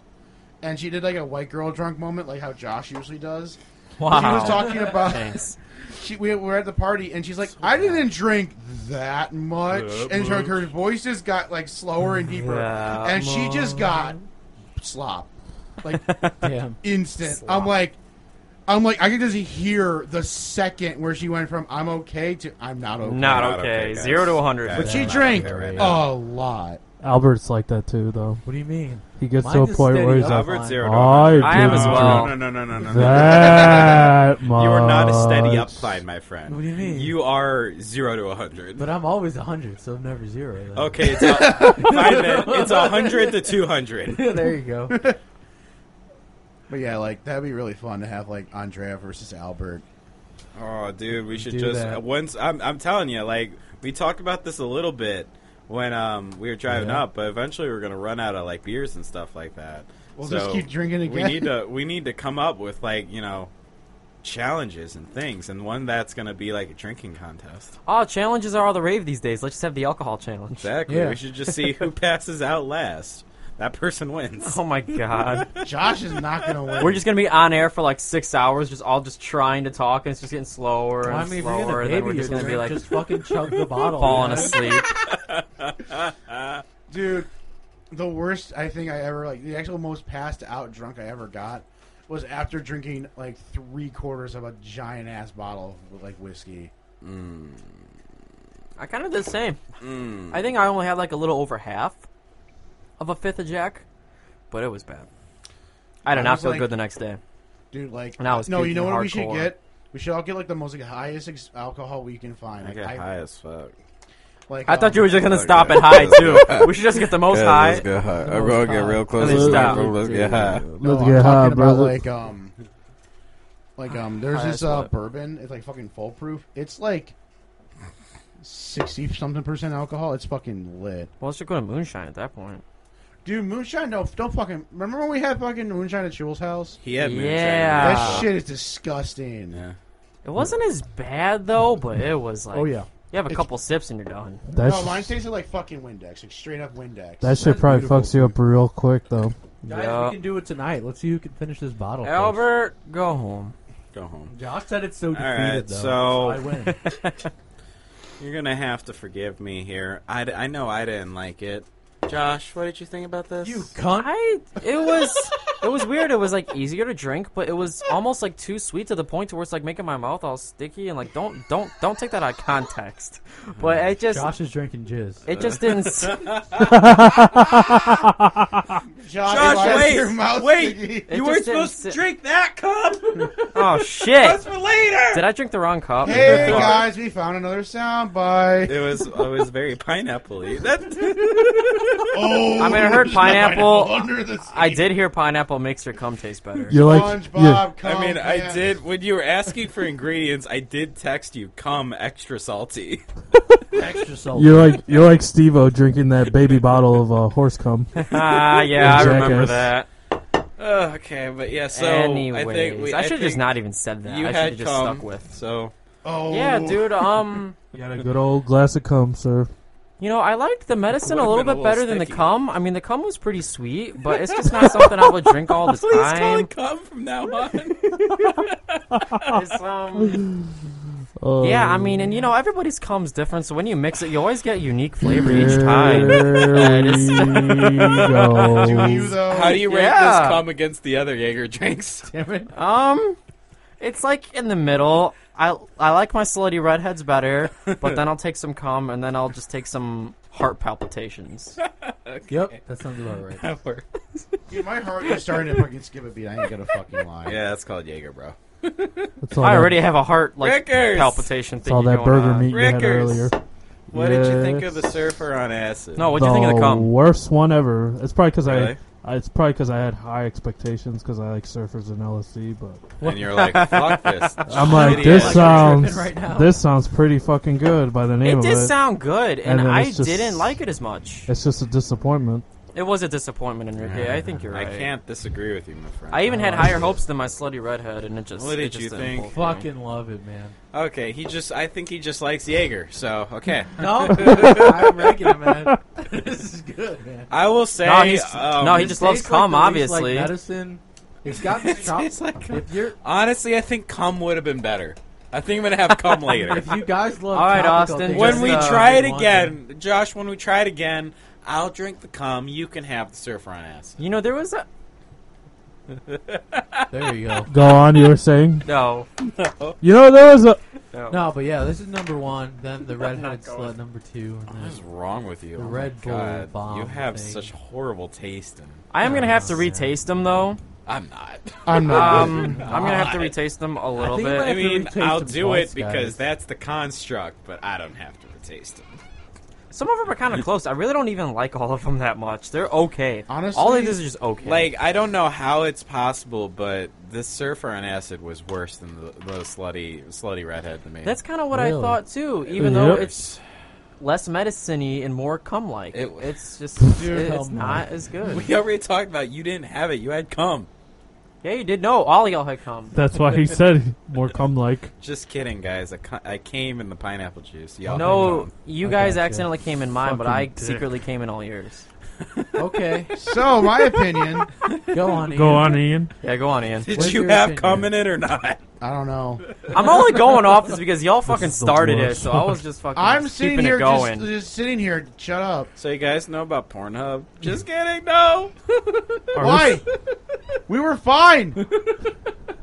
C: and she did like a white girl drunk moment like how Josh usually does.
E: Wow.
C: She was talking about
E: Thanks.
C: she we were at the party and she's like I didn't drink that much
A: That
C: and her,
A: much.
C: her voice just got like slower and deeper
E: That
C: and she just got slop like
D: Damn.
C: instant. I'm like I'm like I could just hear the second where she went from I'm okay to I'm not okay.
E: Not
A: Not
E: okay.
A: okay, guys.
E: Zero to 100.
A: Guys.
C: But she
D: Yeah.
C: drank
A: Yeah, right.
C: a lot.
F: Albert's like that too, though.
D: What do you mean?
F: He gets
D: Mine
F: to a
D: is
F: point
D: steady
F: where he's
D: up.
F: like,
A: Albert's
D: fine.
A: zero.
F: I,
E: I am
F: did
E: as
F: not
E: well.
A: No, no, no, no, no, no. no.
F: That much.
A: You are not a steady up sign, my friend.
D: What do you mean?
A: You are zero to a hundred.
D: But I'm always 100, so I'm never zero. then.
A: Okay, it's a, fine then. It's a hundred to two hundred.
D: there you go.
C: But yeah, like that'd be really fun to have like Andrea versus Albert.
A: Oh, dude, we should
D: Do
A: just
D: that.
A: once. I'm, I'm telling you, like we talked about this a little bit when um we were driving
D: Yeah.
A: up, but eventually we're gonna run out of like beers and stuff like that.
C: We'll just keep drinking
A: We
C: again.
A: need to we need to come up with like you know challenges and things, and one that's gonna be like a drinking contest.
E: Oh, challenges are all the rave these days. Let's just have the alcohol challenge.
A: Exactly.
C: Yeah.
A: We should just see who passes out last. That person wins.
E: Oh my god.
C: Josh is not gonna win.
E: We're just gonna be on air for like six hours, just all just trying to talk, and it's just getting slower and
D: Well, I mean, if you're
E: slower.
D: gonna
E: And then we're
D: baby
E: just
D: your
E: gonna be
D: drink,
E: like
D: just fucking chug the bottle.
E: falling
D: man.
E: asleep.
C: dude. The worst I think I ever like the actual most passed out drunk I ever got was after drinking like three quarters of a giant ass bottle of like whiskey.
E: I kind of did the same.
A: Mm.
E: I think I only had like a little over half of a fifth of Jack, but it was bad. I did
C: I
E: not
C: was
E: feel
C: like-
E: good the next day.
C: Dude, like
E: And I was
C: no, you know
E: puking
C: what we should
E: hardcore.
C: get? We should all get like the most like, highest ex- alcohol we can find.
A: I
C: Like,
A: got
C: I-
A: high as fuck.
C: like,
E: I
C: um,
E: thought you were just gonna
A: Okay.
E: stop at high too. We should just get the most high.
A: high.
D: The I'm gonna most get high. real
A: close.
E: to the stop.
F: microphone. Let's get high.
C: No,
F: Let's
C: I'm
F: get high,
C: talking about
F: brother.
C: like um, like um. There's
E: High
C: this
E: as
C: uh,
E: what?
C: bourbon. It's like fucking full proof. It's like sixty something percent alcohol. It's fucking lit,
E: Well, let's just go to moonshine at that point.
C: dude. Moonshine, no, don't fucking. Remember when we had fucking moonshine at Shul's house?
A: He had moonshine.
E: Yeah. Ah.
C: That shit is disgusting.
A: Yeah.
E: It wasn't as bad though, but it was like
F: Oh yeah,
E: you have a
C: It's-
E: couple sips and you're done.
F: that's
C: no, mine tasted like fucking Windex, like straight up Windex.
F: that shit probably fucks you up real quick though.
D: Guys,
E: Yeah.
D: we can do it tonight. Let's see who can finish this bottle. first.
E: Albert, go home.
A: Go home.
D: Josh said it's so defeated
A: right,
D: though.
A: so-
D: I win.
A: You're gonna have to forgive me here. I, d- I know I didn't like it. Josh, what did you think about this?
D: you cunt.
E: I it was it was weird. It was like easier to drink, but it was almost like too sweet to the point to where it's like making my mouth all sticky and like don't don't don't take that out of context. But it just
D: Josh is drinking jizz.
E: it just didn't. s-
C: Josh,
A: Josh,
C: why is
A: wait,
C: your mouth
A: wait.
C: sticky?
E: It just didn't sit-
A: drink that cup.
E: Oh shit!
A: for later.
E: Did I drink the wrong cup?
C: Hey guys, we found another sound bite.
A: It was it was very pineapple-y. That,
C: Oh,
E: I mean, I heard
C: there's pineapple
E: pineapple.
C: under the
E: I did hear pineapple makes your cum taste better.
F: You're like,
C: SpongeBob.
F: yeah,
A: I
E: Oh,
A: mean, I
C: Comcast.
A: did when you were asking for ingredients. I did text you, "Come extra salty."
D: Extra
E: Oh.
D: salt.
F: you're like, you're like Steve-O drinking that baby bottle of uh, horse cum.
E: Ah, yeah, I remember
F: Jackass.
E: that.
A: Ugh, okay, but yeah. So
E: Anyways,
A: I think we,
E: should have
A: think
E: just not even said that.
A: You
E: I should
A: had
E: have just
A: cum,
E: stuck with.
A: So
C: Oh,
E: Yeah, dude. Um.
F: You got a good old glass of cum, sir.
E: You know, I liked the medicine a
A: Would've
E: little
A: been a
E: bit
A: little
E: better than the
A: sticky.
E: cum. I mean, the cum was pretty sweet, but it's just not something I would drink all the
A: please call
E: time.
A: it "Come" from now on.
E: It's, um,
F: Oh,
E: yeah, I mean, and you know, everybody's cum's different, so when you mix it, you always get unique flavor each time.
F: There we go.
C: Do you though?
A: How do you rank
E: Yeah.
A: this cum against the other Jaeger drinks?
D: Damn it.
E: Um, it's like in the middle. I I like my slutty redheads better, but then I'll take some cum, and then I'll just take some heart palpitations.
D: Yep, that sounds about right.
C: Dude, my heart is starting to fucking skip a beat. I ain't gonna fucking lie.
A: Yeah, that's called Jaeger, bro.
F: That's all
E: I
F: that-
E: already have a heart like
A: Rickers!
E: palpitation
F: It's
E: thing.
F: all that
E: going
F: burger
E: on.
F: meat you had
A: Rickers.
F: earlier.
A: What did you think of the surfer on acid?
E: No, what do you think of the cum?
F: worst one ever. It's probably because
A: Really?
F: I, I. It's probably because I had high expectations because I like surfers and LSD. But
A: and you're like, fuck this.
F: I'm like,
A: Shitty
F: this uh,
A: ass.
F: sounds this sounds pretty fucking good by the name
E: It
F: of
E: did
F: it.
E: sound good,
F: And
E: and,
F: then
E: I
F: it's just-
E: didn't like it as much.
F: it's just a disappointment.
E: It was a disappointment, Enrique. I think you're
A: I
E: right.
A: can't disagree with you, my friend.
E: I even had higher hopes than my slutty redhead, and it just.
A: What
E: it
A: did
E: just
A: you
E: didn't
A: think?
E: pull through.
D: Fucking love it, man.
A: okay, he just. I think he just likes Jaeger. So okay,
D: No, I'm ranking it, man. This is good, man.
A: I will say.
E: No, he's-
A: um,
E: no, he just- loves
D: tastes like
E: cum,
D: the least
E: obviously.
D: Like medicine. It's got this chop.
A: tastes like cum.
D: if you're,
A: honestly, I think cum would have been better. I think I'm gonna have cum later.
D: if you guys love,
E: All right,
D: topical
E: Austin,
D: things, uh,
A: when
D: that's
A: we
D: the
A: try it
D: one thing.
A: again, Josh. When we try it again, I'll drink the cum. You can have the surfer on acid.
E: You know, there was a.
D: there you go.
F: Go on, you were saying.
E: No.
F: You know there was a.
D: No, but yeah, this is number one. Then the redheaded slut number two. And
A: What
D: then
A: is wrong with you?
D: The
A: Oh my
D: Red Bull
A: God,
D: bomb
A: You have
D: thing.
A: such horrible taste, and
E: I am going to have to retaste them, though.
A: I'm not.
C: I'm not.
E: Um, I'm going to have to retaste them a little
D: think it might
A: I
D: have
E: bit.
D: to
A: mean,
D: retaste
A: I'll
D: them
A: do
D: twice,
A: it because
D: guys.
A: that's the construct, but I don't have to taste it.
E: Some of them are kind of close. I really don't even like all of them that much. They're okay.
C: Honestly,
E: all of these are just okay.
A: Like I don't know how it's possible, but this surfer on acid was worse than the, the slutty slutty redhead to me.
E: that's kind of what I
D: Really?
E: thought too. Even though
F: Yep.
E: it's less medicine-y and more cum-like,
A: It-
E: it's just
D: Dude,
E: it's
F: oh
D: cum-like.
E: not as good.
A: we already talked about. You didn't have it. You had cum.
E: Yeah, you did know all y'all had cum.
F: That's why he said more cum like.
A: Just kidding, guys. I, cu- I came in the pineapple juice. Y'all had
E: No,
A: cum.
E: you
D: I
E: guys
D: gotcha.
E: accidentally came in mine, but I
F: Fucking dick.
E: secretly came in all yours.
D: Okay,
C: So, my opinion,
D: go on. Ian.
F: Go on, Ian.
E: Yeah, go on, Ian.
A: Did
D: What's
A: you
D: your
A: have
D: opinion?
A: cum in it or not?
C: I don't know.
E: I'm only going off this because y'all fucking
F: is the
E: started it,
F: worst.
E: so I was just fucking.
C: I'm
E: just
C: sitting
E: keeping
C: here
E: it going.
C: just, just sitting here. Shut up.
A: So you guys know about Pornhub? Just kidding. No.
C: Why? we were fine.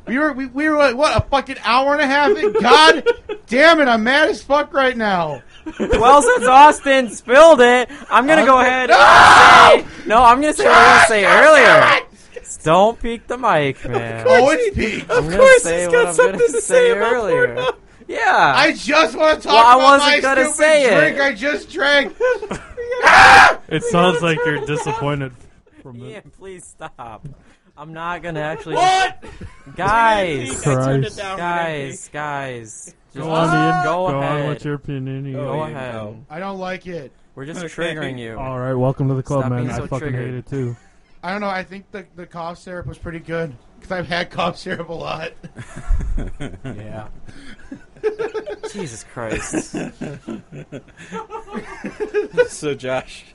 C: We were we, we were like, what a fucking hour and a half. in? God damn it! I'm mad as fuck right now.
E: well, since Austin spilled it, I'm gonna go ahead. And say, no, I'm gonna say what I was gonna say earlier. Don't peek the mic, man.
C: Oh, it's peak.
E: I'm gonna
A: course
E: say
A: he's
E: what
A: got
E: I'm
A: something
E: gonna
A: to
E: say
A: say about
E: earlier.
A: Pornhub.
E: Yeah,
C: I just want to talk
E: Well, I
C: about my
E: wasn't gonna
C: stupid
E: say it.
C: drink I just drank.
F: It sounds like you're disappointed from
E: Ian,
F: it.
E: please stop. I'm not gonna actually.
A: What?
E: Guys,
F: Christ.
A: turned it down.
E: guys, guys. Just
F: Go on, Ian.
E: Go,
F: Go
E: ahead.
F: on with your opinion, Ian.
A: Oh,
E: Go
A: Ian,
E: ahead.
A: go.
C: I don't like it.
E: We're just
A: Okay.
E: triggering you.
F: All right, welcome to the club,
E: Stop
F: man.
E: being so
F: I fucking
E: triggered.
F: hate it too.
C: I don't know. I think the the cough syrup was pretty good because I've had cough syrup a lot.
D: Yeah.
E: Jesus Christ.
A: So Josh,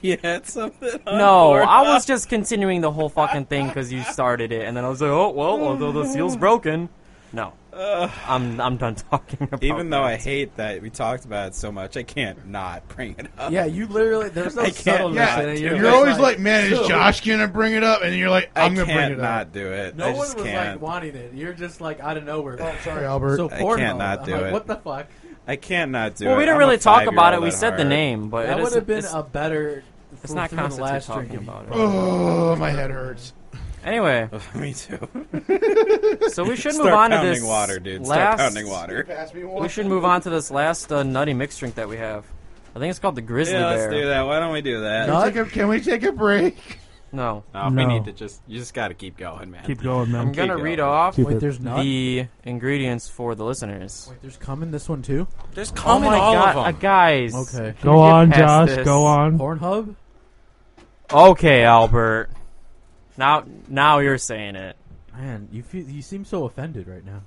A: you had something? on
E: No,
A: Uh, Pornhub?
E: I was just continuing the whole fucking thing because you started it, and then I was like, oh well, although the seal's broken. No,
A: Ugh.
E: I'm I'm done talking about.
A: Uh, Even though I
E: that.
A: hate that we talked about it so much, I can't not bring it up.
D: Yeah, you literally. There's
A: I
D: no
A: can't-
D: subtleness
A: yeah,
D: in it.
A: dude.
D: You're,
C: You're
D: just
C: always like, man, is Josh gonna bring it up? And you're like,
A: I
C: I'm gonna bring
A: can't
C: it
A: not
C: up.
A: do it.
D: no
A: I
D: one was
A: just can't.
D: like wanting it. You're just like out of nowhere.
C: Oh, sorry, Albert.
D: So
A: I
D: Pornhub,
A: can't not
D: I'm
A: do
D: like,
A: it.
D: What the fuck?
A: I can't not do it.
E: Well, we didn't
A: I'm
E: really
A: a
E: talk about it.
A: five-year-old
E: We
A: at
E: said the
A: heart.
E: name, but
D: That
E: it
D: would
E: is,
D: have been
E: it's,
D: a better.
E: it's not
D: fulfillment of
E: constantly
D: last
E: talking
D: drinking.
E: about it.
C: oh, my head hurts.
E: Anyway,
A: Me too.
E: so we should move
A: Start
E: on to
A: pounding
E: this
A: water, dude. Start
E: Last,
A: pounding water.
C: Pass me one.
E: We should move on to this last uh, nutty mixed drink that we have. I think it's called the Grizzly
A: Yeah,
E: Bear.
A: let's do that. Why don't we do that?
D: No.
C: Can we take a- can we take a break?
E: No,
A: No, we
F: No.
A: need to just. You just got to keep going, man.
F: Keep going,
E: I'm
F: man.
A: good.
E: gonna
A: Keep
E: read
A: going.
E: off
F: Keep
D: Wait,
F: it.
D: there's not.
E: the ingredients for the listeners.
D: Wait, there's cum in this one too.
A: There's
E: Oh
A: coming
E: my
A: all of
E: god, uh,
A: them.
E: guys!
D: Okay.
E: Can
F: Go
E: we get
F: on,
E: past
F: Josh.
E: this?
F: Go on.
D: Pornhub.
E: Okay, Albert. Now, now you're saying it.
D: Man, you feel, you seem so offended right now.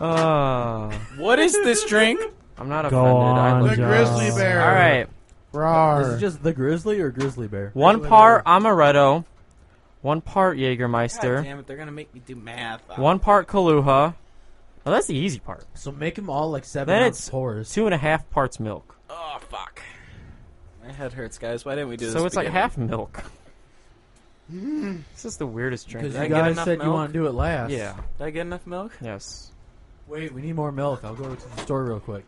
E: Uh,
A: What is this drink?
E: I'm not offended.
F: Go
E: I
F: on,
C: The
E: looked-
F: Josh.
C: grizzly bear.
E: All right,
C: Rawr.
D: Is it just the grizzly or grizzly bear?
E: one part amaretto, one part Jägermeister,
A: God damn it! They're gonna make me do math.
E: one part Kaluha. Oh, that's the easy part.
D: So make them all like seven
E: Then
D: ounce
E: it's
D: pours.
E: Two and a half parts milk.
A: Oh fuck. My head hurts, guys. Why didn't we do this?
E: So it's like
A: beginning?
E: half milk. This is the weirdest drink.
D: Because
A: Did I
D: you
A: get
D: guys
A: enough
D: said you
A: milk?
D: want to do it last.
E: Yeah.
A: Did I get enough milk?
E: Yes.
D: Wait, we need more milk. I'll go to the store real quick.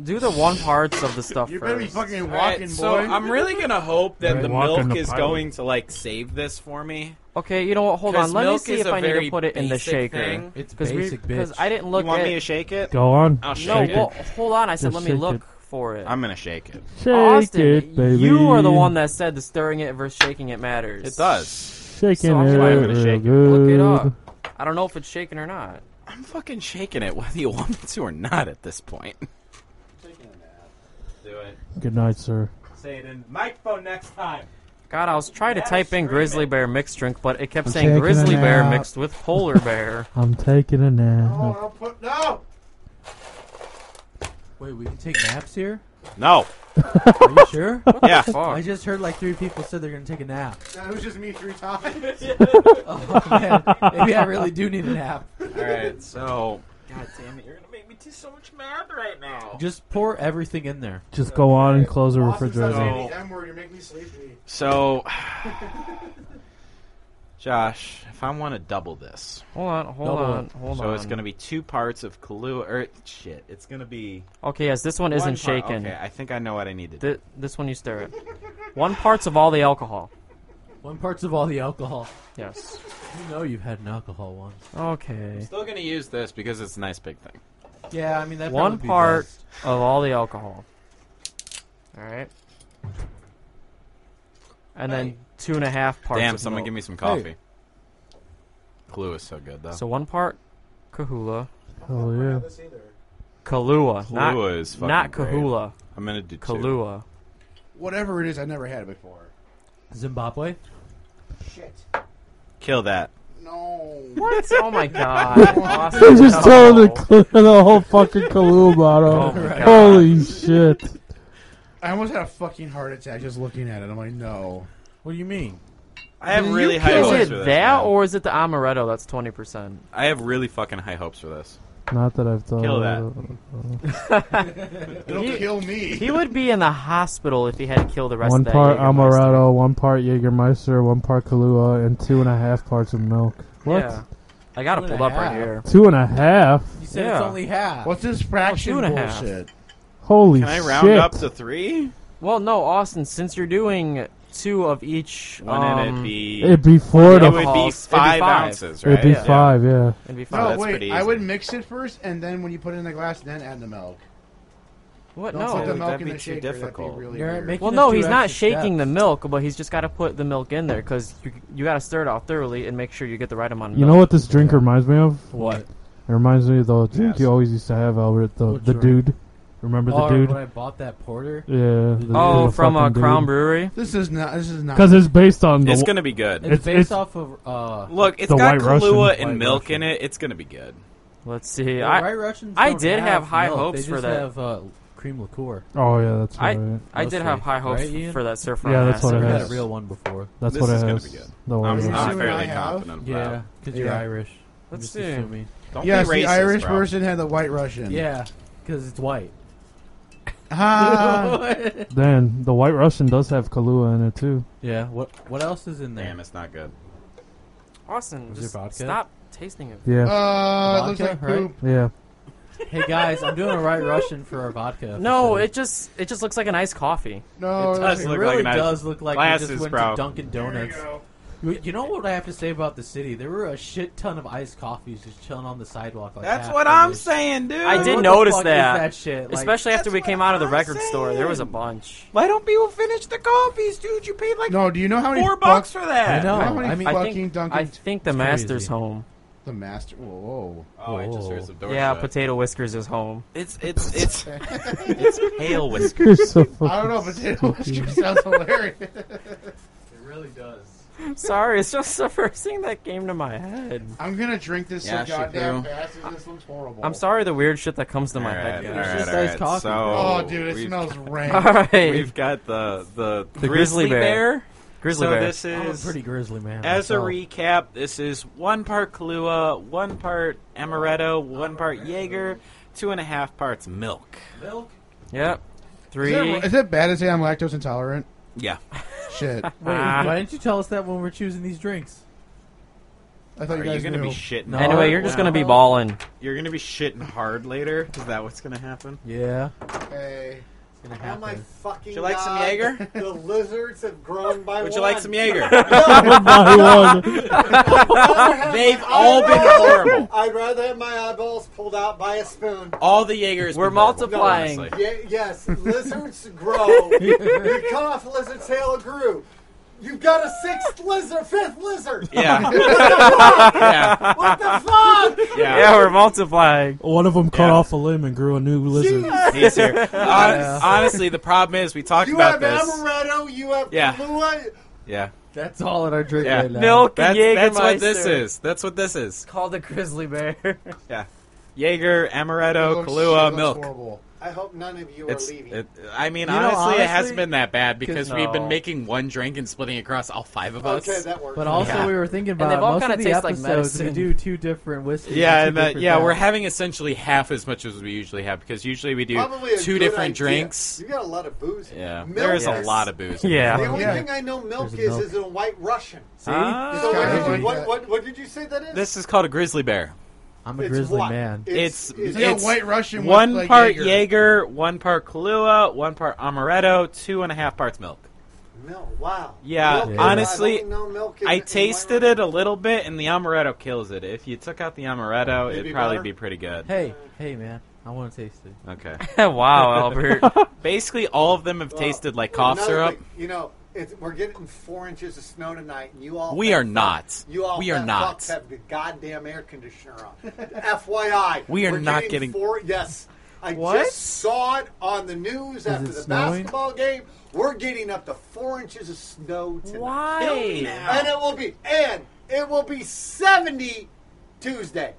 E: Do the one parts of the stuff
C: You better be
E: first.
C: fucking walking, boy.
A: Alright, so I'm really gonna hope that
F: Right.
A: the
F: Walking
A: milk
F: the
A: is
F: pilot.
A: going to like save this for me.
E: Okay, you know what? Hold
A: 'Cause
E: on. Let me
A: milk
E: see
A: is
E: if
A: a
E: I need
A: very
E: to put it in the
A: basic
E: shaker.
A: thing.
D: It's
E: Because
D: basic, bitch.
E: I didn't look
A: you want
E: at.
A: me to shake it?
F: Go on.
A: I'll shake
E: no,
A: it.
E: well, hold on. I said
F: Just
E: let me
F: shake
E: look
F: it.
E: for it.
A: I'm gonna shake it.
F: Shake
E: Austin,
F: it, baby.
E: you are the one that said the stirring it versus shaking it matters.
A: It does.
F: shaking
E: So I'm
F: it.
E: gonna- I'm
A: gonna
F: real
A: shake it.
E: Look it
F: good.
E: up. I don't know if it's shaking or not.
A: I'm fucking shaking it, whether you want me to or not. At this point. Do it.
F: Good night, sir.
A: Say it in the microphone next time.
E: God, I was trying to
A: That's
E: type in
A: screaming.
E: grizzly bear mixed drink, but it kept
F: I'm
E: saying
F: taking
E: grizzly
F: a
E: bear
F: nap.
E: mixed with polar bear.
F: I'm taking a
C: Oh,
F: nap.
C: don't put no.
D: Wait, we can take naps here?
A: No.
D: Are you sure?
A: Yeah.
D: I
E: Fuck.
D: just heard like three people said they're gonna take a nap.
C: That was just me three times.
D: Oh man, maybe I really do need a nap.
A: All right. So. God damn it! You're gonna make me do so much math right now.
D: Just pour everything in there.
F: Just go on and close the
C: Austin, stop
F: refrigerator.
C: saying the M word. You're making me sleepy.
A: So. Josh, if I want to double this,
E: Hold on, hold
D: Double
E: on,
D: it.
E: hold on.
A: so it's going to be two parts of Kahlua. Or shit, it's going to be
E: Okay, yes, this one isn't
A: One part-
E: shaken.
A: Okay, I think I know what I need to do.
E: Th- this one you stir it. One parts of all the alcohol.
D: One parts of all the alcohol.
E: Yes.
D: You know you've had an alcohol once.
E: Okay.
A: Still gonna use this because it's a nice big thing.
D: Yeah, I mean that.
E: One part of all the alcohol. All right. And then two and a half parts.
A: Damn,
E: of
A: someone
E: milk.
A: give me some coffee. Clue is so good, though.
E: So one part Kahula,
F: Hell yeah.
E: Kahlua, not
A: Kahlua is fucking
E: not
A: great.
E: Kahula,
A: I'm gonna do two.
E: Kahlua.
C: Whatever it is, I've never had it before.
D: Zimbabwe.
C: Shit.
A: Kill that.
C: No.
E: What? Oh my god!
F: They
E: Austin,
F: just
E: no.
F: told the, cl- the whole fucking Kahlua
E: Oh
F: bottle.
E: my God.
F: Holy shit.
C: I almost had a fucking heart attack just looking at it. I'm like, no.
D: What do you mean?
A: I have
C: You
A: really high
C: kill
E: Is
A: hopes
E: it
A: for this.
E: that
A: man.
E: or is it the amaretto? That's twenty percent.
A: I have really fucking high hopes for this.
F: Not that I've thought.
A: Kill that.
C: It'll
E: He-
C: kill me.
E: He would be in the hospital if he had to kill the rest
F: One
E: of that.
F: part
E: Jägermeister.
F: amaretto, one part Jägermeister, one part Kahlua, and two and a half parts of milk. What?
E: Yeah. I got
D: Two and
E: it
D: a
E: pulled up right
D: half.
E: here.
F: Two and a half?
D: You said
E: Yeah.
D: it's only half.
C: What's this fraction
E: and a half.
C: bullshit?
F: Holy
A: Can I
F: shit.
A: round up to three?
E: Well, no, Austin, since you're doing two of each,
A: One
E: um,
A: it'd be
F: It'd be four
A: it
F: to
E: Yeah,
A: would
F: f-
E: well, It'd
A: be
E: be
A: five
E: five.
A: ounces, right?
F: It'd be
A: Yeah.
F: five, yeah.
E: it'd be
A: Oh,
E: fine.
A: that's
C: no,
A: pretty
C: wait. I
A: easy.
C: would mix it first, and then when you put it in the glass, then add the milk.
E: What?
C: Don't put
E: No.
C: the
A: Dude,
C: milk
A: that'd
C: in
A: be
C: the
A: too
C: shaker.
A: difficult.
C: That'd be really
D: You're
C: weird.
D: making
E: Well,
D: us
E: no,
D: do
E: he's not
D: extra
E: shaking the
D: steps.
E: milk, but he's just got to put the milk in there because you you got to stir it out thoroughly and make sure you get the right amount. Of
F: You know
E: milk.
F: what this drink reminds me of?
D: What?
F: It reminds me of the drink
C: Yes.
F: you always used to have, Albert. The,
D: What
F: the
D: drink?
F: dude. Remember the
D: Oh,
F: dude?
D: when I bought that porter.
F: Yeah. The,
E: Oh,
F: the
E: from uh,
F: fucking dude.
E: Crown Brewery.
C: This is not. This is not.
F: Because it's based on the.
A: It's gonna be good.
D: It's,
F: It's- it's-
D: based off of uh,
A: Look, it's
F: The
A: got
F: White Russian.
A: Kahlua
D: White
A: and milk
D: Russian.
A: in it. It's gonna be good.
E: Let's see.
D: The
E: I
D: White Russians
E: I
D: don't
E: did have high
D: milk.
E: hopes
D: they
E: for
D: just
E: that.
D: Have uh, cream liqueur.
F: oh, yeah, that's right.
E: I did
D: mostly,
E: have high hopes
D: right, Ian?
E: for that surf.
F: Yeah, that's what
D: I
F: it
D: had a
F: is.
D: real one before.
F: That's
A: this
F: what it
A: is
F: is.
A: gonna be good.
F: The
A: I'm,
F: White
A: I'm
C: Russian.
F: Russian.
C: what I
A: fairly
C: have?
A: confident about.
D: Yeah,
A: it.
D: because
C: Yeah.
D: you're Irish. I'm
E: Let's
D: just
E: see.
D: assuming.
A: Don't
C: yes,
A: be racist,
C: the Irish
A: bro.
C: person had the white Russian.
D: Yeah, because it's white.
C: Ah,
F: Then the White Russian does have Kahlua in it, too.
D: yeah. What What else is in there?
A: Damn, it's not good.
E: Austin,
D: Was it
E: just
D: vodka?
E: stop tasting it.
F: Yeah.
C: uh, it looks
D: Vodka,
C: like
D: right?
C: poop.
F: yeah.
D: Hey guys, I'm doing a right Russian for our vodka.
E: No,
D: episode.
E: it just it just looks like an iced coffee.
C: No,
D: It
A: does
D: It
A: look
D: really
A: like an
D: does look like we
A: Glasses,
D: just went
A: bro.
D: to Dunkin' Donuts. You, you know what I have to say about the city? There were a shit ton of iced coffees just chilling on the sidewalk. Like
A: That's
D: half
A: what I'm
D: finished.
A: saying, dude.
E: I
D: What
E: did
D: the
E: notice
D: fuck is
E: that.
D: that shit? Like-
E: Especially after
A: That's
E: we came
A: what
E: out of the
A: I'm
E: record store, there was a
A: saying.
E: bunch.
A: Why don't people finish the coffees, dude? You paid like
C: No, do you know how many
A: four
C: fuck-
A: bucks for that.
D: I know.
C: How many
D: I mean,
E: I
C: fucking
E: think
C: Dunkin'-
E: I think the
D: It's
E: master's
D: crazy.
E: home.
C: The master. Whoa.
A: Oh, I just
D: Whoa.
A: heard some door
E: yeah,
A: shut.
E: potato whiskers is home.
A: It's it's it's it's pale whiskey.
F: You're so fucking
C: I don't know, potato whiskers sounds hilarious.
D: It really does.
E: Sorry, it's just the first thing that came to my head.
C: I'm gonna drink this
A: Yeah, she
C: so goddamn
A: do.
C: fast. 'cause This looks horrible.
E: I'm sorry, the weird shit that comes to my
A: All right,
E: head.
A: all
E: guys.
A: right,
D: just
A: all
D: iced
A: right.
D: coffee.
A: So
C: Oh, dude, it
A: we've-
C: smells
E: All
C: rank.
E: right,
A: We've got the the,
E: The grizzly bear. grizzly
A: So
E: bear.
A: this
D: I'm a
A: is
D: pretty grizzly man.
A: as a
D: myself.
A: recap. This is one part Kahlua, one part amaretto, one part Jaeger, two and a half parts milk.
D: milk.
E: Yep.
C: Is
E: Three.
C: it, is it bad to say I'm lactose intolerant?
A: Yeah,
C: Shit.
D: Wait,
E: Ah.
D: why didn't you tell us that when we're choosing these drinks?
C: I thought
A: are
C: you
A: you
C: guys
A: gonna be
C: knew.
A: shitting?
D: No.
A: hard
E: anyway, you're just
A: now?
E: gonna be balling.
A: You're gonna be shitting hard later. Is that what's gonna happen?
D: Yeah,
C: Hey.
D: it's gonna
I: Oh my
D: happen.
I: fucking
A: Would you like some
I: God,
A: Jaeger?
I: The lizards have grown by
A: Would
I: one.
A: you like some Jaeger?
F: Buy one.
A: They've all been horrible.
I: I'd rather have my eyeballs pulled out by a spoon.
A: All the Jaegers.
E: We're
A: been horrible,
E: multiplying.
A: honestly.
I: Yeah, yes, lizards grow. you cut off a lizard's tail, it grew. You've got a sixth lizard, fifth lizard.
A: Yeah. yeah.
I: What the fuck?
A: Yeah.
E: Yeah, we're multiplying.
F: One of them cut
A: Yeah.
F: off a limb and grew a new lizard.
A: He's here. Hon- Honestly, the problem is we talked
I: You have
A: about this.
I: amaretto. You have
A: Yeah.
I: Kahlua.
A: Yeah.
D: That's all in our drink
A: Yeah.
D: right now.
E: Milk
A: That's,
E: and
A: that's what this
E: Jägermeister.
A: is. That's what this is.
E: Called the grizzly bear.
A: Jaeger, Amaretto,
C: Looks-
A: Kahlua,
C: looks
A: uh, milk.
C: Horrible.
I: I hope none of you
A: It's.
I: are leaving.
A: It, I mean,
D: You know,
A: honestly, it
D: honestly,
A: hasn't been that bad because
E: no.
A: we've been making one drink and splitting across all five of us.
I: okay, that works.
D: But also,
A: Yeah.
D: we were thinking about
E: they've all
D: most
E: kinda
D: of the
E: taste like
D: episodes we
E: medicine.
D: do two different whiskeys.
A: yeah,
D: two
A: and that,
D: different
A: yeah,
D: types.
A: we're having essentially half as much as we usually have because usually we do
I: Probably a
A: two
I: good
A: different
I: idea.
A: drinks.
I: You got a lot of booze. in
A: Yeah,
I: Milk
A: there is a
E: Yes.
A: lot of booze. in
E: Yeah.
I: The only
C: Yeah.
I: thing I know milk
D: There's
I: is
D: milk.
I: is a white Russian.
D: See,
A: Ah.
I: So what,
C: guy
I: is-
C: is-
I: what, what, what did you say that is?
A: This This is called a grizzly bear.
D: I'm a
I: It's
D: grizzly
I: what?
D: man.
A: It's
C: Is
A: it's,
C: it a white Russian?
A: one
C: with, like,
A: part
C: Jaeger?
A: Jaeger. one part Kahlua, one part amaretto, two and a half parts milk.
I: milk. Wow.
A: Yeah,
I: Milk is-
A: honestly,
I: I've only known milk in-
A: I
I: in white
A: tasted
I: Russian.
A: it a little bit, and the amaretto kills it. If you took out the amaretto,
I: It'd
A: it'd
I: be
A: probably
I: better?
A: be pretty good.
D: Hey, hey, man. I want to taste it.
A: Okay.
E: wow, Albert.
A: Basically, all of them have tasted like cough
I: Another
A: syrup.
I: thing, you know, it's, we're getting four inches of snow tonight, and you all.
A: We
I: fat
A: are not.
I: fuck- You all.
A: We are
I: fat
A: not.
I: fucks have the goddamn air conditioner on. FYI,
A: We are
I: we're
A: not getting-
I: four. Yes, I
E: What?
I: just saw it on the news after
F: it
I: the
F: snowing?
I: basketball game. We're getting up to four inches of snow tonight.
E: Why?
I: And it will be and it will be seventy Tuesday.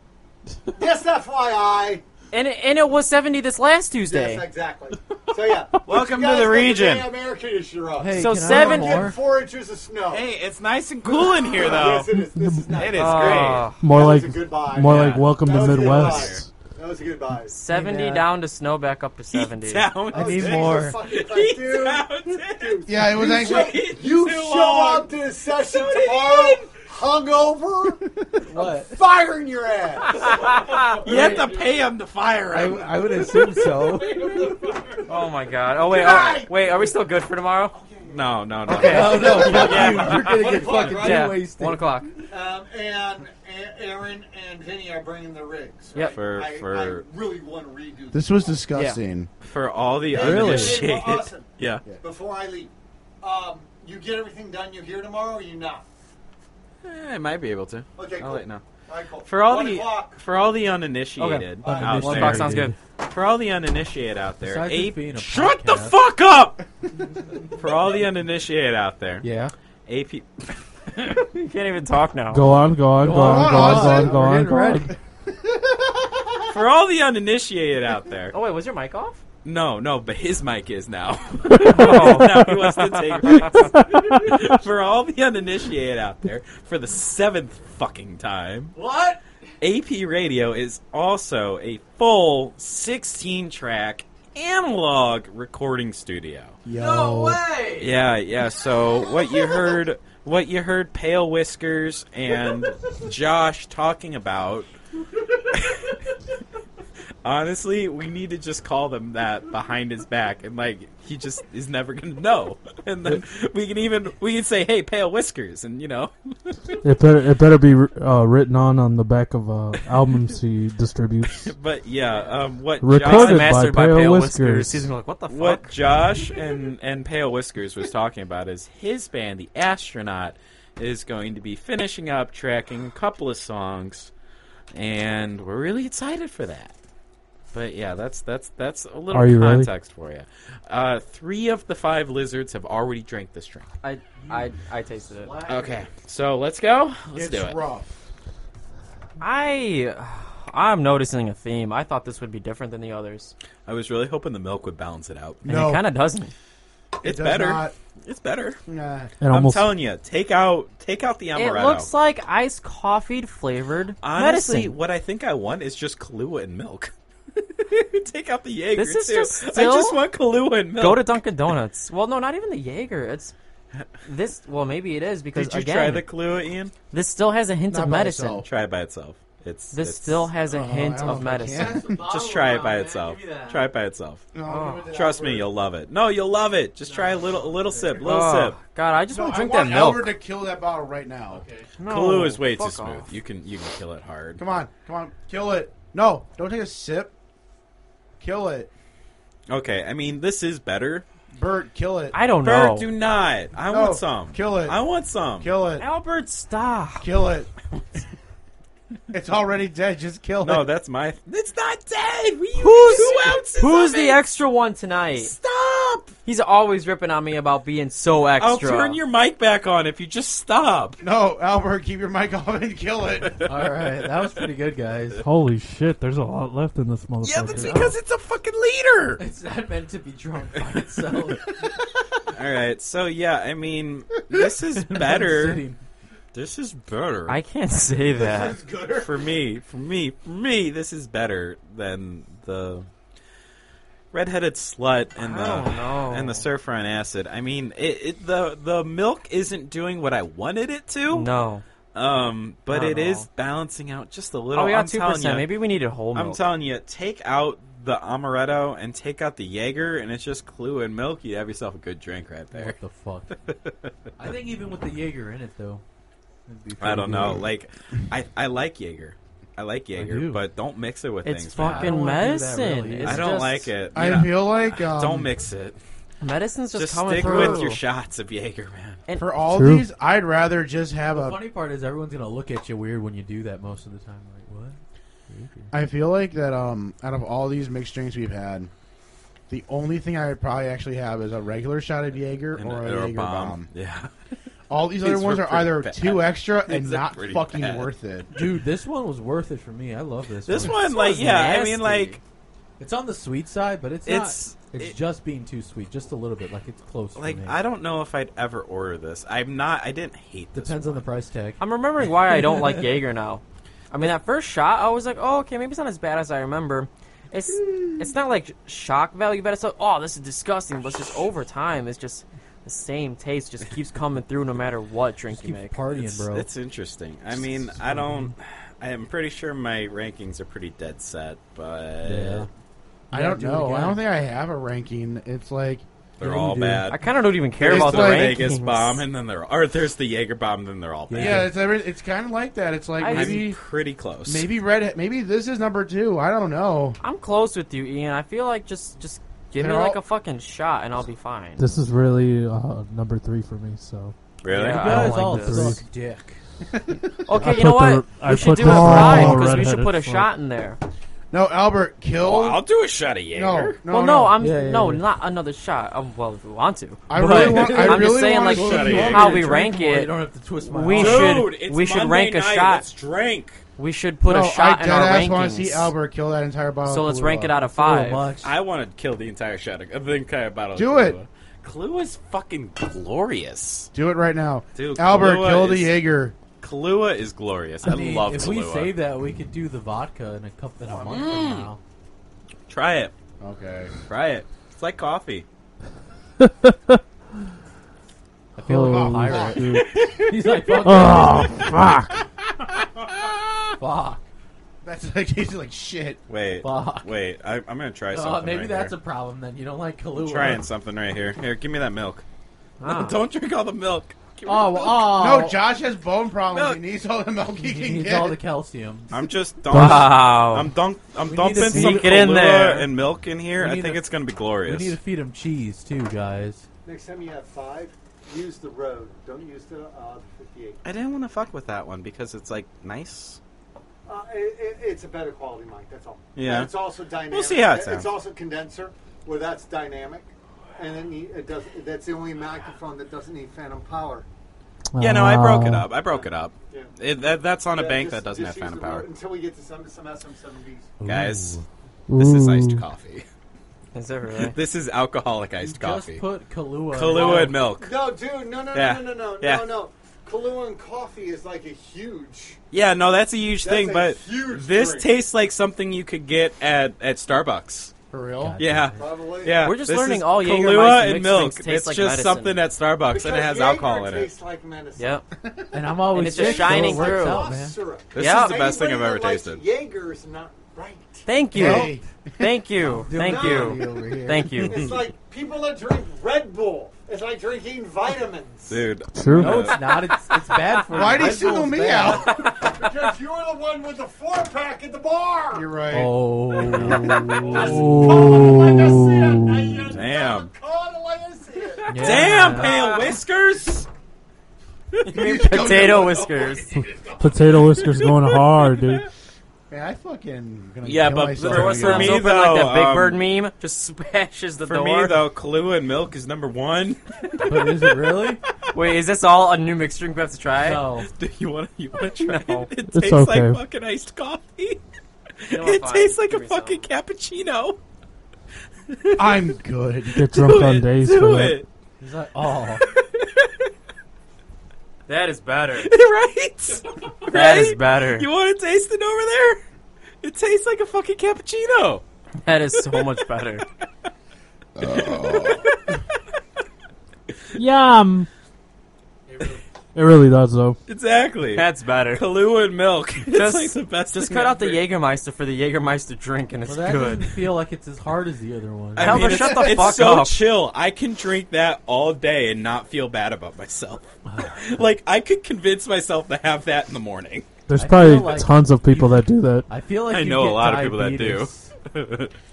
I: yes, FYI.
E: And it, and it was 70 this last Tuesday.
I: Yes, exactly. So yeah,
A: Welcome
I: you
A: to
I: guys
A: the
I: got
A: region.
I: Damn air conditioner on.
D: Hey,
E: So
D: can I have
E: seven-
I: Get
D: more?
I: four inches of snow.
A: Hey, it's nice and cool in here, though.
I: Yes, it is. This is nice.
A: It is
E: Ah,
F: More
I: That was
F: like
I: a good vibe,
F: more
A: yeah.
F: like welcome
I: That
F: to
I: was a good
F: Midwest.
I: vibe. That was a good vibe.
E: 70
D: Yeah.
E: down to snow back up to
A: great.
E: 70.
A: Down
D: I
I: Oh,
D: need
I: Jesus
D: more.
I: fucking Christ, dude. Dude,
C: Yeah, it was
I: you
C: actually.
I: show- You
A: too
I: show
A: long.
I: up to the session tomorrow hungover,
D: What?
I: firing your ass.
A: You have to pay him to fire
D: I,
A: him.
D: I would assume so.
E: Oh my god. Oh wait, oh, wait, are we still good for tomorrow?
A: No, no, no.
D: no, no, fuck
A: Yeah.
D: you. You're gonna get fucking
I: right?
D: yeah.
E: One
D: wasted.
E: o'clock.
I: Um, and A- Aaron and Vinny are bringing the rigs.
E: Yep.
A: For
I: I,
A: for
I: I really want to redo
C: This was disgusting.
A: for all the
I: Hey,
A: other
D: Really?
A: shit.
I: Awesome.
A: Yeah.
I: Before I leave, um, you get everything done. You're here tomorrow, or you not?
A: Eh, I might be able to.
I: Okay,
A: I'll
I: cool.
A: let you know.
I: All right, cool.
A: For all
I: One
A: the
I: o'clock.
A: for all the uninitiated
I: Okay.
A: out
I: One
D: Uninitiated.
A: there,
E: Box sounds good.
A: for all the uninitiated out there,
D: Besides it
A: AP
D: being a
A: shut the
D: podcast.
A: fuck up. for all the uninitiated out there,
D: Yeah.
A: AP
E: You can't even talk now.
F: Go on, go on, go on, go on, go on, go
D: We're
F: on.
D: getting ready.
A: for all the uninitiated out there.
E: Oh wait, was your mic off?
A: No, no, but his mic is now. now he wants to take breaks. for all the uninitiated out there, for the seventh fucking time,
I: What?
A: AP Radio is also a full 16 track analog recording studio.
I: No way.
A: Yeah, yeah. So what you heard, what you heard, Pale Whiskers and Josh talking about. Honestly, we need to just call them that behind his back, and like he just is never gonna know. And then we can even we can say, "Hey, Pale Whiskers," and you know,
F: It better it better be uh, written on on the back of uh, albums he distributes.
A: but yeah, um, what
F: Recorded
A: Josh,
F: by
E: Mastered by
F: Pale
E: Pale
F: Whiskers.
E: Whiskers. He's like, what the fuck?
A: what Josh and and Pale Whiskers was talking about is his band, the Astronaut, is going to be finishing up tracking a couple of songs, and we're really excited for that. But yeah, that's that's that's a little
F: Are you really?
A: context for you. Uh, three of the five lizards have already drank this drink.
E: I, I, I tasted it.
A: Okay, so let's go. Let's do
C: it's
A: it.
C: rough.
E: I, I'm noticing a theme. I thought this would be different than the others.
A: I was really hoping the milk would balance it out.
E: And
C: No.
E: it kind of doesn't.
A: It's
C: does
A: better.
C: not-
A: It's better.
C: nah.
F: And
A: I'm
F: almost
A: telling you, take out take out the amaretto.
E: It looks like iced coffee flavored
A: Honestly,
E: medicine.
A: what I think I want is just Kahlua and milk. Take out the Jaeger.
E: This is
A: too.
E: just
A: I just
E: still-
A: want Kahlua and milk.
E: Go to Dunkin' Donuts. well, no, not even the Jaeger. It's this. Well, maybe it is because
A: Did you
E: again,
A: try the Kahlua, Ian?
E: this still has a hint
C: Not
E: of
C: by
E: medicine.
C: itself.
A: Try it by itself. It's
E: This
A: it's-
E: still has a
C: Oh, I
E: hint
C: don't
E: of
C: know if I
E: medicine.
C: can.
A: Just try
D: Oh,
A: it by itself. Try it by itself.
C: No,
E: Oh.
C: give it to
A: Trust me,
C: Albert.
A: you'll love it. No, you'll love it. Just try a little, a little sip, little
E: Oh,
A: sip.
E: God, I just
C: No,
E: want
C: I
E: to drink
C: want
E: that milk.
C: Albert to kill that bottle right now.
E: No,
A: Kahlua is way too
E: fuck
A: smooth.
E: off.
A: You can, you can kill it hard.
C: Come on, come on, kill it. No, don't take a sip. Kill it,
A: Okay, I mean this is better.
C: Bert. Kill it.
E: I don't
A: Bert,
E: know.
A: do not. I
C: No,
A: want some.
C: kill it.
A: I want some.
C: Kill it.
E: Albert, stop.
C: Kill it. it's already dead. Just kill
A: No,
C: it.
A: that's my. It's not dead. We used
E: Who's-
A: two ounces.
E: Who's
A: of
E: the
A: it.
E: extra one tonight?
A: Stop.
E: He's always ripping on me about being so extra.
A: I'll turn your mic back on if you just stop.
C: No, Albert, keep your mic off and kill it.
D: All right, that was pretty good, guys.
F: holy shit. There's a lot left in this motherfucker.
A: Yeah, that's because it's a fucking leader.
D: It's not meant to be drunk by itself.
A: All right, so yeah, I mean, this is better. this is better.
E: I can't say that.
A: for me, for me, for me, this is better than the redheaded slut and
E: I
A: the
E: don't know.
A: and the surfer on acid. I mean, it, it the the milk isn't doing what I wanted it to.
E: no.
A: Um, but
E: Not
A: it
E: at
A: is
E: all.
A: balancing out just a little.
E: Oh, we got
A: I'm
E: two
A: telling you,
E: percent. Maybe we need a whole milk.
A: I'm telling you, take out the amaretto and take out the Jaeger, and it's just Clue and milk. You'd have yourself a good drink right there.
D: What the fuck? I think even with the Jaeger in it, though. it'd be
A: I don't know.
D: pretty
A: Like, I I like Jaeger. I like Jaeger,
D: do.
A: but don't mix it with
E: It's
A: things. man.
E: fucking
D: don't wanna do that,
E: medicine.
D: really.
E: It's
A: I don't
E: just-
A: like it.
C: I
A: Yeah.
C: feel like um,
A: don't mix it.
E: Medicine's just,
A: Just
E: coming
A: stick
E: through.
A: with your shots of Jaeger, man.
E: And
C: for all
F: True.
C: these. I'd rather just have
D: The
C: a.
D: funny part is everyone's gonna look at you weird when you do that most of the time. Like what?
C: I feel like that um out of all these mixed drinks we've had, the only thing I would probably actually have is a regular shot of Jaeger
A: And
C: or a
A: or
C: Jaeger bomb.
A: Yeah.
C: All these
A: These
C: other ones
A: were
C: are either
A: pretty
C: too extra
A: These
C: and
A: are
C: not
A: pretty
C: fucking
A: bad.
C: worth it.
D: Dude, this one was worth it for me. I love this.
A: This
D: one.
A: one, like,
E: one's
A: yeah, I
E: nasty.
A: mean, like,
D: It's on the sweet side, but it's
A: It's-
D: not. It's
A: it-
D: just being too sweet, just a little bit. Like it's close. for
A: like
D: me.
A: I don't know if I'd ever order this. I'm not. I didn't hate this.
D: Depends on the price tag.
E: I'm remembering why I don't like Jaeger now. I mean, that first shot, I was like, oh, okay, maybe it's not as bad as I remember. It's it's not like shock value, but it's like, oh, this is disgusting. But it's just over time, it's just the same taste just keeps coming through no matter what drink
D: Just
E: you
D: keep
E: make.
D: partying,
A: It's,
D: bro.
A: it's interesting. I mean, I don't. I am pretty sure my rankings are pretty dead set, but
D: yeah.
C: I
D: Yeah,
C: don't
D: do it
C: know. I
D: again.
C: don't think I have a ranking. It's like
A: they're
D: Yeah, you
A: all
D: do.
A: bad.
E: I kind of don't even care
C: It's
E: about the
A: the
C: like-
E: rankings.
A: Vegas bomb, and then they're or there's the Jaeger bomb, then they're all bad.
C: yeah, it's every, it's kind of like that. It's like
E: I-
A: I'm
C: maybe
A: pretty close.
C: maybe red maybe this is number two. I don't know.
E: I'm close with you, Ian. I feel like just just give me
C: They're
E: like
C: all-
E: a fucking shot and I'll be fine.
F: This is really uh, number three for me. So
A: really.
E: Yeah.
D: You guys
E: like
D: all
E: this.
D: suck dick.
E: Okay,
F: I
E: you know
F: put the-
E: what?
F: I
E: we should
F: put
E: do
F: the
E: it live
F: small
E: because we should
F: redheaded
E: put a
F: flag.
E: shot in there.
C: No, Albert, kill.
A: Oh, I'll do a shot of
C: no,
A: Jaeger.
C: no,
E: well,
C: no.
E: no, I'm
D: Yeah, yeah,
E: no,
D: yeah.
E: not another shot. Um, well, if we want to,
C: I
E: but
C: really want. I
E: I'm
C: really
E: just saying,
C: want
E: like,
C: to see
A: Shut it.
C: Albert
E: how we
C: drink
E: rank
D: Well, you
E: it.
D: don't have to twist my.
E: We
D: arm.
E: should-
A: Dude, it's
E: we should
A: Monday
E: rank a
A: night.
E: shot.
A: Let's drink.
E: We should put
C: no,
E: a shot
C: I
E: in our
C: deadass
E: rankings.
C: want to see Albert kill that entire bottle.
E: So
C: of
E: let's
C: Kahlua.
E: rank it out of
D: It's a little
E: five.
D: much.
A: I want to kill the entire shot of the entire bottle.
C: Do
A: of
C: it.
A: Kahlua. Kahlua is fucking glorious.
C: Do it right now,
A: Dude,
C: Albert,
A: Kahlua
C: kill the
A: is-
C: Jaeger.
A: Kahlua is glorious. I,
D: I mean,
A: love
D: if
A: Kahlua.
D: we save that, we could do the vodka in a cup in a month from
E: Mm.
D: now.
A: Try it.
C: Okay.
A: Try it. It's like coffee.
D: I feel like a
F: Holy
D: pirate.
F: shit.
D: He's like, fuck,
F: oh fuck!
D: fuck, Uh,
C: That's like he's like shit.
A: Wait,
D: Fuck.
A: wait. I, I'm gonna try something.
D: Uh, maybe
A: right
D: that's
A: here.
D: a problem then. You don't like Kahlua.
A: trying something right here. Here, give me that milk.
E: Ah.
A: No, don't drink all the milk. Give me
D: Oh,
A: the
D: well,
A: milk.
D: oh.
C: No, Josh has bone problems. He needs all the milk he,
D: He
C: can
D: needs
C: get.
D: all the calcium.
A: I'm just dumping.
E: Wow.
A: I'm dunk. I'm
D: need to
A: dumping some
E: sneak it in
A: Kahlua
E: there.
A: and milk in here.
D: We
A: I
D: need
A: think
D: to-
A: it's gonna be
D: We
A: glorious.
D: need to feed him cheese too, guys.
I: Next time you have five, use the road. Don't use the uh, 58.
A: I didn't want to fuck with that one because it's like nice.
I: Uh, it, it, it's a better quality mic. That's all.
A: Yeah.
I: And it's also dynamic.
A: We'll see how it sounds.
I: It's also condenser, where that's dynamic, and then you- it does. That's the only microphone that doesn't need phantom power.
A: Yeah, no, I broke it
D: Oh.
F: Ah.
A: up. I broke it up.
I: Yeah.
A: It, that, that's on a
I: Yeah,
A: bank
I: just-
A: that doesn't have
I: just use
A: phantom
I: the road
A: power,
I: Until we get to some some SM7Bs.
A: guys. This is iced coffee.
E: Is that really?
A: This is alcoholic iced coffee.
D: Just put Kahlua. in
A: Kahlua
D: there.
A: and milk.
I: No, dude, no, no,
A: Yeah.
I: no, no, no, no,
A: Yeah.
I: no, no. Kahlua and coffee is like a huge.
A: Yeah, no, that's a huge
I: That's
A: thing,
I: a
A: but
I: huge
A: this
I: drink.
A: tastes like something you could get at at Starbucks.
C: For real?
A: Yeah.
I: Probably.
A: Yeah,
E: We're just
A: this
E: learning
A: is
E: all Jägermeister
A: Kahlua and
E: mixed
A: milk.
E: drinks taste
A: It's
E: like
A: just
E: medicine.
A: something at Starbucks
I: Because
A: and it has
I: Jaeger
A: alcohol in it.
I: tastes like medicine.
E: Yep.
D: And I'm always
E: And it's just
D: sick, so it
E: shining
D: works
E: through.
D: out, man.
I: Syrup.
A: This
E: Yeah.
A: is the best thing I've
I: Anybody
A: ever
I: that likes
A: tasted.
I: Jaeger is not right.
E: Thank you.
C: Hey.
E: Thank you. Thank you.
C: Over here.
E: Thank you.
I: It's like people that drink Red Bull. It's like drinking vitamins.
A: Dude,
F: True.
D: No, it's not. It's, it's bad for you.
C: Why'd he
D: Red
C: single
D: Bull's
C: me
D: bad.
C: out?
I: Because you're the one with the four pack at the bar.
C: You're right.
D: Oh.
F: Oh.
A: damn.
I: Call it like I see it.
A: Damn, pale whiskers!
E: Potato whiskers.
F: Potato whiskers going hard, dude.
C: Man, I fucking gonna
A: Yeah,
C: kill
A: but
C: myself
A: for-
C: right
A: for
C: now.
E: Sounds
A: me,
E: open like that
A: though,
E: Big
A: um,
E: Bird meme just smashes the
A: For
E: door.
A: me, though, Kahlua and milk is number one.
D: But is it really?
E: Wait, is this all a new mixed drink we have to try?
D: No.
A: Do you want to you wanna try
E: No.
A: it? It
F: It's
A: tastes
F: okay.
A: like fucking iced coffee.
E: You know what,
A: it
E: fine.
A: tastes like
E: Give
A: a
E: me some.
A: fucking cappuccino.
C: I'm good.
F: Get drunk
A: Do
F: on
A: it,
F: days
A: do
F: for that.
A: it.
D: He's like, oh.
E: That is better.
A: right?
E: That is
A: Right?
E: better.
A: You want to taste it over there? It tastes like a fucking cappuccino.
E: That is so much better.
F: Yum. It really does, though.
A: Exactly.
E: That's better.
A: Kahlua and milk. That's
E: Just-
A: like the best.
E: Just
A: thing
E: cut out the
A: ever.
E: Jägermeister for the Jägermeister drink, and it's
D: Well, that
E: good.
D: doesn't feel like it's as hard as the other one.
A: I
E: Albert,
A: mean,
E: shut
A: it's-
E: the
A: it's
E: fuck
A: so
E: up.
A: chill. I can drink that all day and not feel bad about myself. like I could convince myself to have that in the morning.
F: There's
D: I
F: probably
D: feel like
F: tons of people that do that.
D: I feel like
B: I
D: you
B: know a
D: get
B: lot of people that do.
D: diabetes.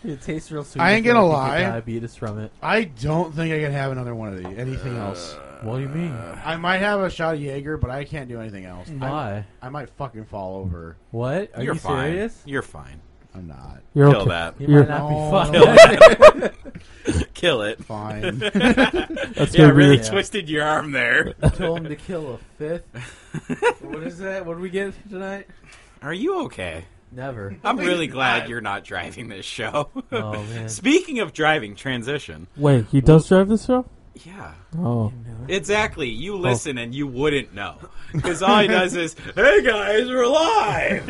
D: it tastes real sweet.
C: I ain't
D: feel
C: gonna
D: like you get
C: lie.
D: Diabetes from it.
C: I don't think I can have another one of these. Anything else?
D: What do you mean?
C: I might have a shot of Jaeger, but I can't do anything else. Uh, I,
D: Why?
C: I might fucking fall over.
D: What? Are
B: You're
D: you
B: fine.
D: serious?
B: You're fine.
C: I'm not.
F: You're
B: Kill
F: okay.
B: that.
D: You
F: You're-
D: might not
C: No.
D: be fucking.
B: Kill it.
C: Fine.
F: That's
B: Yeah,
F: gonna
B: really
F: be,
D: Yeah.
B: twisted your arm there.
D: I told him to kill a fifth. what is that? What do we get tonight?
A: Are you okay?
D: Never.
A: I'm really glad you're not driving this show.
D: Oh man.
A: Speaking of driving, transition.
F: wait, he does drive this show?
A: Yeah.
F: Oh,
A: Exactly. You listen and you wouldn't know. Because all he does is, hey guys, we're live!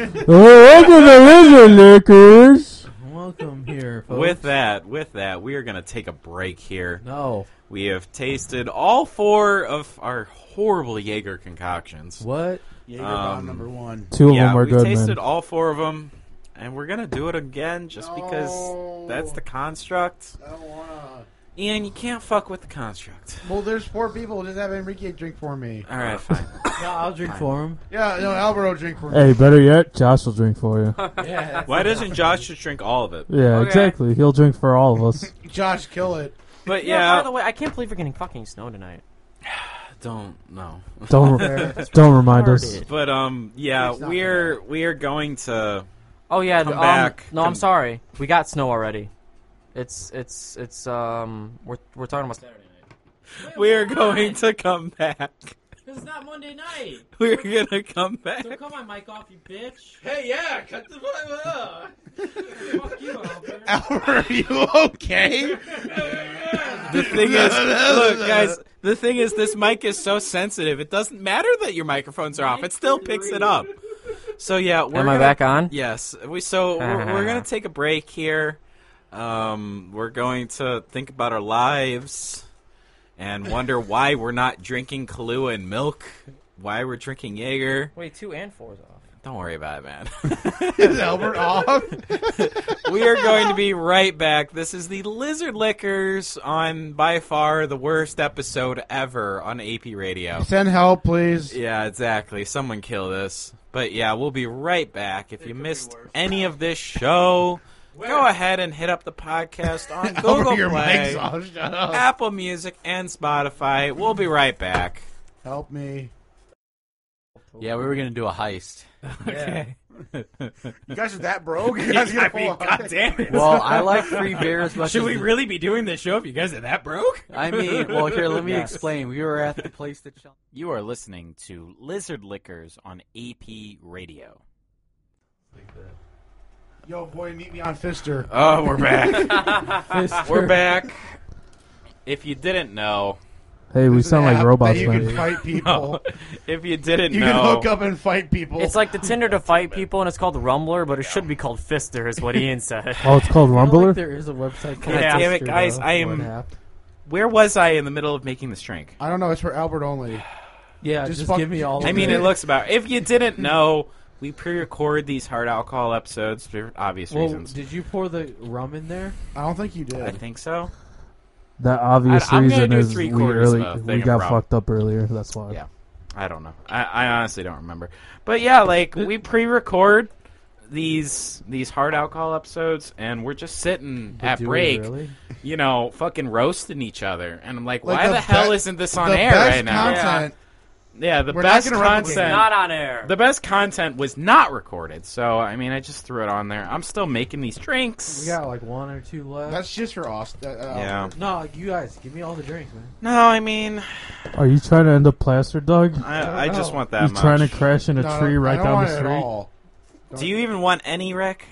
D: Welcome here, folks.
A: with that, with that, we are going to take a break here.
D: no.
A: We have tasted all four of our horrible Jaeger concoctions.
D: What?
C: Jaeger
A: Um,
C: bomb number one.
F: two of
A: Yeah,
F: them are
A: we
F: good,
A: tasted
F: man.
A: all four of them, and we're going to do it again just because that's the construct.
C: I don't wanna.
A: And you can't fuck with the construct.
C: Well, there's four people. Just have Enrique drink for me.
A: All right, fine.
D: No, I'll drink for him.
C: Yeah, no, Alvaro drink for me.
F: Hey, better yet, Josh will drink for you.
D: Yeah.
A: Why doesn't Josh just drink all of it?
F: Yeah,
E: Okay.
F: exactly. He'll drink for all of us.
C: Josh, kill it.
A: But
E: Yeah. By
A: yeah,
E: the way, I can't believe we're getting fucking snow tonight.
A: don't know.
F: Don't don't remind us.
E: Retarded.
A: But um, yeah,
C: It's not
A: we're we are going to.
E: Oh yeah,
A: Come
E: the, um,
A: back.
E: No,
A: Come-
E: I'm sorry. We got snow already. It's it's it's um we're we're talking about Saturday night.
A: We are going to come back.
E: It's not Monday night.
A: We're gonna come back.
E: come on, Mike, off you bitch.
A: Hey, yeah, cut the
E: Fuck you, Albert.
G: Are you okay?
A: The thing is, look, guys. The thing is, this mic is so sensitive. It doesn't matter that your microphones are off. It still picks it up. So yeah, we're
E: Am I
A: gonna-
E: back on?
A: Yes. We so we're, we're gonna take a break here. Um, we're going to think about our lives and wonder why we're not drinking Kahlua and milk. Why we're drinking Jaeger.
E: Wait, two and four's off.
A: Don't worry about it, man.
C: Is Albert off?
A: we are going to be right back. This is the Lizard Lickers on by far the worst episode ever on AP Radio.
C: Send help, please.
A: Yeah, exactly. Someone kill this. But yeah, we'll be right back. If you missed any of this show, go ahead and hit up the podcast on Google
C: Albert, your mic's
A: Play,
C: off. Shut up.
A: Apple Music, and Spotify. We'll be right back.
C: Help me.
B: Yeah, we were gonna do a heist.
A: Okay.
C: You guys are that broke? You guys
A: I mean, God damn it.
B: Well, I like free beer as much.
A: Should
B: as
A: we
B: the-
A: really be doing this show if you guys are that broke?
B: I mean, well, here, let me
A: Yes.
B: explain. We were at the place that. Shel-
A: You are listening to Lizard Lickers on AP Radio.
C: Yo, boy, meet me on Fister.
A: Oh, we're back. we're
D: Fister.
A: back. If you didn't know,
F: Hey, we sound
C: App
F: like
C: that
F: robots,
C: You can
F: man.
C: fight people.
A: if you didn't
C: You
A: know,
C: can hook up and fight people.
E: It's like the Tinder to fight people, and it's called Rumbler, but it should be called Fister, is what Ian said.
F: Oh, it's called
D: I feel like
F: Rumbler.
D: there is a website. called
A: Yeah. Damn it,
D: Fister,
A: guys,
D: though.
A: I am-
D: What app?
A: where was I in the middle of making this drink?
C: I don't know. It's for Albert only.
D: Yeah,
C: Just
D: just,
C: fuck-
D: give me all.
A: I
D: of
A: mean,
D: it.
A: it looks about. If you didn't know, we pre-record these hard alcohol episodes for obvious
D: Well,
A: reasons.
D: did you pour the rum in there?
C: I don't think you did.
A: I think so.
F: That obvious
A: I- I'm gonna
F: reason
A: do
F: is
A: three
F: we
A: quarters of
F: early,
A: a
F: we
A: thing of
F: got
A: rum.
F: fucked up earlier. That's why.
A: Yeah. I don't know. I, I honestly don't remember. But yeah, like we pre-record these these hard alcohol episodes, and we're just sitting
D: They
A: at
D: do it
A: break,
D: early?
A: you know, fucking roasting each other. And I'm like,
C: Like
A: why
C: the
A: the, hell
C: be-
A: isn't this on
C: the
A: air
C: best
A: right now?
C: content.
A: Yeah, the
C: We're not
A: best
C: gonna replicate it.
A: content.
E: Not on air.
A: the best content was not recorded, so I mean, I just threw it on there. I'm still making these drinks.
D: We got like one or two left.
C: That's just for Austin. Uh, uh,
A: yeah.
D: no, you guys, give me all the drinks, man.
A: No, I mean,
F: Are you trying to end up plastered, Doug?
A: I, I just
C: know.
A: want that
F: He's
A: much.
F: trying to crash in a
C: No, I
F: tree
C: don't-
F: right
C: I don't
F: down
C: want
F: the
C: it at
F: street.
C: all.
A: Do you even want any wreck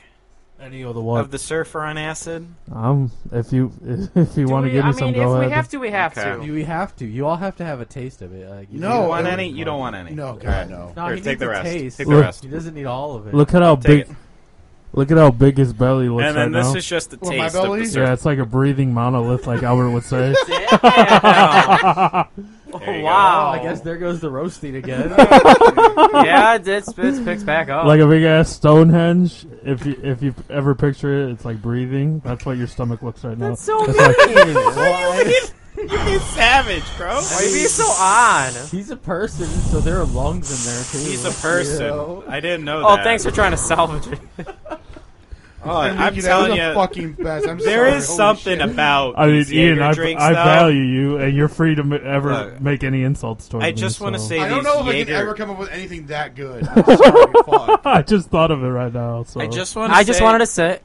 D: Any of the
A: of
D: what?
A: the surfer on acid?
F: Um, if you if you
E: Do
F: want to
E: we-
F: give
E: I
F: me
E: mean,
F: some,
E: if
F: go
E: we
F: ahead.
E: have to, we have
A: Okay.
E: to.
D: You- we have to. You all have to have a taste of it. Like, you
C: No,
A: You
D: need-
A: want
C: it
A: any? You don't want any.
C: No,
A: All right.
C: God, no.
D: No,
A: Here,
D: he
A: take the
D: needs a
A: rest.
D: Taste.
A: Take
F: the Look. rest.
D: He doesn't need all of it.
F: Look at how
A: Take
F: big. Look at how big his belly looks
A: And then
F: right
A: this
F: now.
A: is just a
C: Well, my
A: taste of
C: belly?
A: the
C: Yeah,
F: yeah,
A: surfer.
F: it's like a breathing monolith, like Albert would say.
A: There you go.
D: Oh,
E: wow.
D: I guess there goes the roasting again.
E: yeah, this this picks back up.
F: like a big ass Stonehenge. If you if you ever picture it, it's like breathing. That's what your stomach looks right now.
E: so
F: That's like-
D: Why?
A: He's savage, bro.
E: Why you being so on?
D: He's a person, so there are lungs in there too.
A: He's a person.
D: Yeah.
A: I didn't know
E: Oh,
A: that.
E: thanks for trying to salvage it.
A: Oh, I'm
C: Enrique,
A: telling
C: that was
A: you,
C: the fucking best. I'm
A: there
C: sorry.
A: is
C: Holy
A: something
C: shit.
A: about
F: I mean,
A: these
F: Ian,
A: Jaeger
F: I,
A: drinks,
F: I
A: though.
F: value you, and you're free to m- ever
A: Look,
F: make any insults towards
A: I
F: me,
A: just want to
F: so-
A: say
C: I
A: these
C: don't know if I
A: Jaeger.
C: can ever come up with anything that good. I'm sorry, fuck.
F: I just thought of it right now. So
A: I just want.
E: I just wanted to sit.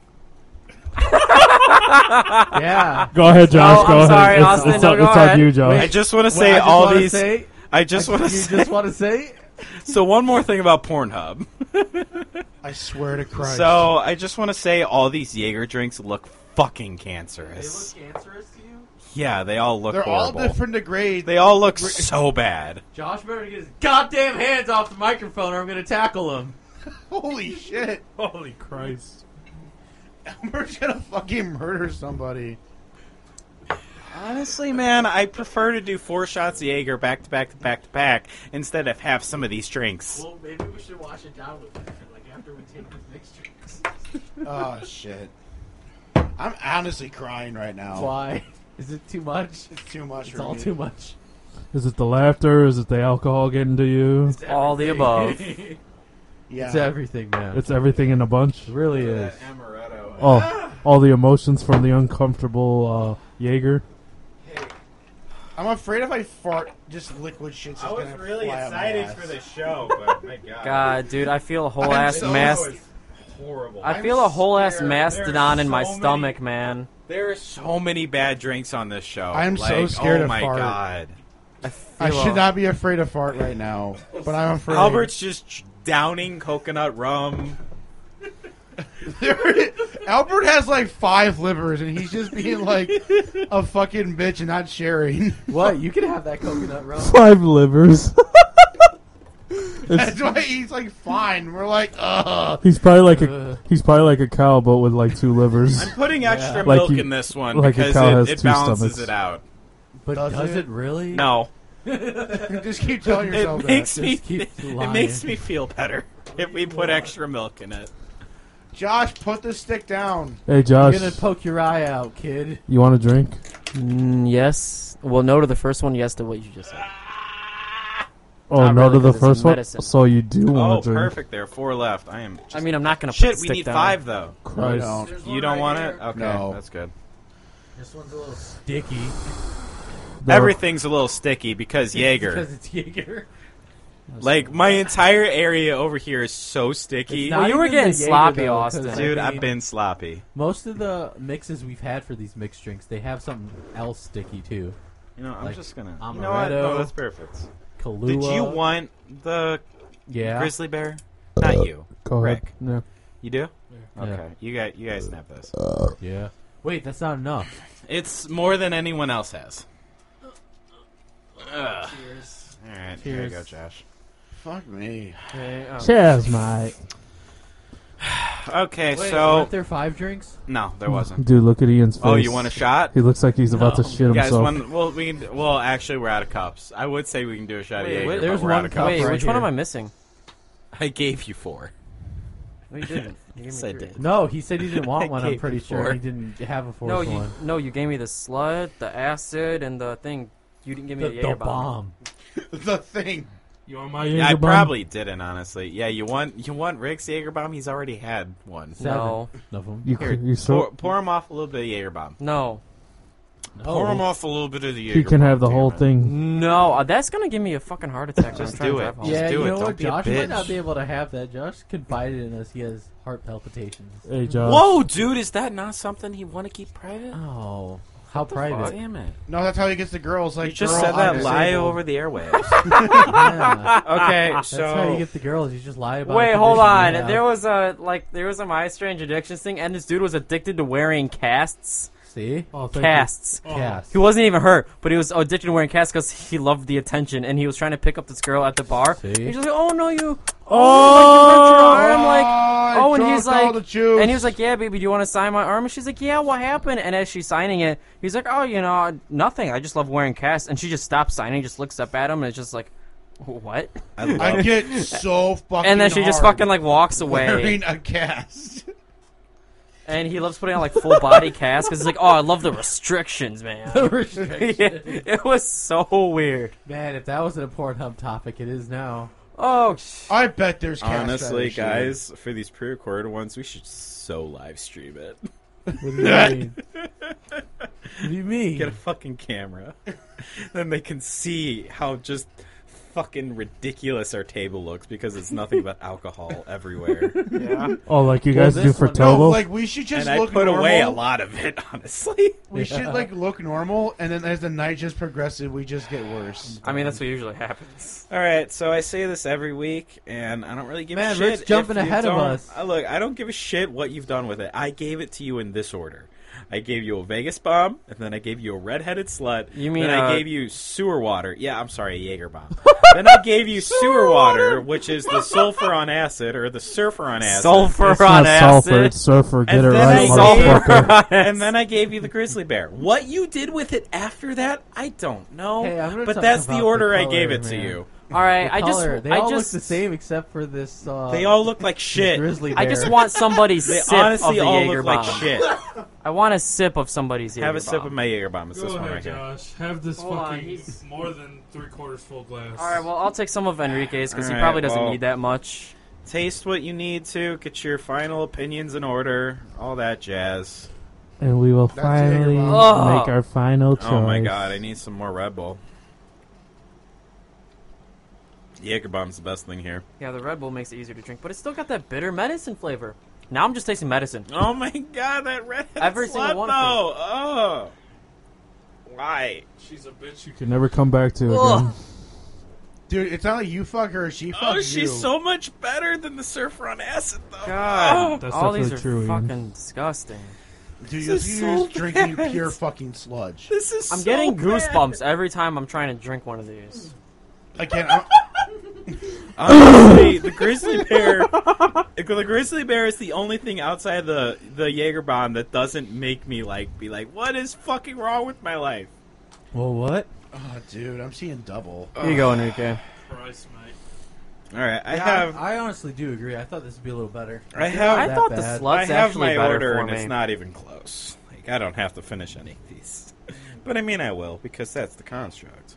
D: yeah.
F: go ahead, Josh.
E: Oh, I'm
F: go ahead.
E: sorry,
F: it's,
E: Austin,
F: It's,
E: no,
F: on-
E: go
F: it's
E: ahead.
F: on you, Josh.
A: I just want to
D: Wait,
A: say
D: I just
A: all
D: wanna
A: these.
D: Say,
A: I just want to
D: you
A: say.
D: just want to say?
A: so one more thing about Pornhub.
C: I swear to Christ.
A: So I just want to say all these Jaeger drinks look fucking cancerous.
D: cancerous to you?
A: yeah, they all look
C: they're
A: horrible.
C: all different degrades.
A: They all look so bad.
D: Josh better get his goddamn hands off the microphone or I'm going to tackle him.
C: Holy shit.
F: Holy Christ!
C: Elmer's gonna fucking murder somebody.
A: Honestly, man, I prefer to do four shots of Jaeger back to back to back to back instead of half some of these drinks.
D: Well, maybe we should wash it down with that, like after we take the next drinks.
C: Oh shit. I'm honestly crying right now.
D: Why? Is it too much?
C: It's too much
D: It's
C: for
D: all
C: me.
D: too much.
F: Is it the laughter? Is it the alcohol getting to you?
E: All the above.
C: Yeah.
D: It's everything, man.
F: It's everything in a bunch.
D: It really is.
A: amaretto.
F: Oh, all the emotions from the uncomfortable uh, Jaeger.
C: I'm afraid if I fart, just liquid shit's just gonna fly out my ass.
A: show, but my god.
E: God, dude, I feel a whole
C: I'm
E: ass
C: so-
E: mass.
A: Horrible.
E: I feel a whole ass
A: scared.
E: mastodon in my
A: There's so
E: stomach, man.
A: There are so many bad drinks on this show.
C: I am so
A: Like,
C: scared
A: oh
C: of
A: my
C: fart.
A: god.
E: I, feel
C: I should not be afraid of fart right now, but I'm afraid.
A: Albert's just downing coconut rum.
C: Albert has like five livers, and he's just being like a fucking bitch and not sharing.
D: What? You can have that coconut rum.
F: Five livers.
C: That's why he's like fine. We're like, ugh.
F: He's probably like a he's probably like a cow, but with like two livers.
A: I'm putting extra
F: Like
A: milk
F: you-
A: in this one
F: like your
A: because
F: cow has
A: it, it
F: two
A: balances
F: stomachs.
A: it out.
D: But
C: Does
D: does,
C: it?
D: it? really?
A: No,
C: just keep telling
A: it
C: yourself that.
A: makes
D: Just
A: me.
D: keep
A: It
D: lying.
A: makes me feel better if we put extra milk in it.
C: Josh, put the stick down.
F: Hey
D: You're
F: Josh,
D: gonna poke your eye out, kid.
F: you want a drink?
E: Mm, yes. Well, no to the first one. Yes to what you just said.
F: Oh,
E: Not
F: no
E: really,
F: to the
E: 'cause it's
F: first one.
E: medicine.
F: So you do
A: Oh,
F: want a drink?
A: perfect. There are four left. I am.
E: I mean, I'm not gonna. put
A: Shit,
E: the
A: we
E: stick
A: need
E: down.
A: five though.
F: Christ.
C: No, don't.
A: You don't want it? Okay,
C: No.
A: that's good.
D: This one's a little sticky
F: No.
A: Everything's a little sticky because Jaeger.
D: because it's Jaeger.
A: Like my entire area over here is so sticky.
D: It's not
E: Well, you were
D: even
E: getting
D: the Jaeger,
E: sloppy,
D: though, 'cause,
E: Austin.
D: I
A: Dude, I've
D: mean,
A: been sloppy.
D: Most of the mixes we've had for these mixed drinks, they have something else sticky too.
A: You know, I'm
D: Like,
A: just gonna.
D: amaretto.
A: You know what? No, that's perfect.
D: Kahlua.
A: Did you want the
D: Yeah.
A: grizzly bear? Not you.
F: Go ahead.
A: Rick.
F: Yeah.
A: You do?
D: Yeah.
A: Okay. You got. You guys snap this.
D: Yeah. Wait, that's not enough.
A: It's more than anyone else has. Ugh. All right. Here you
D: Cheers.
A: go, Josh.
C: Fuck me.
E: Okay, um,
F: Cheers, mate.
A: Okay,
D: Wait,
A: so
D: weren't there five drinks?
A: no, there wasn't.
F: Dude, look at Ian's face.
A: Oh, you want a shot?
F: He looks like he's about to shit
A: You guys,
F: himself.
A: one. Well, we. Can, well, actually, we're out of cups. I would say we can do a shot
E: Wait,
A: of Jaeger,
E: wait,
A: but
D: there's
A: we're out
D: one
A: of
D: cup.
A: cups.
E: Wait,
D: right
E: which one
D: here.
E: am I missing?
A: I gave you four.
E: No, you didn't. You gave
A: Yes,
E: me
A: I
E: three.
A: did.
D: No, he said he didn't want one. I'm
A: Gave
D: pretty
A: you
D: sure
A: four.
D: he didn't have a fourth
E: No, you
D: one.
E: no, you gave me the slut, the acid, and the thing. You didn't give me
D: The,
E: the, Jaeger
D: the bomb.
C: The thing.
F: You want my
A: Yeah, I probably didn't, honestly. Yeah, you want you want Rick's Jaegerbomb? He's already had one.
D: Seven
E: No.
D: of them.
F: You,
A: Here,
F: you
A: pour,
F: so
A: pour him off a little bit of Jaegerbomb.
E: No,
A: Pour him off a little bit of the Jaeger.
F: he can have the whole thing.
E: no, uh, that's gonna give me a fucking heart attack. when
A: Just
E: I'm trying
A: do
E: to
A: it.
E: drive home.
A: Just
D: yeah,
A: do
D: you
A: it.
D: know
A: Don't
D: what?
A: be a
D: Josh
A: bitch.
D: might not be able to have that. Josh confided in us. He has heart palpitations.
F: Hey, Josh.
A: Whoa, dude, is that not something he want to keep private?
F: Uh,
D: Oh, how
A: Fuck.
D: private.
A: Damn it.
C: No, that's how he gets the girls. Like
A: You just
C: girl,
A: said that
C: I'm
A: lie
C: disabled.
A: over the airwaves.
D: Yeah.
A: okay,
D: That's how you get the girls. You just lie about.
E: Wait,
D: a
E: hold on.
D: condition you have.
E: There was a like there was a My Strange Addictions thing, and this dude was addicted to wearing casts.
D: See,
F: Oh, thank you.
E: Casts.
D: Cast.
E: He wasn't even hurt, but he was addicted to wearing casts because he loved the attention, and he was trying to pick up this girl at the bar.
D: See?
E: He's like, "Oh no, you! Oh, like, you ripped your arm!" Like,
C: I
E: oh, and
C: drunk
E: he's
C: all
E: like,
C: the juice.
E: and he was like, "Yeah, baby, do you want to sign my arm?" And she's like, "Yeah, what happened?" And as she's signing it, he's like, "Oh, you know, nothing. I just love wearing casts." And she just stops signing, just looks up at him, and it's just like, "What?"
C: I get so fucking.
E: And then she just
C: hard
E: fucking like walks away.
C: wearing a cast.
E: and he loves putting out like full body casts because he's like, oh, I love the restrictions, man. it was so weird.
D: Man, if that wasn't a Pornhub topic, it is now.
E: Oh, sh-
C: I bet there's cast
A: Honestly,
C: fetish, dude.
A: guys, for these pre-recorded ones, we should so live stream it.
F: What do you mean?
D: What do you mean?
A: Get a fucking camera, then they can see how just fucking ridiculous our table looks because it's nothing but alcohol everywhere.
F: Oh, like you
D: Well,
F: guys do
D: this
F: for
D: one- No,
C: No,
F: Togo?
C: like we should just
A: and I
C: look
A: put
C: normal.
A: away a lot of it, honestly.
C: We should like look normal, and then as the night just progresses, we just get worse.
E: I mean, that's what usually happens.
A: All right, so I say this every week, and I don't really give
D: Man,
A: a shit.
D: Rick's jumping
A: if you
D: ahead of
A: don't-
D: us.
A: I- look, I don't give a shit what you've done with it. I gave it to you in this order. I gave you a Vegas bomb, and then I gave you a redheaded slut.
E: You mean,
A: Then I
E: uh,
A: gave you sewer water. Yeah, I'm sorry, a Jaeger bomb. then I gave you sewer water, which is the sulfur on acid or the surfer on acid.
E: Sulfur
F: It's
E: on
F: not
E: acid.
F: sulfur, it's surfer. Get
A: And
F: it
A: then
F: right,
A: I gave-
F: motherfucker.
A: and then I gave you the grizzly bear. What you did with it after that, I don't know.
D: Hey, I'm gonna
A: but
D: talk
A: that's
D: about
A: the
D: the
A: order I
D: color,
A: gave it to
D: man.
A: you.
E: All right,
D: The
E: I just,
D: color, they
E: I
D: all
E: just,
D: look the same except for this. Uh,
A: They all look like
D: this
A: shit.
D: Grizzly
E: I
D: bear.
E: just want somebody's
A: They
E: sip of
A: honestly
E: the
A: all
E: Jaeger
A: look
E: bomb.
A: like shit.
E: I want a sip of somebody's Jaeger
A: Have a sip of my Jaeger bomb. It's
F: Go
A: this one
F: ahead,
A: right here.
F: Josh. Have this
E: Hold on,
F: fucking
E: he's-
F: more than three quarters full glass.
E: All right, well, I'll take some of Enrique's because he
A: All right,
E: probably doesn't
A: well-
E: need that much.
A: Taste what you need to. Get your final opinions in order. All that jazz.
F: and we will
C: That's it, you're
F: finally make
E: welcome. Ugh.
F: our final choice.
A: Oh my god, I need some more Red Bull. Jaeger bomb's the best thing here.
E: Yeah, the Red Bull makes it easier to drink, but it's still got that bitter medicine flavor. Now I'm just tasting medicine.
A: Oh my god, that red
E: Every single
A: slut,
E: one of
A: though. Oh, why?
F: She's a bitch you can never come back to
E: Ugh.
F: again.
C: Dude, it's not like you fuck her; she fucks
A: Oh,
C: you.
A: she's so much better than the surfer on acid, though. Oh,
E: God,
F: That's
E: all these are
F: definitely true, Ian.
E: fucking disgusting.
A: This
C: Dude, you're
A: is
C: you're just
A: so
C: drinking
A: bad.
C: pure fucking sludge.
A: This is.
E: I'm
A: so
E: getting
A: bad.
E: goosebumps every time I'm trying to drink one of these.
C: Again, I'm,
A: Honestly, the grizzly bear, the grizzly bear is the only thing outside the the Jaeger bomb that doesn't make me like be like, what is fucking wrong with my life?
D: Well, what?
C: oh, dude, I'm seeing double.
E: Here you go, Enrique.
F: Price, mate.
A: All right, I
D: Yeah,
A: have
D: I honestly do agree. I thought this would be a little better.
A: I
E: I
A: have
D: that
E: thought the
D: bad.
A: I
E: slut's
A: have
E: actually
A: my
E: better
A: order,
E: for
A: and
E: me.
A: it's not even close. Like I don't have to finish any of these, but I mean I will because that's the construct.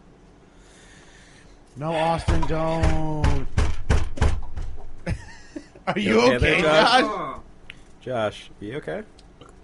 C: No, Austin, don't. Are you,
A: You okay
C: okay,
A: there, Josh?
C: Josh?
A: Josh, you okay?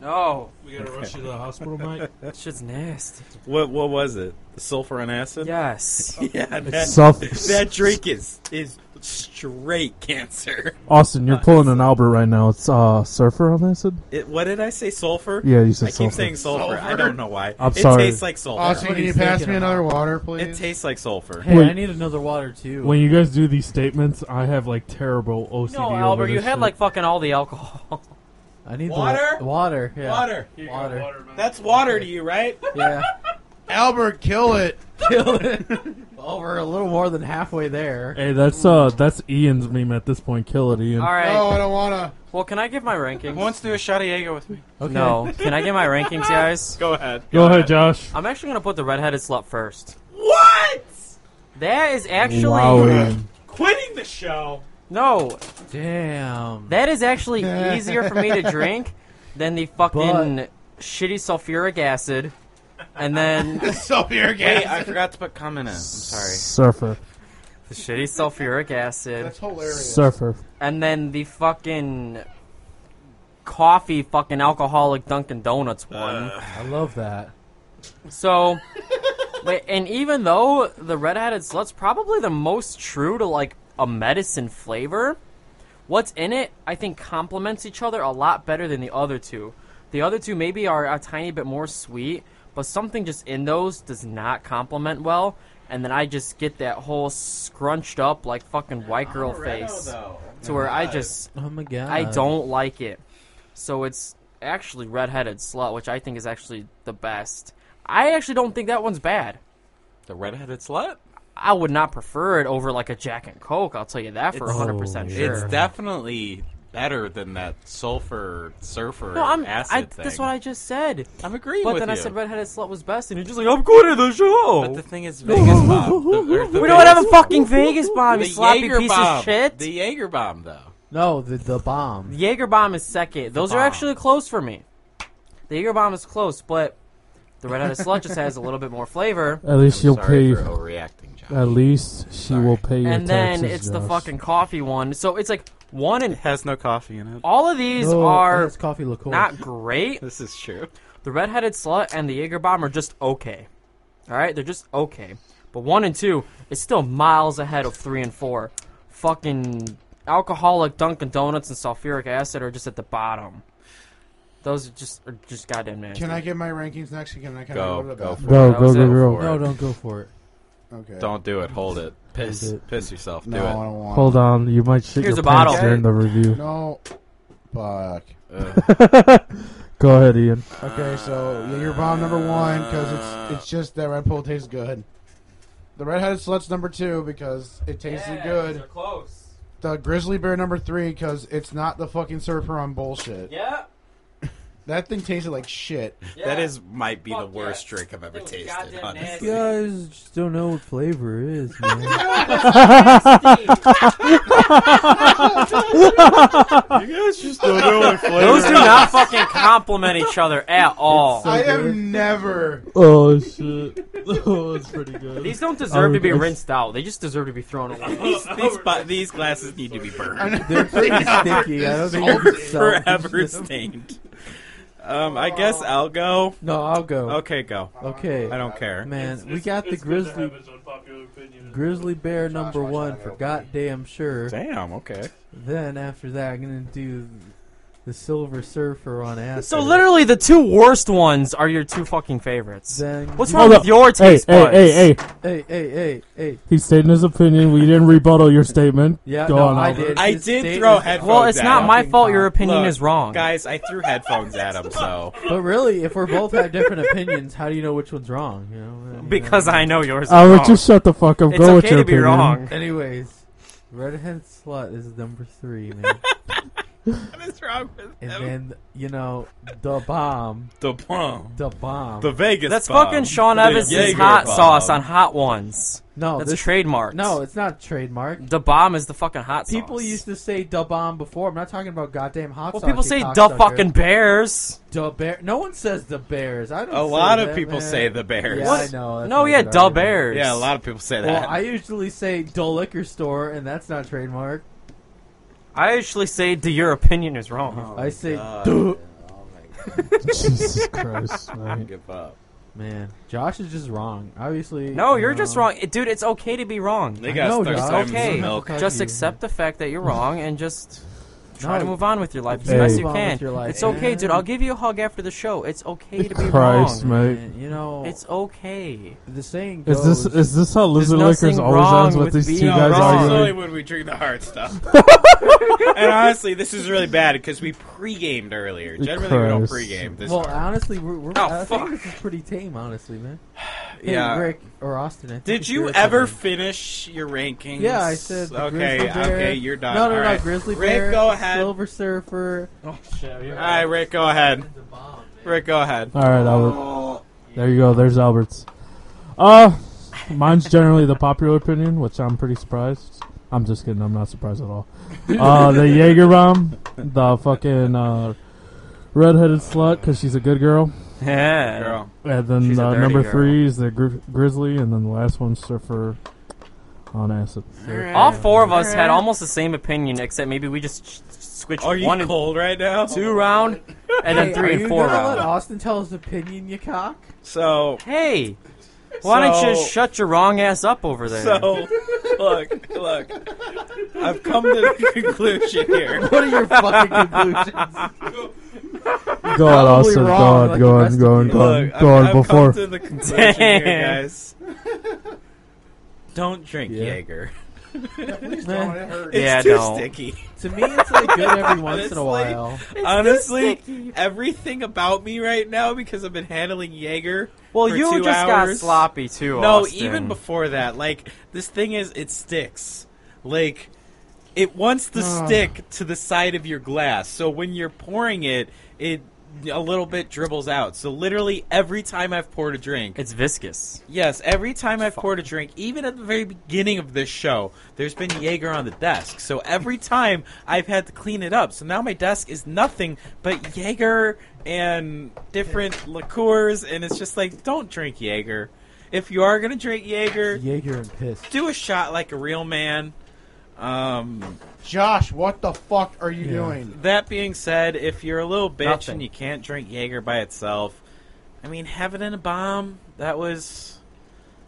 E: No,
F: We gotta rush you to the hospital, Mike.
E: that shit's nasty.
A: What what was it? The sulfur on acid?
E: Yes.
A: yeah. That, that
F: That
A: drink is is straight cancer.
F: Austin, you're pulling an Albert right now. It's uh, surfer on acid.
A: It, what did I say? Sulfur?
F: Yeah, you
A: I
F: said
A: keep
F: sulfur.
A: saying sulfur. I
C: Sulfur?
A: don't know why.
F: I'm
A: it
F: sorry.
A: tastes like sulfur.
C: Austin,
D: what
C: can you
D: he's
C: pass
D: thinking
C: me another
D: about.
C: water,
A: it
C: please?
A: tastes like sulfur.
D: Hey,
F: Wait.
D: I need another water too.
F: When you guys do these statements, I have like terrible OCD.
E: No,
F: over
E: Albert,
F: this
E: you had
F: shit.
E: like fucking all the alcohol.
D: I need the
A: Water?
D: wa- water. Yeah.
A: Water.
D: Water.
A: That's water to you, right?
D: Yeah.
C: Albert, kill it.
D: Kill it. well, we're a little more than halfway there.
F: Hey, that's uh, that's Ian's meme at this point. Kill it, Ian.
E: All right.
C: No, I don't wanna.
E: Well, can I give my rankings?
A: do a shot of Jaeger with me?
D: Okay.
E: No. Can I give my rankings, guys?
A: Go ahead.
F: Go ahead, Josh.
E: I'm actually gonna put the redheaded slut first.
A: What?
E: That is actually
F: Wow, Ian.
A: Quitting the show.
E: no.
D: Damn.
E: That is actually easier for me to drink than the fucking shitty sulfuric acid. And then the
C: So here again.
A: Hey, I forgot to put cum in it. I'm sorry.
F: Surfer,
E: shitty sulfuric acid.
C: That's hilarious.
F: surfer.
E: And then the fucking coffee fucking alcoholic Dunkin' Donuts one.
D: I love that.
E: So, wait, and even though the red-headed slut's probably the most true to like a medicine flavor, what's in it I think complements each other a lot better than the other two. The other two maybe are a tiny bit more sweet, but something just in those does not complement well. And then I just get that whole scrunched up like fucking white girl face to where I just
D: Oh my god.
B: Uh,
E: I don't like it. So it's actually redheaded slut, which I think is actually the best. I actually don't think that one's bad.
B: The redheaded slut?
E: I would not prefer it over like a Jack and Coke. I'll tell you that for
B: It's-
E: hundred percent
D: Oh,
E: sure.
B: It's definitely better than that sulfur surfer
E: no, I'm.
B: acid
E: I,
B: thing.
E: that's what I just said.
B: I'm agreeing
E: But
B: with
E: then
B: you.
E: I said redheaded slut was best, and you're just like, "Oh, I'm going to the show.
B: But the thing is, Vegas bomb. The, or the
E: we don't have a
B: Vegas-
E: fucking Vegas bomb, you sloppy
B: Jaeger
E: piece
B: bomb.
E: of shit.
B: The Jaeger bomb, though.
D: No, the the bomb.
E: Jaeger bomb is second. Those are actually close for me. The Jaeger bomb is close, but the redheaded slut just has a little bit more flavor.
F: At least
A: I'm
F: you'll
A: sorry
F: pay.
A: for overreacting, John.
F: At least she will pay your
E: and then
F: taxes,
E: it's the
F: Josh.
E: fucking coffee one. So it's like one and
A: has no coffee in it.
E: all of these
D: No,
E: are
D: it's Oh, coffee liqueur.
E: not great.
A: This is true.
E: The redheaded slut and the Jaeger bomb are just okay. All right, they're just okay. But one and two is still miles ahead of three and four. Fucking alcoholic Dunkin' Donuts and sulfuric acid are just at the bottom. Those are just are just goddamn nasty.
C: Can I get my rankings next? Can I kind
A: Go,
C: of
A: go for
F: Go,
E: That
F: go,
E: was
F: go,
E: it.
F: go.
A: Or-
D: No, don't go for it.
C: Okay.
A: Don't do it. Hold it. Piss.
F: Hold
A: Piss yourself.
C: No,
A: do
C: I
A: it.
C: don't want.
F: Hold on, you might shit
E: Here's
F: your
E: a bottle.
F: pants during the review.
C: No. Fuck.
A: Ugh.
F: Go ahead, Ian.
C: Okay, so yeah, your bomb number one because it's it's just that red pill tastes good. The redheaded slut's number two because it tasted good.
E: close.
C: The grizzly bear number three because it's not the fucking surfer on bullshit.
E: Yeah.
C: That thing tasted like shit.
A: That is might be the
E: Fuck
A: worst
E: yeah.
A: drink I've ever
E: It was
A: tasted.
E: goddamn
A: Honestly.
E: nasty.
D: guys just don't know what flavor it is, man.
A: You guys just don't know what
E: Those do not fucking complement each other at all.
C: I have never.
F: Oh shit! oh, it's pretty good.
E: These don't deserve to be
F: Oh, it's-
E: rinsed out. They just deserve to be thrown away.
A: these, these, bo- these glasses need to be burned
D: They're pretty stinky. I don't think I could sell them.
A: forever stained. Um, I guess I'll go.
D: No, I'll go.
A: Okay, go.
D: Okay.
A: I don't care.
D: Man, we got the grizzly grizzly bear number
C: watch
D: one
C: that
D: for
C: open.
D: goddamn sure.
A: Damn. Okay.
D: Then after that, I'm gonna do the Silver Surfer on acid.
E: So literally, the two worst ones are your two fucking favorites.
D: Then
E: What's
D: you-
E: wrong
F: Hold
E: with
F: up.
E: your
F: Hey,
E: taste
F: hey,
E: buds?
F: hey, hey!
D: Hey, hey, hey, hey.
F: He stated his opinion. We didn't rebuttal your statement.
D: Yeah,
F: Go
D: no,
F: on,
D: I
F: Albert.
D: did.
A: I
D: His
A: did
D: state
A: throw
D: is-
A: headphones.
E: Well, it's
A: at
E: not
A: him.
E: my fault. Your opinion
A: Look,
E: is wrong.
A: Guys, I threw headphones at him, so
D: But really, if we're both have different opinions, how do you know which one's wrong? You know. you
E: because
D: know.
E: I know yours. Is
F: Albert,
E: wrong.
F: just shut the fuck up.
E: it's
F: go with
E: okay
F: your
E: to be
F: opinion.
E: wrong.
D: uh, Anyways, redhead slut is number three, man.
A: what is wrong with
D: and then you know the bomb,
A: The bomb.
D: the bomb.
A: The Vegas.
E: That's
A: bomb.
E: fucking Sean
A: The
E: Evans'
A: Jaeger
E: hot
A: bomb.
E: sauce on hot ones.
F: Oh,
D: no,
E: That's
D: this,
E: trademarked.
D: no, it's not trademark.
E: the bomb is the fucking hot sauce.
D: People used to say da bomb before. I'm not talking about goddamn hot
E: Well,
D: sauce,
E: people
D: you
E: say the
D: cocksucker."
E: fucking bears.
D: Da bear. No one says the bears. I don't.
A: A
D: say
A: lot of
D: that,
A: people
D: man.
A: say the Bears.
D: Yeah, I know. that's
E: No,
D: not
E: yeah,
D: good
E: the
D: argument.
E: bears.
A: Yeah, a lot of people say that.
D: Well, I usually say dull liquor store, and that's not trademark.
E: I actually say the your opinion is
F: Oh.
E: wrong.
D: I say,
A: Dude.
F: Jesus Christ, man.
A: Give up.
D: man, Josh is just wrong. Obviously,
E: No,
D: you
E: you're
D: know.
E: just wrong, It- dude. It's okay to be wrong.
A: They
D: I
A: got
D: know,
A: stuck
D: dog.
A: Simon's
E: Okay.
A: milk.
D: Fuck
E: just
D: you.
E: accept the fact that you're wrong and just try
D: No.
E: to move on with your life as
F: Hey.
E: best you
D: Move on
E: can.
D: with your life,
E: It's okay,
D: man.
E: dude. I'll give you a hug after the show. It's okay to be
F: Christ,
E: wrong.
F: mate.
D: Man, you know,
E: It's okay.
D: the saying
F: Is
D: goes.
F: this is this how Lizard
E: There's
F: Lickers
E: nothing
F: always
E: wrong
F: ends with
E: with
F: these
E: being
F: two guys
E: wrong.
A: This is
F: arguing?
A: only when we drink the hard stuff. and honestly, this is really bad because we pre-gamed earlier. Generally, we don't
F: Christ.
A: pre-game this.
D: well,
A: hard.
D: honestly, we're, we're
A: Oh,
D: I
A: fuck.
D: think this is pretty tame, honestly, man. Hey,
A: yeah.
D: Rick or Austin. I think
A: Did
D: if
A: you
D: you're
A: ever
D: something-
A: finish your rankings?
D: Yeah, I said. the
A: okay,
D: grizzly bear.
A: okay, you're done.
D: No, no,
A: All
D: no.
A: right.
D: Grizzly
A: Rick,
D: bear.
A: go ahead.
D: Silver Surfer.
A: All right, Rick, go ahead. Rick, go ahead.
F: All right, Albert. There you go. There's Albert's. Uh, mine's generally the popular opinion, which I'm pretty surprised. I'm just kidding. I'm not surprised at all. Uh, the Jaeger bomb, the fucking uh, redheaded slut, because she's a good girl.
E: Yeah.
A: Girl,
F: And then
E: She's a
F: uh,
E: dirty
F: number
E: girl.
F: three is the gri- grizzly, and then the last one's surfer on acid.
E: All four of us had almost the same opinion, except maybe we just sh- switched
A: are Oh, you
E: one and
A: cold right now?
E: two round, and then
D: Hey,
E: three
D: are
E: and
D: you
E: four
D: gonna
E: round.
D: let Austin tell his opinion, you cock?
A: So,
E: Hey, why don't you
A: So-
E: shut your wrong ass up over there?
A: so look, look. I've come to the conclusion here.
D: What are your fucking conclusions?
F: Go on,
D: Probably
F: Austin. Go
D: wrong,
F: on,
D: like
F: go
D: the
F: on,
D: rest
F: go
D: of
F: on,
D: you.
F: go on,
A: Look,
F: go
A: I've,
F: on.
A: I've come
F: Before
A: to the conclusion here,
E: Damn.
A: guys. Don't drink
D: Yeah.
A: Jaeger.
D: Man,
A: It's
E: Yeah,
A: too
E: don't.
A: sticky.
D: to me, it's like good every once in a
A: Honestly,
D: while.
A: Honestly, everything about me right now because I've been handling Jaeger.
E: well,
A: for
E: you
A: two
E: just got
A: hours.
E: sloppy too.
A: No,
E: Austin.
A: even before that, like this thing is, it sticks. Like it wants to stick to the side of your glass. So when you're pouring it, it a little bit dribbles out. So literally every time I've poured a drink,
E: It's viscous.
A: yes, every time I've poured a drink, even at the very beginning of this show, there's been Jaeger on the desk. So every time I've had to clean it up. So now my desk is nothing but Jaeger and different liqueurs, and it's just like, don't drink Jaeger. If you are gonna drink Jaeger,
D: Jaeger and piss.
A: do a shot like a real man. Um,
C: Josh, what the fuck are you doing?
A: that being said, if you're a little bitch
E: Nothing.
A: and you can't drink Jaeger by itself, I mean, have it in a bomb. That was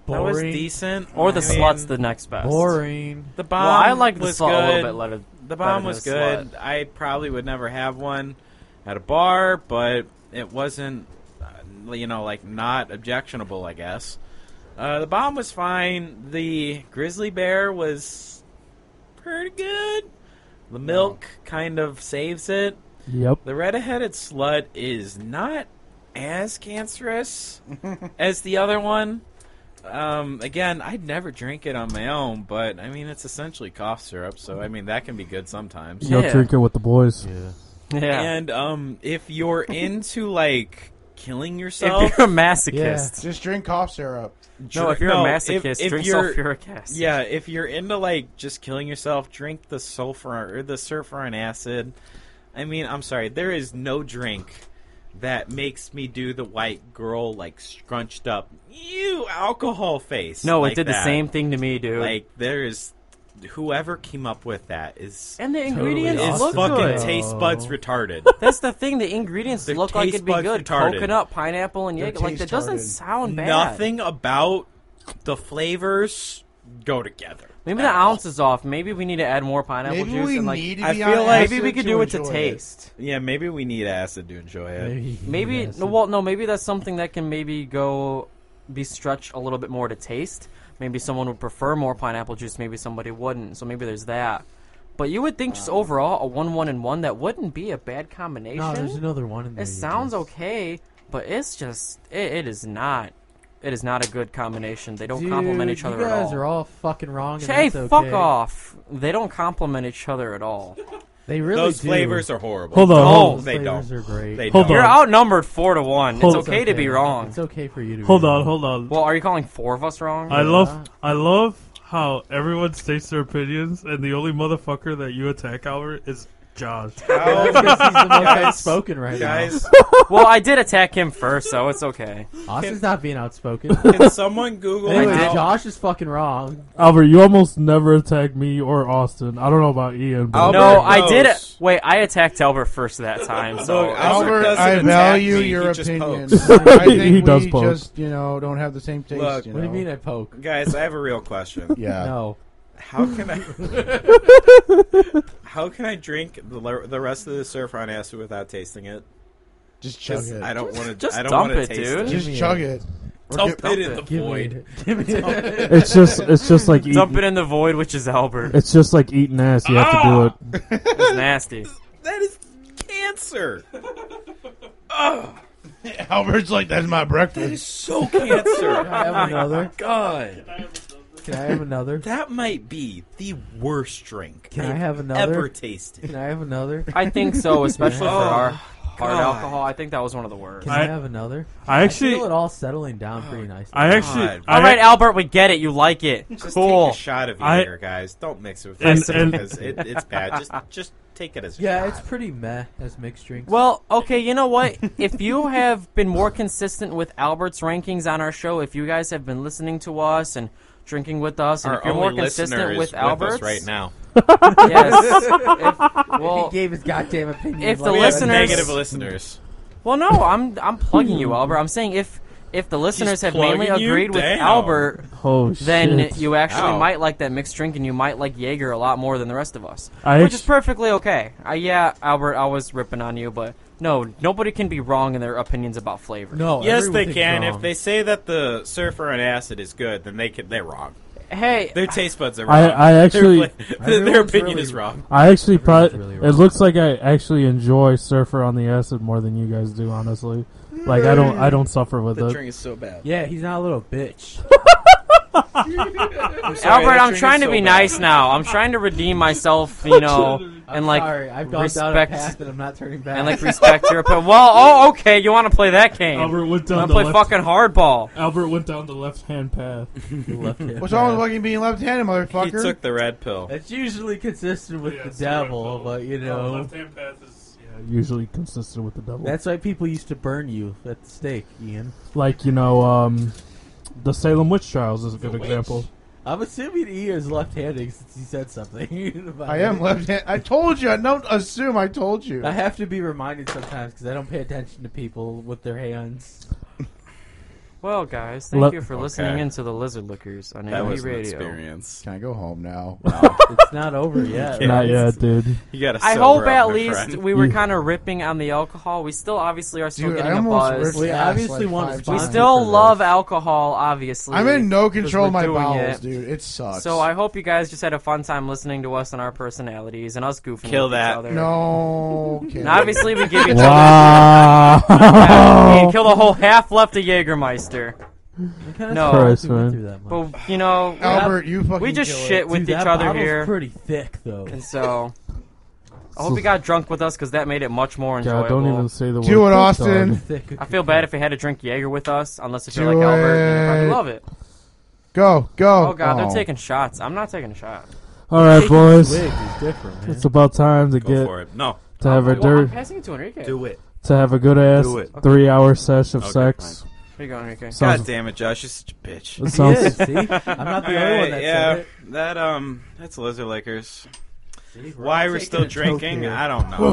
A: that was
D: Boring.
A: decent.
E: Or the
A: I mean,
E: slut's the next best.
D: Boring.
A: the
E: Well,
A: bomb.
E: I like the
A: was
E: slut
A: good.
E: a little bit better.
A: The bomb
E: better
A: was
E: than the
A: good. I probably would never have one at a bar, but it wasn't, uh, you know, like not objectionable. I guess uh, the bomb was fine. The grizzly bear was pretty good. The milk kind of saves it.
F: Yep.
A: The red-headed slut is not as cancerous as the other one. Um, again, I'd never drink it on my own, but I mean, it's essentially cough syrup, so I mean that can be good sometimes.
F: You'll
E: Yeah.
F: drink it with the boys.
B: Yeah.
E: Yeah.
A: And um, if you're into like killing yourself,
E: if you're a masochist.
C: Just drink cough syrup.
E: No, if you're a
A: if-
E: masochist,
A: if
E: drink
A: you're-
E: sulfuric acid.
A: Yeah, if you're into like just killing yourself, drink the sulfur or the surfuron acid. I mean, I'm sorry, there is no drink that makes me do the white girl like scrunched up you alcohol face.
E: No,
A: like
E: it did the
A: that.
E: same thing to me, dude.
A: Like there is whoever came up with that is
E: and the
D: Totally
E: ingredients
A: is
D: awesome.
E: look
A: fucking
E: good.
A: taste buds retarded.
E: That's the thing. The ingredients
A: Their
E: look like
A: taste
E: it'd be
A: buds
E: good.
A: retarded.
E: Coconut, pineapple, and
C: Their
E: yogurt. Like
C: taste
E: that doesn't
C: retarded.
E: sound bad.
A: Nothing about the flavors go together.
E: Maybe the ounce is off. Maybe we need to add more pineapple
C: Maybe
E: juice.
C: we
E: and like,
C: need
A: I
C: to be
A: feel
C: on
A: like-
E: maybe
C: acid
E: we could do it to
C: enjoy
E: taste.
A: Yeah, maybe we need acid to enjoy it.
D: Maybe.
E: Maybe
D: yes.
E: no. Well, no. Maybe that's something that can maybe go be stretched a little bit more to taste. Maybe someone would prefer more pineapple juice. Maybe somebody wouldn't. So maybe there's that. But you would think just overall a one one and one that wouldn't be a bad combination.
D: Um, No, there's another one in there.
E: It
D: you
E: sounds
D: guys.
E: okay, but it's just it, it is not. It is not a good combination. They don't complement
D: Dude,
E: each other
D: You
E: at
D: guys
E: all.
D: are all fucking wrong. and
E: hey,
D: that's okay.
E: fuck off! They don't complement each other at all.
D: They really
A: Those
D: do.
A: flavors are horrible.
F: Hold on,
E: No,
F: hold,
A: they
D: flavors
A: don't.
D: are great.
A: They
F: Hold
A: don't.
E: You're
F: on.
E: outnumbered four to one.
F: Hold-
E: it's okay to be wrong.
D: It's okay for you to.
F: hold
D: be
F: on,
D: wrong.
F: hold on.
E: Well, are you calling four of us wrong?
F: I love, I love how everyone states their opinions, and the only motherfucker that you attack, Albert, is Josh.
A: Oh,
D: Because he's the most
A: Guys,
D: outspoken right
A: guys,
E: well, I did attack him first, so it's okay.
D: now. Austin's not being outspoken.
A: can someone Google
D: anyway,
A: how?
D: Josh is fucking wrong.
F: Albert, you almost never attack me or Austin. I don't know about Ian, but
A: Albert-
E: no, I did it.
A: knows.
E: Wait, I attacked Albert first that time, so
A: Look,
C: Albert,
A: doesn't
C: I
A: attack
C: value
A: me, he
C: your
A: just
C: opinion.
A: pokes.
C: I think
F: He
C: we
F: does poke.
C: just, you know, don't have the same taste.
A: Look,
C: you
D: What do you
C: know?
D: mean I poke?
A: Guys, I have a real question.
C: Yeah.
D: No.
A: How can I? how can I drink the le- the rest of the saffron acid without tasting it?
C: Just chug
A: Just,
C: it.
A: I don't want to.
E: just
A: I don't
E: dump
A: want to
E: it,
A: taste
E: dude.
A: it.
C: Just
D: Give me
C: chug it. Or
A: Dump,
E: dump
A: it in
E: it.
A: the
D: Give me
A: void.
D: it. Give me it.
F: it's just, it's just like
E: dump
F: eating,
E: it in the void, which is Albert.
F: it's just like eating ass. You have to do it.
E: It's nasty.
A: That is cancer.
G: Albert's like, that's my
A: That
G: breakfast.
A: is so cancer.
D: Can I have another?
A: God,
D: Can I have another?
A: that might be the worst drink
D: Can I
A: I've
D: have another?
A: ever tasted.
D: Can I have another?
E: I think so, especially for
A: Oh,
E: our hard
A: God.
E: alcohol. I think that was one of the worst.
D: Can I,
F: I-
D: have another?
F: I
D: I feel it
F: actually,
D: all settling down pretty nicely.
F: I actually,
A: God.
F: I,
E: All right, Albert, we get it. You like it.
A: Just
E: cool.
A: take a shot of
F: I-
A: Jaeger, guys. Don't mix it with
F: And-
A: acid
F: and-
A: because it, it's bad. Just just take it as a
D: yeah,
A: shot.
D: it's pretty meh as mixed drinks.
E: Well, okay, you know what? if you have been more consistent with Albert's rankings on our show, if you guys have been listening to us and drinking with us, and
A: Our
E: if you're
A: only
E: more consistent
A: listener is
E: with Albert's
A: us right now.
E: yes. If- well,
D: he gave his goddamn opinion.
E: if the
D: like
A: we
D: that.
E: listeners-
A: have negative listeners.
E: well, no, I'm I'm plugging you, Albert. I'm saying if if the listeners have mainly
A: plugging you?
E: agreed with
A: Damn.
E: Albert,
F: oh
E: then
F: shit.
E: you actually
A: Ow.
E: might like that mixed drink, and you might like Jaeger a lot more than the rest of us,
F: I
E: which is
F: actu-
E: perfectly okay. Uh, yeah, Albert, I was ripping on you, but no, nobody can be wrong in their opinions about flavor.
D: no,
A: Yes, they
D: everything's
A: can.
D: wrong.
A: If they say that the surfer and acid is good, then they can, they're wrong.
E: Hey,
A: Their taste buds are wrong.
F: I- I
A: Their
F: actually-
A: pla- their,
D: Everyone's
A: opinion
D: really-
A: is wrong.
F: I actually probably.
D: really
F: it
D: wrong.
F: looks like I actually enjoy Surfer on the Acid more than you guys do. Honestly, like I don't, I don't suffer with it.
A: is so bad.
D: yeah, he's not a little bitch.
A: sorry,
E: Albert,
A: that
E: I'm
A: drink
E: trying
A: is
E: to
A: so
E: be
A: bad.
E: nice now. I'm trying to redeem myself, you know,
D: I'm
E: and like
D: sorry, I've gone down a
E: respect
D: path that I'm not turning back.
E: and like respect your opponent. Well, oh, okay, you want to play that game?
F: Albert went
E: you
F: down
E: want
F: the
E: to play
F: left.
E: fucking hardball?
F: Albert went down the left-hand path.
D: left hand.
C: What's wrong with fucking being left-handed,
A: He
C: motherfucker?
A: took the red pill.
D: That's usually consistent with
F: Yeah,
D: the
F: it's the right
D: devil,
F: vote.
D: but you know.
F: left-hand path is yeah, usually consistent with the devil.
D: That's why people used to burn you at the stake, Ian.
F: like you know, um, the Salem witch trials is a good example.
D: I'm assuming Ian is left-handed since he said something. about
C: I am
D: it.
C: left-handed. I told you. I don't assume. I told you.
D: I have to be reminded sometimes because I don't pay attention to people with their hands.
E: Well, guys, thank
F: Let-
E: you for listening
A: Okay.
E: in to the Lizard Lookers on
A: That
E: AOE
A: was an
E: Radio.
A: experience.
C: Can I go home now?
D: It's not over yet.
A: Yeah.
F: Not
D: right?
F: yet, dude.
A: You got to.
E: I hope at least
A: friend.
E: we were
F: Yeah.
E: kind of ripping on the alcohol. We still obviously are still
C: Dude, I
E: getting a
C: almost
E: buzz.
C: ripped
E: We
D: We
C: ass,
D: obviously
C: like,
D: want
C: five
D: sponsors.
C: times.
E: still
D: for this.
E: love alcohol, obviously.
C: I'm in no control of
E: we're
C: my
E: doing
C: bowels,
E: it.
C: dude. It sucks.
E: So I hope you guys just had a fun time listening to us and our personalities and us goofing
A: Kill
E: with each
A: that.
E: other.
C: no. okay.
E: And obviously we give each other we
F: Wow.
E: kill the whole half left of Jägermeister.
D: I'm kinda
E: No.
D: surprised
F: Christ,
D: we went
F: man.
D: through that much.
E: But you know, we-
C: Albert, you fucking.
E: we just
C: kill it.
E: shit with
D: Dude,
E: each
D: that
E: other
D: bottle's
E: here,
D: Pretty thick though.
E: and so I hope you got drunk with us because that made it much more enjoyable.
F: God, don't even say the word.
C: Do it,
F: fuck,
C: Austin.
F: dog.
D: Thick.
E: I feel bad if you had to drink Jaeger with us, unless if you're
C: Do
E: like Albert, and I
C: it.
E: probably love it.
C: Go, go.
E: Oh god, they're taking shots. I'm not taking a shot.
F: All right, boys.
D: Wig is different. Man.
F: It's about time to
A: go
F: get
A: for it. No,
F: to have a
E: Well, I'm
F: dirt
E: passing it to Enrique. Here
A: do it.
F: to have a good ass
A: Do it.
F: three hour sesh of
A: Okay,
F: sex.
E: you go, Enrique.
A: God
F: Sounds,
A: damn it, Josh! You're such a bitch.
F: it
D: Yeah,
F: sounds
D: see, I'm not the only one
A: Alright,
D: that
A: yeah,
D: said it.
A: that um, that's lizard liquors.
D: See, we're
A: Why
D: all
A: we're
D: taking
A: still
D: a toke
A: drinking?
D: here.
A: I don't know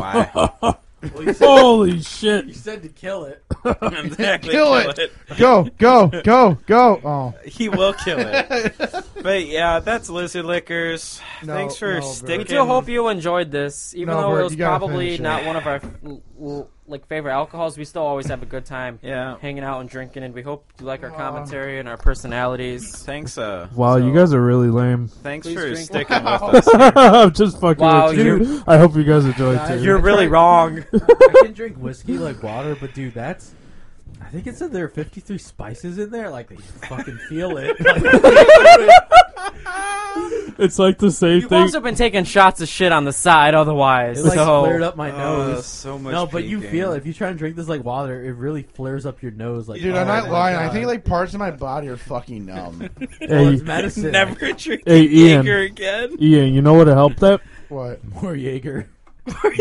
A: why.
D: Well, you, said,
F: holy shit.
D: you said to kill it.
A: exactly,
C: Kill it. Go, go, go, go. Oh,
A: He will kill it. but yeah, that's lizard liquors.
C: No,
A: Thanks for
C: no, Bert.
A: sticking.
E: We do hope you enjoyed this, even
C: No,
E: though
C: Bert,
E: it was
C: you gotta
E: probably
C: finish it.
E: not one of our l- l- like favorite alcohols. We still always have a good time
A: Yeah.
E: hanging out and drinking, and we hope you like our commentary and our personalities.
A: Thanks. Uh.
F: Wow, you
A: so-
F: guys are really lame.
A: Thanks
E: Please
A: for
E: drink.
A: sticking with
D: Oh,
A: us. here.
F: I'm just fucking
E: Wow,
F: with you. I hope you guys enjoy it
D: Guys,
F: too.
D: You're really
E: wrong.
D: I can drink whiskey like water, but dude, that's. I think it said there are 53 spices in there. Like, they fucking feel it.
F: it's like the same
E: You've
F: thing.
E: also been taking shots of shit on the side, otherwise.
D: it like
E: so
D: flared up my
A: Oh,
D: nose.
A: so much.
D: No, but you
A: peeking.
D: feel it. If you try and drink this like water, it really flares up your nose. Like,
C: dude,
D: oh
C: I'm
D: my
C: not lying. I
D: God.
C: think like parts of my body are fucking numb.
D: well,
F: hey,
D: it's medicine.
A: Never drink
F: hey, Ian.
A: Jaeger again.
F: Ian, you know what helped that?
C: what?
D: More Jaeger.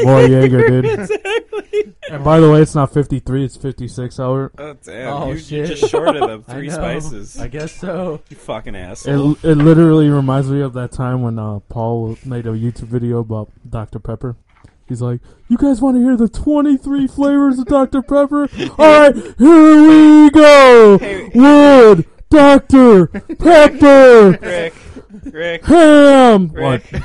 F: More Jaeger, dude. And by the way, it's not 53, it's 56 hour.
A: Oh damn!
D: Oh,
A: you,
D: shit.
A: you just shorted of
D: I
A: three
D: know.
A: spices.
D: I guess so.
A: You fucking
F: It,
A: asshole.
F: it literally reminds me of that time when uh, Paul made a YouTube video about Dr. Pepper. He's like, You guys want to hear the 23 flavors of Dr. Pepper? Alright, here we go! Wood, Dr. Pepper,
A: Rick, Rick,
F: ham!
A: Rick.
F: What?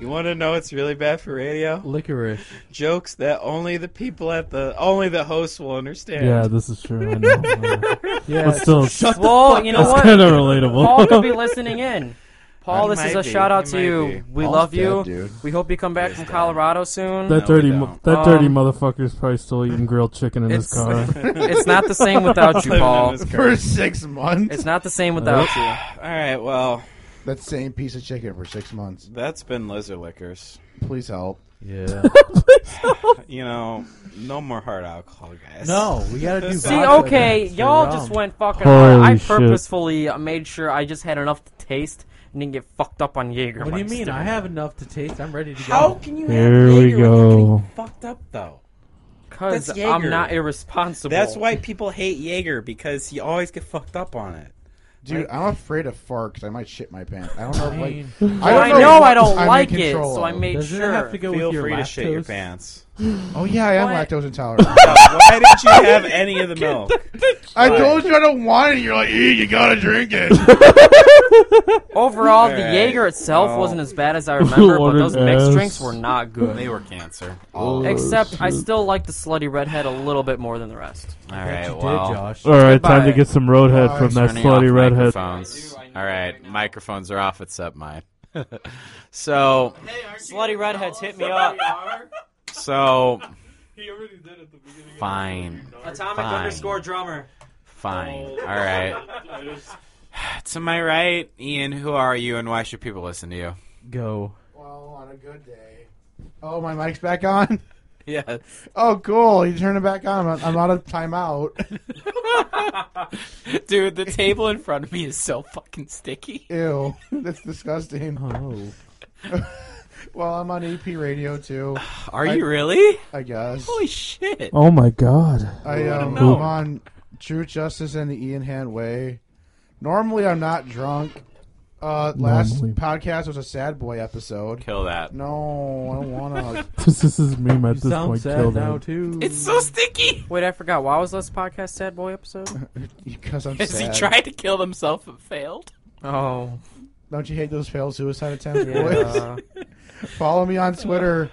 A: you want to know what's really bad for radio?
D: Licorice.
A: jokes that only the people at the only the hosts will understand.
F: Yeah, this is true. I know.
D: Yeah.
F: But still, it's
D: shut
E: well, you know what?
F: kind of
E: Paul could be
F: relatable.
E: listening in. Paul,
A: He
E: this is
A: might
E: a
A: be.
E: shout out
A: He
E: to
A: might
E: you.
A: be.
E: We
C: Paul's
E: love
C: dead,
E: you.
C: dude.
E: we hope you come back from Colorado soon.
F: That
A: No,
F: dirty,
A: we
F: mo-
A: don't.
F: that dirty
E: Um,
F: motherfucker's probably still eating grilled chicken in his
E: it's-
F: car.
E: it's not the same without you,
A: Living in
E: Paul.
A: this
C: For
A: curse.
C: six months.
E: It's not the same without you.
A: All right, well,
C: that same piece of chicken for six months.
A: that's been lizard liquors.
C: Please help.
D: Yeah.
A: You know, no more hard alcohol, guys.
D: no, we gotta do.
E: See,
D: vodka
E: okay,
D: next or
E: y'all
D: rum.
E: just went fucking hard. I
F: Holy shit.
E: purposefully uh, made sure I just had enough to taste and didn't get fucked up on Jaeger.
D: What do you mean? I have enough to taste. I'm ready to go.
A: How can you
F: Here
A: have
F: we
A: Jaeger without
F: go.
A: getting fucked up though?
E: Because
A: That's Jaeger.
E: I'm not irresponsible.
A: That's why people hate Jaeger because you always get fucked up on it.
C: Dude, I'm afid of fart because I might shit my pants. I don't know.
D: I
C: If, like,
D: mean,
E: Well, I know, I don't like it, so I
C: made.
E: made
D: doesn't
E: sure.
D: it have to go
A: Feel
D: with your
A: free
D: lactose?
A: to shit your pants.
C: Oh yeah, I am
E: What?
C: lactose intolerant.
A: Yeah, why did you have any of the milk?
C: I
A: Why?
C: told you I don't want it. You're like, "Eh, you gotta drink it.
E: Overall, the
A: Alright.
E: Jaeger itself
A: Well.
E: wasn't as bad as I remember, but
F: What an
E: those mixed
F: ass.
E: drinks were not good.
A: They were cancer.
C: Oh.
E: Except I still like the slutty redhead a little bit more than the rest.
A: All
D: That
A: right,
D: you
A: well.
D: did, Josh.
F: All right, time
E: Goodbye.
F: to get some roadhead from that
A: Turning off
F: slutty redhead.
A: microphones. All right, microphones are off except mine. so,
E: Slutty redheads hit me up.
A: so
F: He already did at the beginning.
A: fine,
E: Atomic
A: Fine.
E: underscore drummer.
A: fine. All right. To my right, Ian, who are you and why should people listen to you?
D: Go.
C: Well, on a good day. Oh, my mic's back on.
A: Yeah.
C: Oh, cool. You turn it back on. I'm, I'm out of timeout.
A: Dude, the table in front of me is so fucking sticky.
C: Ew, that's disgusting.
D: Oh.
C: Well, I'm on AP radio too.
A: Are you really?
C: I guess.
A: Holy shit.
F: Oh my god.
C: I um, I'm
A: known?
C: on True Justice and the Ian Hand Way. Normally, I'm not drunk. Uh, last
F: Normally.
C: podcast was a sad boy episode.
A: Kill that.
C: No, I don't want to.
F: This, this is meme at
D: You
F: this
D: sound
F: point.
D: sad
F: Killed
D: now
F: it.
D: too.
A: It's so sticky.
E: Wait, I forgot. Why was this podcast sad boy episode?
C: because I'm
A: Because he
C: sad.
A: tried to kill himself but failed.
E: Oh,
C: Don't you hate those failed suicide attempts, boys?
E: yeah.
C: Follow me on Twitter.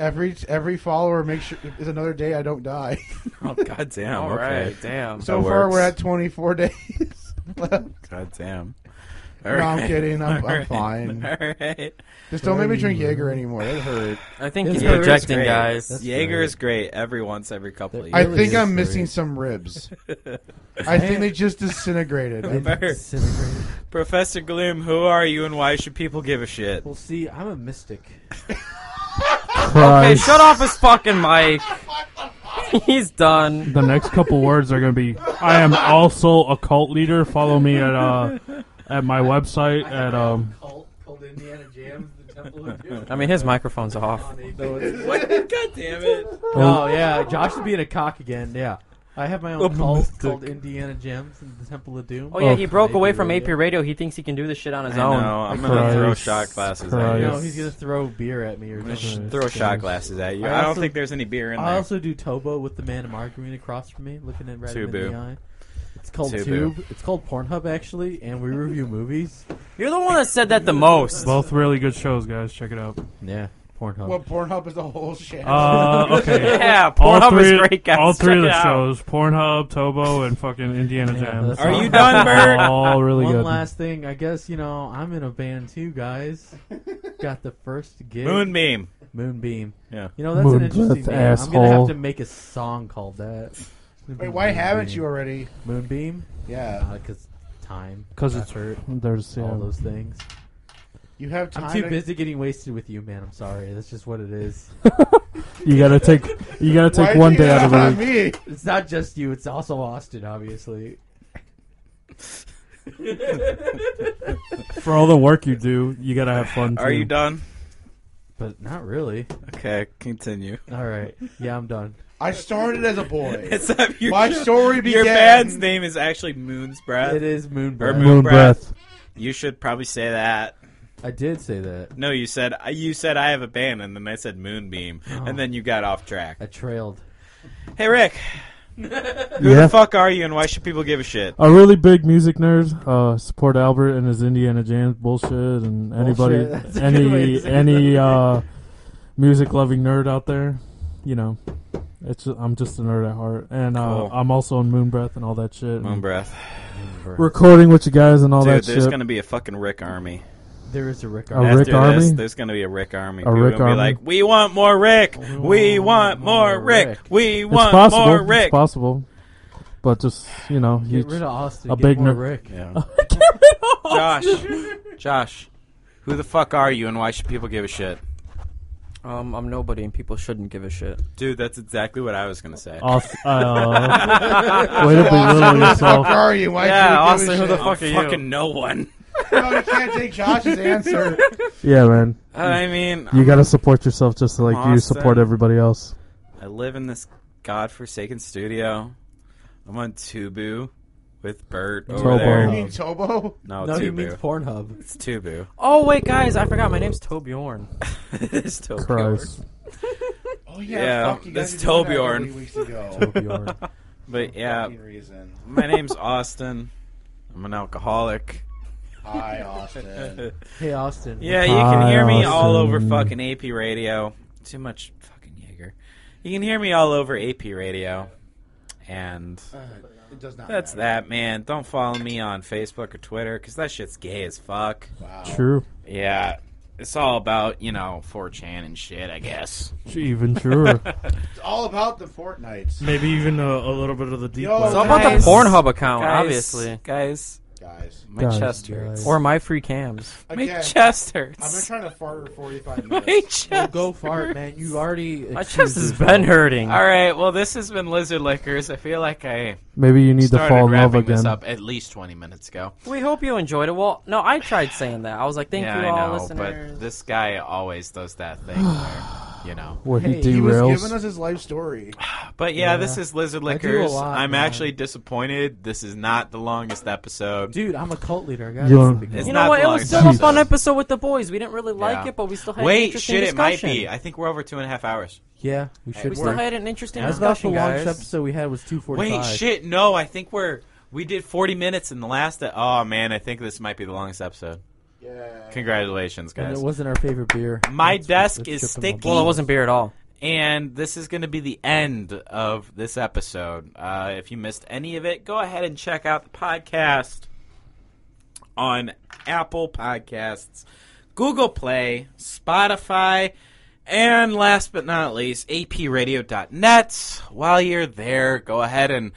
C: Every every follower makes sure is another day I don't die.
A: Oh, goddamn.
E: All right, damn.
C: So
A: That
C: far,
A: works.
C: we're at 24 days. left.
A: Goddamn.
C: No, I'm kidding. I'm, I'm fine.
A: All right.
C: Just don't make me drink Jaeger anymore. It hurt.
E: I think
D: It's
E: he's
D: great.
E: projecting,
A: It's great.
E: guys.
D: That's
A: Jaeger
D: great.
A: is great every once every couple of
D: I-
A: years.
C: I
D: really
C: think
D: is
C: I'm
D: great.
C: missing some ribs. I think they just disintegrated. I-
A: Burr.
D: Disintegrated.
A: Professor Gloom, who are you and why should people give a shit?
D: Well, see, I'm a mystic.
E: Hey,
F: Christ.
E: shut off his fucking mic. He's done.
F: The next couple words are going to be I am also a cult leader. Follow me at uh at my website at um
D: Cult called Indiana Jams, the Temple of Doom.
E: I mean, his microphone's off.
A: What? God damn it.
D: Oh yeah, Josh is being a cock again. Yeah, I have my own
E: I'm a
D: cult
E: mystic.
D: called Indiana Gems and the Temple of Doom.
E: Oh yeah, he
F: Oh.
E: broke away
D: AP
E: from AP
D: Radio.
E: Radio. He thinks he can do this shit on his
A: I
E: own.
A: know. I'm going to throw
F: Christ.
A: shot glasses
F: Christ.
A: at
D: No,
A: you.
D: he's gonna throw beer at me or
A: I'm going
D: something.
A: to throw shot glasses at you.
D: I
A: I, don't
D: also-
A: think there's any beer in there.
D: I also do Tobo with the man in margarine across from me, looking at right him in
A: Tubu.
D: the eye. It's called
A: Tubu.
D: Tube. It's called Pornhub actually, and we review movies.
E: You're the one that said that the most.
F: both really good shows, guys. Check it out.
D: Yeah, Pornhub.
C: Well, Pornhub is the whole shit.
F: Uh, okay.
E: Yeah,
F: All
E: Pornhub
F: three,
E: is great, guys.
F: all three
E: Check
F: of
E: it
F: the
E: out.
F: shows: Pornhub, Tobo, and fucking Indiana Jams.
D: that's Are all. you
A: done, Bert?
F: All really
D: One
F: good.
D: last thing, I guess you know I'm in a band too, guys. Got the first gig.
A: Moonbeam.
D: Moonbeam.
A: Yeah.
D: You know that's an
F: Moonbreath
D: interesting name. I'm gonna have
F: asshole.
D: to make a song called that.
C: Wait, why haven't you already?
D: Moonbeam?
C: Yeah,
D: Because time.
F: Because it's
D: Effort.
F: there's yeah.
D: All those things.
C: you have time.
D: I'm too
C: to-
D: busy getting wasted with you, man. I'm sorry. That's just what it is.
F: you gotta take you gotta
C: Why
F: take
C: is
F: one
C: it
F: day out of the
C: on
F: week.
C: me?
D: It's not just you. It's also Austin, obviously.
F: For all the work you do, you gotta have fun. Too.
A: Are you done?
D: But not really.
A: Okay, continue.
D: All right. Yeah, I'm done.
C: I started as a boy.
A: It's up your
C: My story
A: Your
C: began.
A: band's name is actually Moon's Breath.
D: It is Moon
A: Or
D: Breath.
A: Moon
F: Moon
A: breath.
F: breath?
A: You should probably say that.
D: I did say that.
A: No, you said uh, you said I have a band, and then I said Moonbeam, and then you got off track.
D: I trailed.
A: Hey, Rick, who
F: Yeah.
A: the fuck are you, and why should people give a shit?
F: A really big music nerd. Uh, support Albert and his Indiana Jams bullshit, and anybody,
D: Bullshit. That's a good way to
F: any
D: say
F: any
D: that.
F: uh, music loving nerd out there, you know, it's ju- I'm just a nerd at heart, and uh,
A: Cool.
F: I'm also on Moonbreath and all that shit. and
A: Moon Breath,
D: Moon Breath.
F: Recording with you guys and all
A: dude.
F: that
A: There's
F: shit.
A: gonna be a fucking Rick army.
D: There is a Rick.
F: A Rick
A: After This,
F: army?
A: there's gonna be a Rick army.
F: A
A: People
F: Rick
A: gonna be
F: army?
A: like, we want more Rick.
D: We
A: We want
D: want
A: more
D: more
A: Rick.
D: Rick."
A: We
F: It's
A: want
F: possible.
A: more Rick.
F: It's possible. But just you know, you,
D: Get rid of Austin.
F: a
D: get
F: big
D: more
F: ner-
D: Rick.
A: Yeah. Josh, Josh, who the fuck are you, and why should people give a shit?
E: Um, I'm nobody, and people shouldn't give a shit.
A: Dude, that's exactly what I was gonna say.
F: off, uh, way to belittle yourself.
C: Where are you? Why
E: Yeah,
C: should we
E: Austin,
C: give
E: who
C: a
E: the
C: shit?
E: fuck are you?
A: fucking no one.
C: No, you can't take Josh's answer.
F: Yeah, man.
A: I mean,
F: You gotta support yourself just like you support
A: Austin.
F: everybody else.
A: I live in this godforsaken studio. I'm on Tubu with Bert over
F: Tobo.
C: You
A: there.
C: mean Tobo?
A: No,
D: no,
A: Tubu.
D: he means Pornhub.
A: it's Tubu.
E: Oh wait, guys, I forgot. My name's Tobjorn.
A: it's Tobu.
F: Christ.
C: Oh yeah,
A: Yeah,
C: fuck, you
A: that's
C: guys did that
A: Torbjorn.
C: three Weeks ago.
D: Torbjorn.
A: But yeah,
C: Fucking reason.
A: my name's Austin. I'm an alcoholic.
C: Hi, Austin.
D: hey, Austin.
A: Yeah, you can
F: Hi,
A: hear me all
F: Austin.
A: over fucking AP radio. Too much fucking Jaeger. You can hear me all over AP radio. And
C: Uh, it does not.
A: that's
C: matter.
A: that, man. Don't follow me on Facebook or Twitter because that shit's gay as fuck.
C: Wow.
F: True.
A: Yeah, it's all about, you know, 4chan and shit, I guess.
F: Even truer.
C: It's all about the Fortnites.
F: Maybe even a, a little bit of the deep
C: Yo, web.
E: It's all about the
A: Guys.
E: Pornhub account,
A: Guys,
E: obviously.
A: Guys,
C: guys.
A: My
F: Guys,
A: chest hurts.
F: guys.
E: Or my free cams.
C: Again,
H: My chest
C: I've been
H: hurts.
C: trying to fart for 45
H: My
C: minutes.
H: chest.
D: Well, go fart, man. You already.
E: My
D: excused
E: chest has
D: yourself.
E: been hurting.
A: All right. Well, this has been Lizard Lickers. I feel like I
F: Maybe you need to
A: started
F: fall in love
A: wrapping this
F: again.
A: up at least twenty minutes ago.
E: We hope you enjoyed it. Well, no, I tried saying that. I was like, thank
A: yeah,
E: you
A: I
E: all,
A: know.
E: listeners.
A: But this guy always does that thing where, you know.
F: Where
D: Hey,
F: he
C: He was giving
F: derails.
C: us his life story.
A: But yeah,
D: Yeah.
A: this is Lizard
D: I do a
A: Lickers.
D: lot,
A: I'm
D: man.
A: actually disappointed. This is not the longest episode.
D: Dude, I'm a cult leader. I got
F: You don't-
D: this
A: It's
E: you
D: because-
E: know
A: not
E: what?
A: the
E: It was
A: longest
E: still a fun
A: episode.
E: episode with the boys. We didn't really like
A: Yeah.
E: it, but we still had an
A: Wait,
E: interesting
A: shit, it might
E: discussion.
A: be. I think we're over two and a half hours.
D: Yeah, we
E: we
D: should
E: still
D: work.
E: had an interesting
D: That's about the
E: discussion,
D: longest
E: guys.
D: episode we had was 245.
A: Wait, shit, no. I think we're we did 40 minutes in the last. e- oh man, I think this might be the longest episode.
I: Yeah.
A: Congratulations,
D: And
A: guys.
D: it wasn't our favorite beer.
A: My
D: That's-
A: desk
D: that's
A: is
D: tripping my
A: sticky.
E: Well, it
D: balls.
E: wasn't beer at all.
A: And this is going to be the end of this episode. Uh, if you missed any of it, go ahead and check out the podcast on Apple Podcasts, Google Play, Spotify, and last but not least, apradio.net. While you're there, go ahead and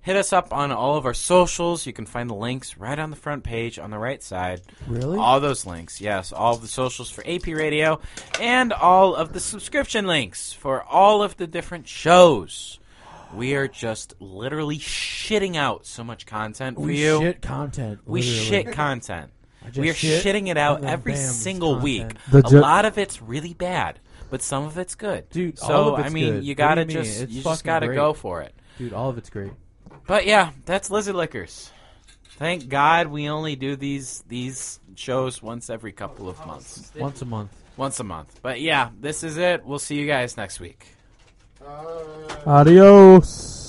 A: hit us up on all of our socials. You can find the links right on the front page on the right side.
D: Really?
A: All those links, yes. All of the socials for AP Radio and all of the subscription links for all of the different shows. We are just literally shitting out so much content for
D: we
A: you.
D: shit content.
A: we
D: literally.
A: shit content.
D: I just
A: We are
D: shit,
A: shitting it
D: and
A: out
D: then
A: every
D: bam, it's
A: single week.
D: content.
F: The
A: a
F: ju-
A: lot of it's really bad, but some of it's good.
D: Dude,
A: so
D: all of
A: I
D: it's
A: mean,
D: good.
A: you
D: What do
A: gotta
D: you mean?
A: just
D: It's
A: you just
D: fucking
A: gotta
D: great.
A: go for it.
D: Dude, all of it's great.
A: But yeah, that's Lizard Lickers. Thank God we only do these these shows once every couple of months.
D: Once a month.
A: Once a month. But yeah, this is it. We'll see you guys next week.
I: Uh,
F: Adios.